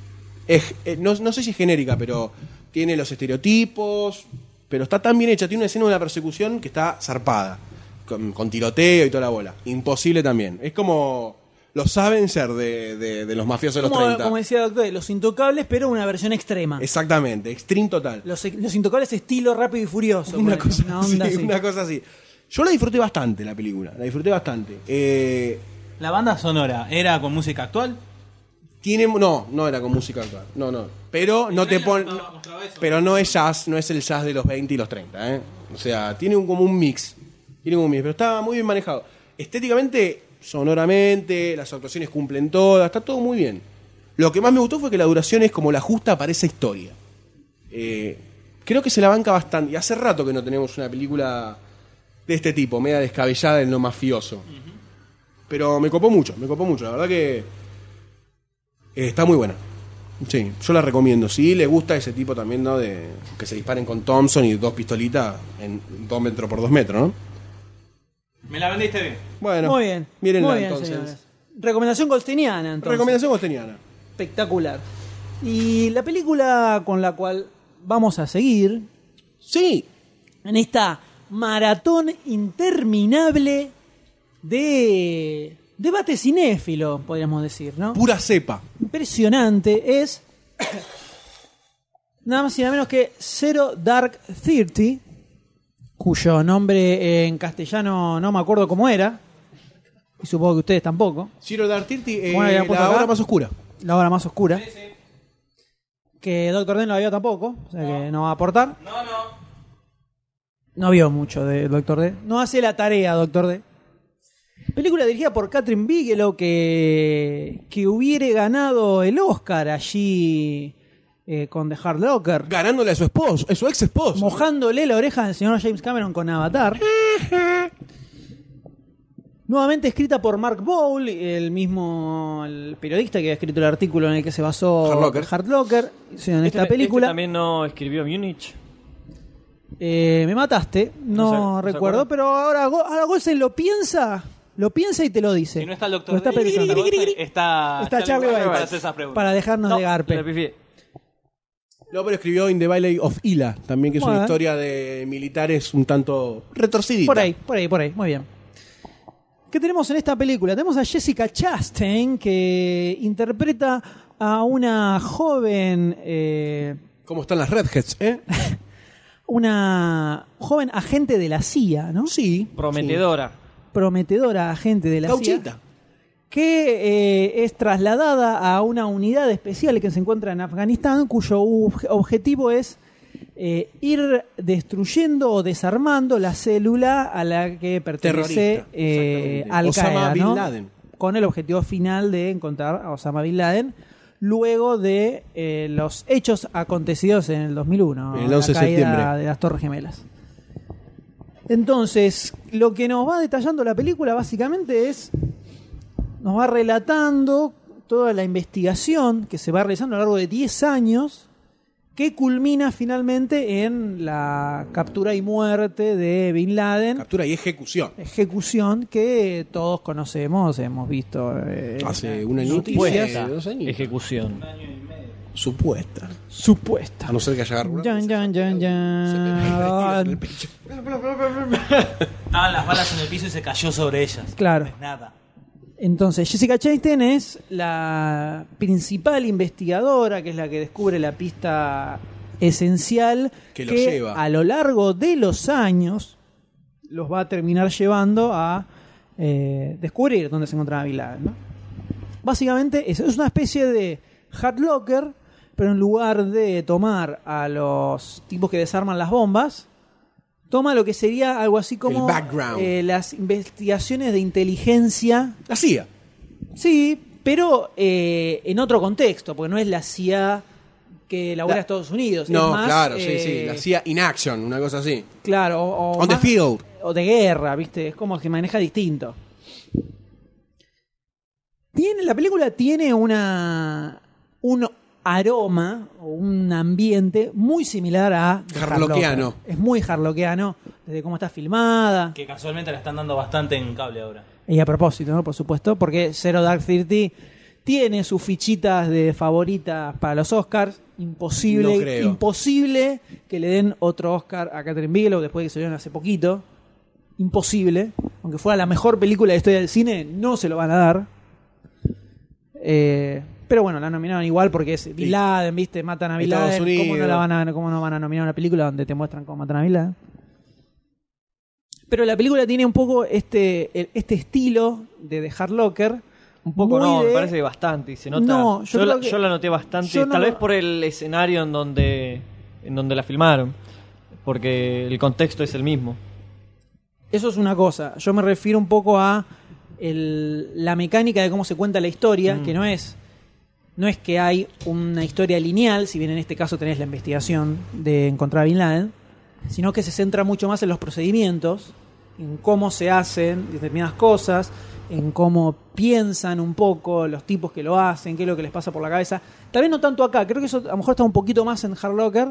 Speaker 3: es- eh, no, no sé si es genérica, pero tiene los estereotipos, pero está tan bien hecha. Tiene una escena de una persecución que está zarpada, con, con tiroteo y toda la bola. Imposible también. Es como lo saben ser de, de- de los mafiosos de los
Speaker 1: Como,
Speaker 3: 30.
Speaker 1: como decía Doctor, los intocables, pero una versión extrema.
Speaker 3: Exactamente, extreme total.
Speaker 1: Los, los intocables estilo rápido y furioso.
Speaker 3: Una
Speaker 1: ponele,
Speaker 3: cosa,
Speaker 1: una
Speaker 3: así,
Speaker 1: onda así.
Speaker 3: una cosa así. Yo la disfruté bastante la película, la disfruté bastante. Eh,
Speaker 4: La banda sonora era con música actual.
Speaker 3: tiene no, no era con música actual. No, no. Pero no te pone pero no es jazz, no es el jazz de los 20 y los 30, ¿eh? O sea, tiene un, como un mix. Tiene como un mix, pero está muy bien manejado. Estéticamente, sonoramente, las actuaciones cumplen todas, está todo muy bien. Lo que más me gustó fue que la duración es como la justa para esa historia. Eh, creo que se la banca bastante. Y hace rato que no tenemos una película de este tipo, media descabellada en lo mafioso. Pero me copó mucho, me copó mucho. La verdad que eh, está muy buena. Sí, yo la recomiendo. Si le gusta ese tipo también, ¿no? De que se disparen con Thompson y dos pistolitas en dos metros por dos metros, ¿no?
Speaker 7: Me la vendiste bien.
Speaker 3: Bueno,
Speaker 1: Muy bien.
Speaker 3: Mírenla
Speaker 1: Muy bien,
Speaker 3: entonces.
Speaker 1: señores. Recomendación golstiniana, entonces.
Speaker 3: Recomendación bostoniana.
Speaker 1: Espectacular. Y la película con la cual vamos a seguir
Speaker 3: Sí,
Speaker 1: en esta maratón interminable de debate cinéfilo, podríamos decir, ¿no?
Speaker 3: pura cepa.
Speaker 1: Impresionante es (coughs) nada más y nada menos que Zero Dark Thirty, cuyo nombre en castellano no me acuerdo cómo era, y supongo que ustedes tampoco.
Speaker 3: Ciro D'Artirti, eh,
Speaker 1: Bueno, le han puesto
Speaker 3: la
Speaker 1: acá.
Speaker 3: hora más oscura.
Speaker 1: La hora más oscura. Que Doctor D no la vio tampoco, o sea que no va a aportar. No, no. No vio mucho de Doctor D. No hace la tarea, Doctor D. Película dirigida por Catherine Bigelow que, que hubiere ganado el Oscar allí eh, con The Hard Locker.
Speaker 3: Ganándole a su esposo, a su ex esposo.
Speaker 1: Mojándole la oreja al señor James Cameron con Avatar. Nuevamente escrita por Mark Bowl, el mismo el periodista que ha escrito el artículo en el que se basó
Speaker 3: Hard Locker.
Speaker 1: Hard Locker, sí, en esta
Speaker 5: Este-
Speaker 1: película.
Speaker 5: este también no escribió Munich.
Speaker 1: Eh, me mataste, no,
Speaker 5: No sé, no se
Speaker 1: recuerdo,
Speaker 5: acuerda.
Speaker 1: pero ahora, Go- ahora Golsen lo piensa, lo piensa y te lo dice.
Speaker 7: Si no está el
Speaker 1: Lo
Speaker 7: doctor
Speaker 1: está
Speaker 7: D,
Speaker 1: pensando.
Speaker 7: está, está,
Speaker 1: Está Charlie Bates.
Speaker 7: para hacer esas preguntas.
Speaker 1: Para dejarnos
Speaker 5: No,
Speaker 1: de garpe.
Speaker 5: la pifié.
Speaker 3: No, pero escribió In the Valley of Ila, también que es
Speaker 1: Bueno.
Speaker 3: una historia de militares un tanto retorcidita.
Speaker 1: Por ahí, por ahí, por ahí. Muy bien. ¿Qué tenemos en esta película? Tenemos a Jessica Chastain que interpreta a una joven, eh,
Speaker 3: ¿Cómo están las Redheads, eh?
Speaker 1: (laughs) una joven agente de la CIA, ¿no?
Speaker 3: Sí.
Speaker 5: Prometedora.
Speaker 1: Prometedora agente de la CIA.
Speaker 3: Cauchita.
Speaker 1: que eh, es trasladada a una unidad especial que se encuentra en Afganistán, cuyo ub- objetivo es eh, ir destruyendo o desarmando la célula a la que pertenece
Speaker 3: Terrorista,
Speaker 1: eh,
Speaker 3: exactamente.
Speaker 1: Al
Speaker 3: Osama
Speaker 1: Qaeda,
Speaker 3: Bin
Speaker 1: ¿no?
Speaker 3: Laden.
Speaker 1: con el objetivo final de encontrar a Osama Bin Laden luego de eh, los hechos acontecidos en el 2001,
Speaker 3: El 11
Speaker 1: la
Speaker 3: de
Speaker 1: caída
Speaker 3: septiembre.
Speaker 1: de las Torres Gemelas. Entonces, lo que nos va detallando la película básicamente es nos va relatando toda la investigación que se va realizando a lo largo de 10 años, que culmina finalmente en la captura y muerte de Bin Laden,
Speaker 3: Captura y ejecución.
Speaker 1: ejecución que todos conocemos, hemos visto. eh,
Speaker 3: Hace un año
Speaker 5: Supuesta.
Speaker 3: dos años.
Speaker 5: Ejecución.
Speaker 3: Supuesta.
Speaker 1: Supuesta.
Speaker 3: A no ser que haya agarrado una
Speaker 1: Yan,
Speaker 3: cosa,
Speaker 1: yan, yan,
Speaker 3: se pegó tres tiros en el
Speaker 1: yan.
Speaker 3: pecho.
Speaker 7: Estaban las balas en el piso y se cayó sobre ellas.
Speaker 1: Claro.
Speaker 7: Nada.
Speaker 1: Entonces, Jessica Chastain es la principal investigadora, que es la que descubre la pista esencial
Speaker 3: Que lo lleva.
Speaker 1: a lo largo de los años los va a terminar llevando a eh, descubrir dónde se encontraba Bin Laden, ¿no? Básicamente es, es una especie de hard locker, pero en lugar de tomar a los tipos que desarman las bombas, toma lo que sería algo así como
Speaker 3: background.
Speaker 1: eh, las investigaciones de inteligencia
Speaker 3: La CIA.
Speaker 1: Sí, pero eh, en otro contexto, porque no es la CIA que labora
Speaker 3: La-
Speaker 1: Estados Unidos. es
Speaker 3: No,
Speaker 1: más,
Speaker 3: claro,
Speaker 1: eh,
Speaker 3: sí, sí. La CIA in action, una cosa así.
Speaker 1: Claro, o, o
Speaker 3: On the
Speaker 1: más-
Speaker 3: field.
Speaker 1: o de guerra, ¿viste? Es como que maneja distinto. Tiene, la película tiene una un aroma o un ambiente muy similar a The Hard Locker.
Speaker 3: Harlockeano.
Speaker 1: Es muy harloqueano, desde cómo está filmada.
Speaker 7: Que casualmente la están dando bastante en cable ahora.
Speaker 1: Y a propósito, ¿no? Por supuesto, porque Zero Dark Thirty tiene sus fichitas de favoritas para los Oscars. Imposible,
Speaker 3: No creo.
Speaker 1: imposible que le den otro Oscar a Catherine Bigelow después de que salieron hace poquito. Imposible. Aunque fuera la mejor película de la historia del cine, no se lo van a dar. Eh, pero bueno, la nominaron igual porque es Bin
Speaker 3: Sí.
Speaker 1: Laden, ¿viste? Matan a Bin
Speaker 3: Estados
Speaker 1: Laden. ¿Cómo no,
Speaker 3: Unidos.
Speaker 1: la van a, ¿Cómo no van a nominar una película donde te muestran cómo matan a Bin Laden? Pero la película tiene un poco este, el- este estilo de The Hard Locker.
Speaker 5: Un poco
Speaker 1: muy
Speaker 5: no,
Speaker 1: de-
Speaker 5: me parece que bastante. y Se nota.
Speaker 1: No, yo
Speaker 5: yo, la,
Speaker 1: creo que-
Speaker 5: yo la noté bastante.
Speaker 1: yo no
Speaker 5: tal
Speaker 1: lo-
Speaker 5: vez por el escenario en donde, en donde la filmaron. Porque el contexto es el mismo.
Speaker 1: Eso es una cosa. Yo me refiero un poco a el- la mecánica de cómo se cuenta la historia, que no es. No es que hay una historia lineal, si bien en este caso tenés la investigación de encontrar a Bin Laden, sino que se centra mucho más en los procedimientos en cómo se hacen determinadas cosas, en cómo piensan un poco los tipos que lo hacen, qué es lo que les pasa por la cabeza. Tal vez no tanto acá, creo que eso a lo mejor está un poquito más en Hard Locker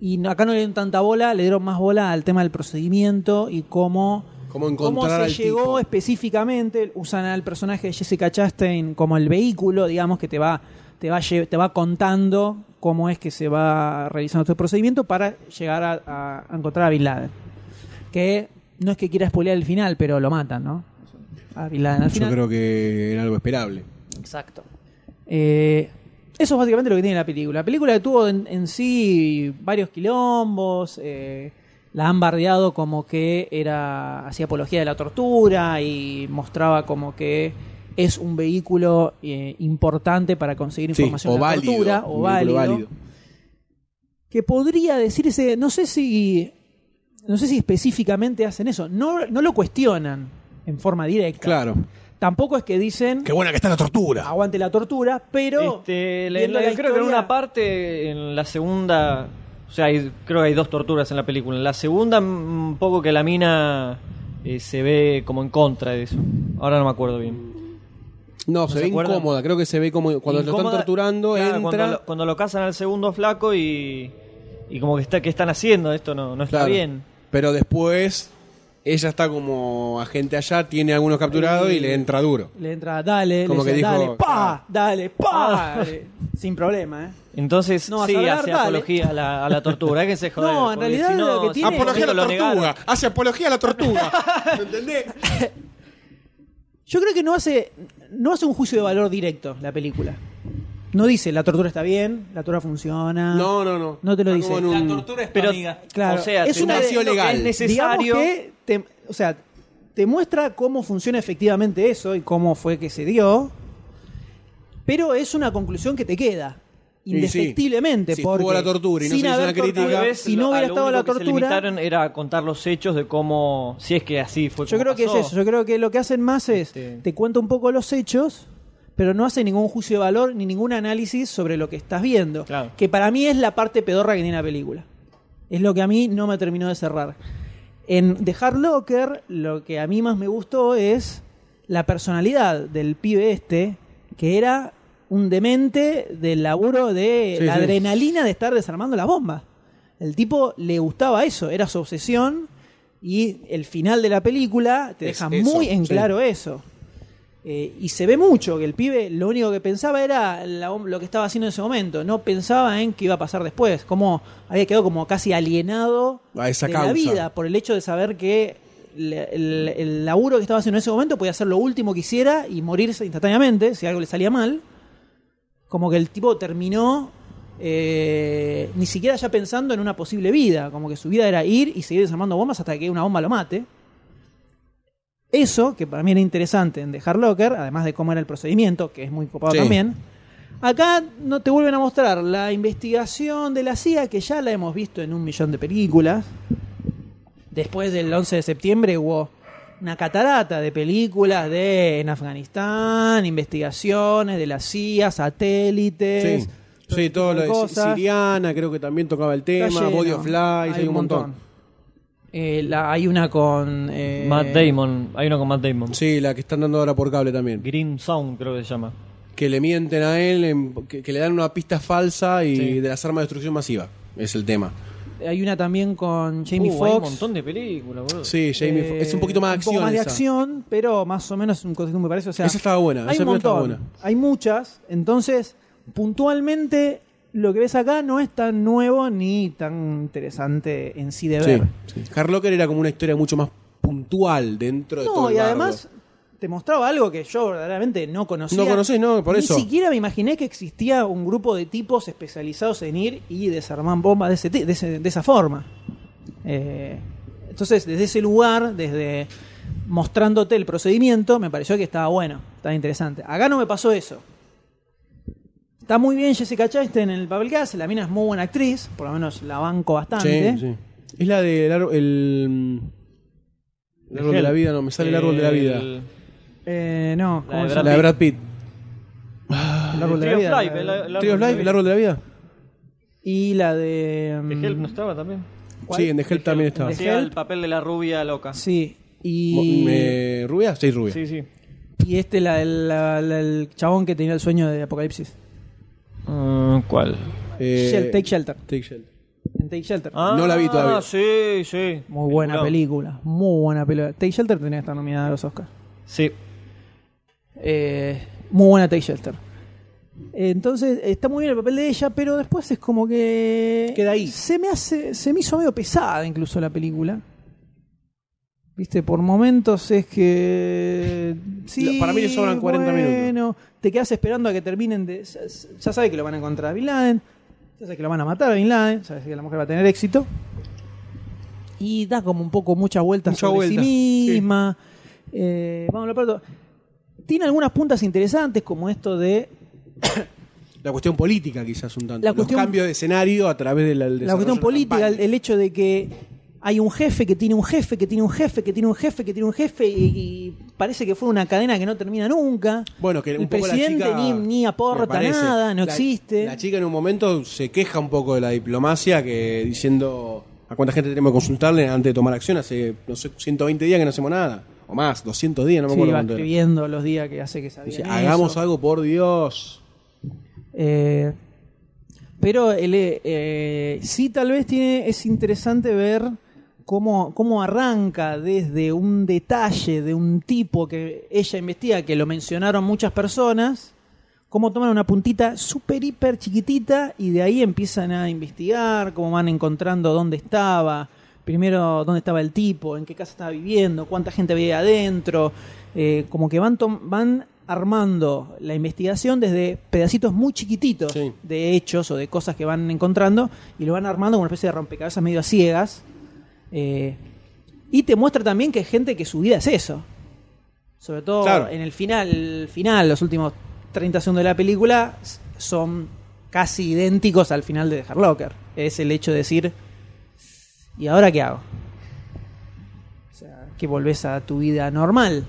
Speaker 1: y no- acá no le dieron tanta bola, le dieron más bola al tema del procedimiento y cómo
Speaker 3: Cómo
Speaker 1: cómo
Speaker 3: encontrar
Speaker 1: se
Speaker 3: al
Speaker 1: llegó
Speaker 3: tipo.
Speaker 1: específicamente, usan al personaje de Jessica Chastain como el vehículo, digamos, que te va, te va, lle- te va contando cómo es que se va realizando todo el procedimiento para llegar a, a- a encontrar a Bin Laden. Que no es que quiera spoilear el final, pero lo matan, ¿no? A Bin Laden al
Speaker 3: Yo
Speaker 1: final.
Speaker 3: creo que era algo esperable.
Speaker 1: Exacto. Eh, eso es básicamente lo que tiene la película. La película tuvo en, en sí varios quilombos. eh, la han bardeado como que era hacía apología de la tortura y mostraba como que es un vehículo eh, importante para conseguir
Speaker 3: Sí,
Speaker 1: información
Speaker 3: o
Speaker 1: de la
Speaker 3: válido.
Speaker 1: tortura
Speaker 3: un
Speaker 1: o
Speaker 3: vínculo
Speaker 1: válido,
Speaker 3: válido.
Speaker 1: Que podría decirse, no sé si no sé si específicamente hacen eso. No, no lo cuestionan en forma directa.
Speaker 3: Claro.
Speaker 1: Tampoco es que dicen
Speaker 3: Qué buena que está la tortura.
Speaker 1: aguante la tortura, pero
Speaker 5: Este, la-
Speaker 1: viendo
Speaker 5: la-
Speaker 1: la
Speaker 5: creo que en
Speaker 1: historia-
Speaker 5: una parte, en la segunda, o sea, hay- creo que hay dos torturas en la película. En la segunda, mm, un poco que la mina eh, se ve como en contra de eso. Ahora no me acuerdo bien.
Speaker 3: No, se,
Speaker 5: se
Speaker 3: ve
Speaker 5: acuerdan?
Speaker 3: incómoda. Creo que se ve como cuando lo
Speaker 5: Incómoda-
Speaker 3: están torturando,
Speaker 5: claro,
Speaker 3: entra.
Speaker 5: Cuando lo, cuando lo cazan al segundo flaco y, y como que está, ¿qué están haciendo? Esto no, no está
Speaker 3: Claro.
Speaker 5: bien.
Speaker 3: Pero después ella está como agente allá, tiene a algunos capturados y le entra duro.
Speaker 1: le entra dale,
Speaker 3: Como
Speaker 1: le
Speaker 3: que
Speaker 1: llega,
Speaker 3: dijo,
Speaker 1: dale, pa,
Speaker 3: ah.
Speaker 1: dale, pa,
Speaker 5: Ah.
Speaker 1: eh, (laughs) sin problema, ¿eh?
Speaker 5: Entonces,
Speaker 1: No, vas
Speaker 5: sí,
Speaker 1: a hablar,
Speaker 5: hace
Speaker 1: dale.
Speaker 5: apología a la, a la tortura. (laughs) Hay que se joder.
Speaker 1: No, en
Speaker 5: porque
Speaker 1: realidad
Speaker 5: si no,
Speaker 1: lo que
Speaker 5: si
Speaker 1: tiene-
Speaker 5: no,
Speaker 1: Apología
Speaker 5: lo negaron.
Speaker 3: Hace apología a la tortura. ¿Entendés?
Speaker 1: Yo creo que no hace no hace un juicio de valor directo la película. No dice la tortura está bien, la tortura funciona.
Speaker 3: No, no, no.
Speaker 1: No te lo
Speaker 3: Está
Speaker 1: dice.
Speaker 3: como en
Speaker 7: La
Speaker 3: un-
Speaker 7: tortura es tu
Speaker 5: Pero,
Speaker 7: amiga.
Speaker 1: Claro,
Speaker 5: o sea,
Speaker 1: es
Speaker 5: te
Speaker 1: una
Speaker 5: está
Speaker 3: vacío
Speaker 5: diciendo que
Speaker 3: legal.
Speaker 5: Es
Speaker 1: digamos
Speaker 5: necesario.
Speaker 1: que te- o sea, te muestra cómo funciona efectivamente eso y cómo fue que se dio, pero es una conclusión que te queda
Speaker 3: sí.
Speaker 1: indefectiblemente
Speaker 3: Si estuvo
Speaker 1: porque
Speaker 3: la tortura y no
Speaker 1: sin
Speaker 3: se hizo
Speaker 1: haber
Speaker 3: una crítica-
Speaker 1: tortura,
Speaker 3: Tal vez
Speaker 1: si no hubiera estado la
Speaker 5: Se
Speaker 1: tortura,
Speaker 5: limitaron era a contar los hechos de cómo. Si es que así fue.
Speaker 1: Yo
Speaker 5: como
Speaker 1: creo que es
Speaker 5: pasó.
Speaker 1: eso. Yo creo que lo que hacen más es
Speaker 5: Este.
Speaker 1: te cuenta un poco los hechos, pero no hace ningún juicio de valor ni ningún análisis sobre lo que estás viendo.
Speaker 5: Claro.
Speaker 1: Que para mí es la parte pedorra que tiene la película. Es lo que a mí no me terminó de cerrar. En The Hard Locker, lo que a mí más me gustó es la personalidad del pibe este, que era un demente del laburo de
Speaker 3: Sí,
Speaker 1: la
Speaker 3: sí.
Speaker 1: adrenalina de estar desarmando la bomba. El tipo le gustaba eso, era su obsesión y el final de la película te
Speaker 3: Es
Speaker 1: deja
Speaker 3: eso,
Speaker 1: muy en
Speaker 3: sí.
Speaker 1: claro eso. Eh, y se ve mucho que el pibe lo único que pensaba era la- lo que estaba haciendo en ese momento, no pensaba en qué iba a pasar después, como había quedado como casi alienado
Speaker 3: A esa
Speaker 1: de la
Speaker 3: causa.
Speaker 1: vida por el hecho de saber que le- el, el laburo que estaba haciendo en ese momento podía hacer lo último que hiciera y morirse instantáneamente si algo le salía mal. Como que el tipo terminó eh, ni siquiera ya pensando en una posible vida, como que su vida era ir y seguir desarmando bombas hasta que una bomba lo mate. Eso, que para mí era interesante en The Hard Locker, además de cómo era el procedimiento, que es muy copado
Speaker 3: Sí.
Speaker 1: también. Acá no te vuelven a mostrar la investigación de la CIA, que ya la hemos visto en un millón de películas. Después del 11 de septiembre hubo una catarata de películas de en Afganistán, investigaciones de la CIA, satélites.
Speaker 3: Sí.
Speaker 1: todo
Speaker 3: Sí,
Speaker 1: ese
Speaker 3: todo
Speaker 1: tipo
Speaker 3: lo de
Speaker 1: cosas.
Speaker 3: Siriana, creo que también tocaba el tema,
Speaker 1: Está lleno.
Speaker 3: Body of Lies, hay, un montón.
Speaker 1: Eh, la- hay una con... eh,
Speaker 5: Matt Damon. Hay uno con Matt Damon.
Speaker 3: Sí, la que están dando ahora por cable también.
Speaker 5: Green Sound, creo que se llama.
Speaker 3: Que le mienten a él, en- que, que le dan una pista falsa y
Speaker 5: Sí.
Speaker 3: de las armas de destrucción masiva. Es el tema.
Speaker 1: Hay una también con Jamie
Speaker 5: Uh,
Speaker 1: Foxx.
Speaker 5: Hay un montón de películas, boludo.
Speaker 3: Sí, Jamie Fo-
Speaker 1: Eh,
Speaker 3: Es un poquito más de acción.
Speaker 1: de
Speaker 3: esa.
Speaker 1: acción, pero más o menos un concepto muy parecido. O sea,
Speaker 3: Esa estaba buena,
Speaker 1: Hay
Speaker 3: esa
Speaker 1: un
Speaker 3: primera estaba
Speaker 1: montón. Hay muchas. Entonces, puntualmente, lo que ves acá no es tan nuevo ni tan interesante en sí de
Speaker 3: Sí,
Speaker 1: ver.
Speaker 3: sí. Harlocker era como una historia mucho más puntual dentro de todo
Speaker 1: No,
Speaker 3: el
Speaker 1: y
Speaker 3: bardo.
Speaker 1: además te mostraba algo que yo verdaderamente no conocía.
Speaker 3: No conocés, no, por
Speaker 1: Ni
Speaker 3: eso.
Speaker 1: siquiera me imaginé que existía un grupo de tipos especializados en ir y desarmar bombas de, ese ti- de, ese- de esa forma. Eh, entonces, desde ese lugar, desde mostrándote el procedimiento, me pareció que estaba bueno, estaba interesante. Acá no me pasó eso. Está muy bien Jessica Chastain en el papel que hace, la mina es muy buena actriz, por lo menos la banco bastante.
Speaker 3: Sí, sí. Es la del ar- el, el árbol de la vida, no, me sale el árbol de la vida.
Speaker 5: El-
Speaker 1: Eh, no, ¿cómo
Speaker 5: de
Speaker 1: se
Speaker 5: Brad
Speaker 1: llama?
Speaker 3: La de Brad Pitt.
Speaker 1: El árbol de la
Speaker 5: Tree of
Speaker 1: vida,
Speaker 5: Life, el- el
Speaker 3: ¿Tree of
Speaker 5: árbol de la
Speaker 3: Life? ¿El
Speaker 5: vida.
Speaker 3: árbol de la vida?
Speaker 1: Y la de.
Speaker 5: De
Speaker 1: mm,
Speaker 5: Help no estaba también.
Speaker 1: ¿cuál?
Speaker 3: Sí, en The Help también estaba.
Speaker 1: The
Speaker 5: Hacía el
Speaker 1: Help.
Speaker 5: papel de la rubia loca.
Speaker 1: Sí. Y,
Speaker 3: Eh, ¿Rubia? Sí, rubia.
Speaker 5: Sí, sí.
Speaker 1: y este, la, del- la- la- el chabón que tenía el sueño de Apocalipsis.
Speaker 5: Ah, ¿Cuál?
Speaker 3: Eh,
Speaker 1: Shel- Take Shelter.
Speaker 3: Take Shelter.
Speaker 1: En Take Shelter.
Speaker 3: No la vi todavía.
Speaker 5: Sí, sí.
Speaker 1: Muy buena
Speaker 5: Ah, Peliculón.
Speaker 1: película. Muy buena película. Take Shelter tenía que estar nominada a los Oscars.
Speaker 5: Sí.
Speaker 1: Eh, muy buena Take Shelter. Entonces, está muy bien el papel de ella, pero después es como que.
Speaker 3: Queda ahí.
Speaker 1: Se me hace. Se me hizo medio pesada incluso la película. Viste, por momentos es que. Sí,
Speaker 3: Para mí le sobran 40 minutos.
Speaker 1: bueno, Te quedas esperando a que terminen de. Ya, ya sabes que lo van a encontrar a Bin Laden. Ya sabes que lo van a matar a Bin Laden. Sabes que la mujer va a tener éxito. Y da como un poco muchas vueltas
Speaker 3: Mucha
Speaker 1: sobre
Speaker 3: vuelta,
Speaker 1: sí
Speaker 3: sí.
Speaker 1: misma. Eh, vamos, lo parto. Tiene algunas puntas interesantes, como esto de
Speaker 3: La cuestión política, quizás un tanto.
Speaker 1: La cuestión-
Speaker 3: Los cambios de escenario a través de la, del
Speaker 1: la
Speaker 3: desarrollo
Speaker 1: cuestión
Speaker 3: de
Speaker 1: política, el,
Speaker 3: campaña.
Speaker 1: el hecho de que hay un jefe que tiene un jefe, que tiene un jefe, que tiene un jefe, que tiene un jefe, y, y parece que fue una cadena que no termina nunca.
Speaker 3: Bueno, que
Speaker 1: el
Speaker 3: un poco la
Speaker 1: presidente
Speaker 3: chica-
Speaker 1: ni, ni
Speaker 3: me
Speaker 1: aporta
Speaker 3: parece.
Speaker 1: nada, no
Speaker 3: La-
Speaker 1: existe.
Speaker 3: La chica en un momento se queja un poco de la diplomacia, que diciendo a cuánta gente tenemos que consultarle antes de tomar acción. Hace, no sé, 120 días que no hacemos nada. O más, 200 días, no me
Speaker 1: sí,
Speaker 3: acuerdo
Speaker 1: va
Speaker 3: cuánto era.
Speaker 1: escribiendo los días que hace que sabía.
Speaker 3: Dice, hagamos
Speaker 1: eso.
Speaker 3: algo, por Dios.
Speaker 1: Eh, pero el, eh, sí, tal vez tiene, es interesante ver cómo, cómo arranca desde un detalle de un tipo que ella investiga, que lo mencionaron muchas personas, cómo toman una puntita súper, hiper chiquitita y de ahí empiezan a investigar, cómo van encontrando dónde estaba. Primero, dónde estaba el tipo, en qué casa estaba viviendo, cuánta gente había adentro. eh, como que van, tom- van armando la investigación desde pedacitos muy chiquititos
Speaker 3: Sí.
Speaker 1: de hechos o de cosas que van encontrando y lo van armando como una especie de rompecabezas medio a ciegas. eh, y te muestra también que hay gente que su vida es eso. Sobre todo
Speaker 3: Claro.
Speaker 1: en el final, final, los últimos 30 segundos de la película s- son casi idénticos al final de Harlocker. Es el hecho de decir, ¿y ahora qué hago? O sea, que volvés a tu vida normal.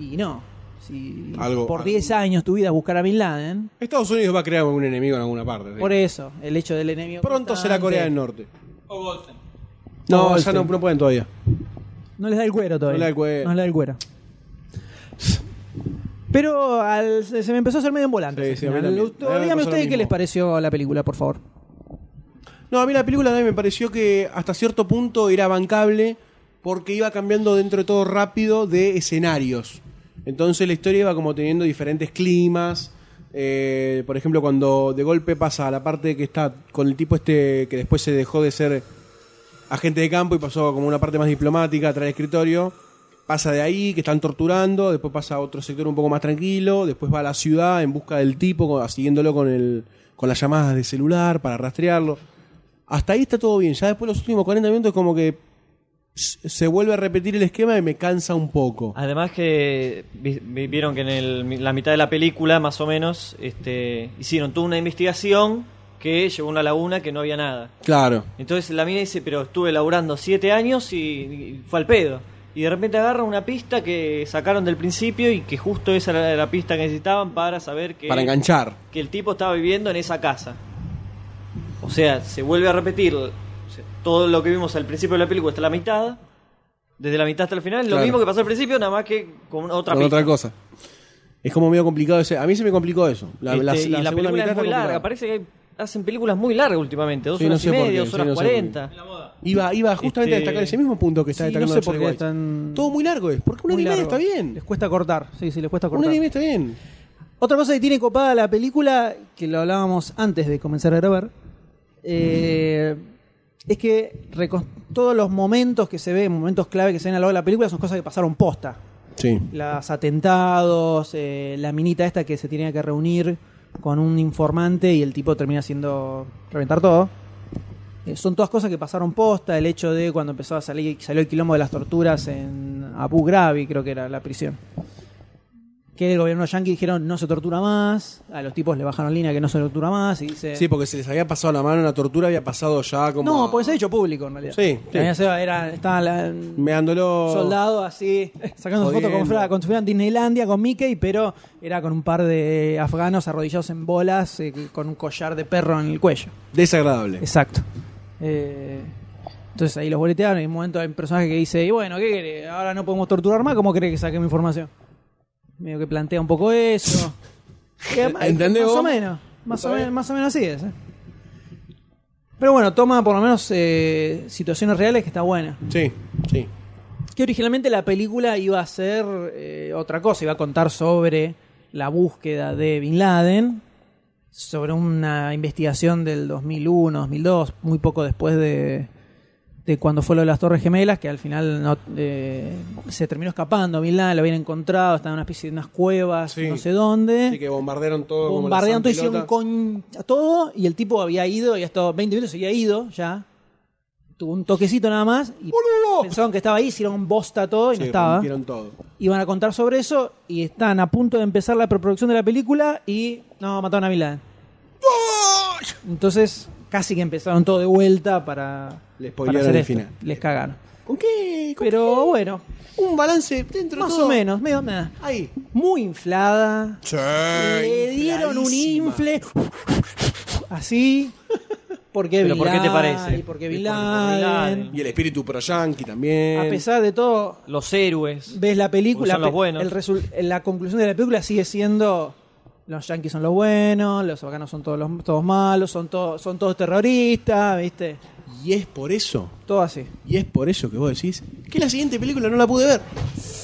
Speaker 1: Y no. Si
Speaker 3: Algo-
Speaker 1: por
Speaker 3: algo-
Speaker 1: 10 años tu vida es buscar a Bin Laden,
Speaker 3: Estados Unidos va a crear un enemigo en alguna parte. sí.
Speaker 1: por eso, el hecho del enemigo.
Speaker 3: Pronto será
Speaker 1: constante,
Speaker 3: Corea del Norte.
Speaker 7: O Goldstein.
Speaker 3: No,
Speaker 1: No,
Speaker 3: ya no,
Speaker 1: sí.
Speaker 3: no pueden todavía.
Speaker 1: No les da el cuero todavía.
Speaker 3: No les da el cuero.
Speaker 1: No les da el cuero. Pero al- se se me empezó a hacer medio en volante.
Speaker 3: Sí, sí, a mí también. A mí me
Speaker 1: Dígame
Speaker 3: pasó lo
Speaker 1: ustedes qué
Speaker 3: mismo.
Speaker 1: les pareció la película, por favor.
Speaker 3: No, a mí la película también me pareció que hasta cierto punto era bancable porque iba cambiando dentro de todo rápido de escenarios. Entonces la historia iba como teniendo diferentes climas. Eh, por ejemplo, cuando de golpe pasa a la parte que está con el tipo este que después se dejó de ser agente de campo y pasó como una parte más diplomática atrás del escritorio. Pasa de ahí, que están torturando, después pasa a otro sector un poco más tranquilo, después va a la ciudad en busca del tipo, co- siguiéndolo con, el, con las llamadas de celular para rastrearlo. Hasta ahí está todo bien, ya después los últimos 40 minutos como que s- se vuelve a repetir el esquema y me cansa un poco.
Speaker 5: Además que vi- vi- vieron que en el- la mitad de la película, más o menos, este, hicieron toda una investigación que llegó a una laguna que no había nada.
Speaker 3: Claro.
Speaker 5: Entonces la mina dice, pero estuve laburando siete años y, y fue al pedo. Y de repente agarra una pista que sacaron del principio y que justo esa era la pista que necesitaban para saber que,
Speaker 3: Para enganchar.
Speaker 5: que el tipo estaba viviendo en esa casa. O sea, se vuelve a repetir o sea, todo lo que vimos al principio de la película hasta la mitad. Desde la mitad hasta el final,
Speaker 3: Claro.
Speaker 5: lo mismo que pasó al principio, nada más que con otra
Speaker 3: Con
Speaker 5: pista.
Speaker 3: otra cosa. Es como medio complicado ese. A mí se me complicó eso. La,
Speaker 5: Este,
Speaker 3: la- la
Speaker 5: y la,
Speaker 3: segunda
Speaker 5: película
Speaker 3: mitad
Speaker 5: es
Speaker 3: está
Speaker 5: muy larga.
Speaker 3: complicada.
Speaker 5: Parece que hay- hacen películas muy largas últimamente. Dos
Speaker 3: Sí, no
Speaker 5: horas
Speaker 3: sé
Speaker 5: y
Speaker 3: por
Speaker 5: media,
Speaker 3: qué,
Speaker 5: dos
Speaker 3: sí,
Speaker 5: horas
Speaker 3: no sé por qué.
Speaker 5: cuarenta.
Speaker 3: Iba, iba justamente a
Speaker 5: Este-
Speaker 3: destacar ese mismo punto que está
Speaker 1: Sí, no
Speaker 3: destacando
Speaker 1: sé por
Speaker 3: Charlie
Speaker 1: qué
Speaker 3: White.
Speaker 1: están-
Speaker 3: Todo muy largo es. Porque un
Speaker 1: Muy
Speaker 3: anime
Speaker 1: largo.
Speaker 3: está bien.
Speaker 1: Les cuesta cortar. Sí, sí, les cuesta
Speaker 3: Un
Speaker 1: cortar.
Speaker 3: anime está bien.
Speaker 1: Otra cosa que tiene copada la película, que lo hablábamos antes de comenzar a grabar, eh, es que recon- todos los momentos que se ven, momentos clave que se ven a lo largo de la película, son cosas que pasaron posta.
Speaker 3: Sí.
Speaker 1: Los atentados, eh, la minita esta que se tenía que reunir con un informante y el tipo termina haciendo reventar todo. Eh, son todas cosas que pasaron posta, el hecho de cuando empezó a salir, salió el quilombo de las torturas en Abu Ghraib, creo que era la prisión. Que el gobierno yanqui dijeron no se tortura más, a los tipos le bajaron línea que no se tortura más y dice...
Speaker 3: Sí, porque se les había pasado la mano una tortura, había pasado ya como.
Speaker 1: Eh. no, porque se ha hecho público en realidad.
Speaker 3: Sí, sí.
Speaker 1: También se va- era, estaba la-
Speaker 3: Meándolo.
Speaker 1: soldado así, sacando fotos como,
Speaker 3: Jodiendo.
Speaker 1: si fuera- como si fuera en Disneylandia con Mickey, pero era con un par de afganos arrodillados en bolas, eh, con un collar de perro en el cuello.
Speaker 3: Desagradable.
Speaker 1: Exacto. Eh, Entonces ahí los boletearon y en un momento hay un personaje que dice, y bueno, ¿qué querés? Ahora no podemos torturar más, ¿cómo querés que saquemos información? Medio que plantea un poco
Speaker 3: (laughs)
Speaker 1: eso. Que además-
Speaker 3: ¿Entendés
Speaker 1: Más
Speaker 3: vos?
Speaker 1: o menos, más o, menos, más o menos así es. ¿eh? Pero bueno, toma por lo menos eh, situaciones reales que está buena.
Speaker 3: Sí, sí.
Speaker 1: Eh. Que originalmente la película iba a ser eh, otra cosa, iba a contar sobre la búsqueda de Bin Laden, sobre una investigación del 2001, 2002, muy poco después de, de cuando fue lo de las Torres Gemelas, que al final no, eh, se terminó escapando Bin Laden, lo habían encontrado, estaba en una especie de unas cuevas,
Speaker 3: Sí.
Speaker 1: no sé dónde.
Speaker 3: Así que bombardearon todo. como la
Speaker 1: Bombardearon todo, hicieron
Speaker 3: zampilota.
Speaker 1: un con a todo y el tipo había ido y hasta 20 minutos se había ido ya. Tuvo un toquecito nada más y pensaron que estaba ahí, hicieron bosta todo y no
Speaker 3: Sí,
Speaker 1: estaba.
Speaker 3: rompieron todo.
Speaker 1: Iban a contar sobre eso y están a punto de empezar la preproducción de la película y no, mataron a Bin Laden. Entonces casi que empezaron todo de vuelta para, para
Speaker 3: Le spoilearon
Speaker 1: hacer
Speaker 3: el
Speaker 1: esto.
Speaker 3: final.
Speaker 1: Les cagaron.
Speaker 3: ¿Con qué? ¿Con
Speaker 1: Pero bueno,
Speaker 3: qué? Un balance dentro de
Speaker 1: más
Speaker 3: todo.
Speaker 1: o menos, medio nada.
Speaker 3: Ahí.
Speaker 1: Muy inflada.
Speaker 3: Sí,
Speaker 1: Le dieron un
Speaker 3: infladísima.
Speaker 1: infle. Así. Porque
Speaker 5: ¿Pero por qué te parece?
Speaker 1: Y porque
Speaker 5: Y
Speaker 1: Bin
Speaker 5: por- por
Speaker 1: Laden.
Speaker 5: Bin Laden.
Speaker 3: Y el espíritu pro yankee también.
Speaker 1: A pesar de todo,
Speaker 5: Los héroes.
Speaker 1: ves la película.
Speaker 5: Son los
Speaker 1: pe-
Speaker 5: buenos.
Speaker 1: el resul- la conclusión de la película sigue siendo. Los yanquis son los buenos, los afganos son todos los todos malos, son todos son todos terroristas, ¿viste?
Speaker 3: Y es por eso,
Speaker 1: Todo así.
Speaker 3: y es por eso que vos decís que la siguiente película no la pude ver.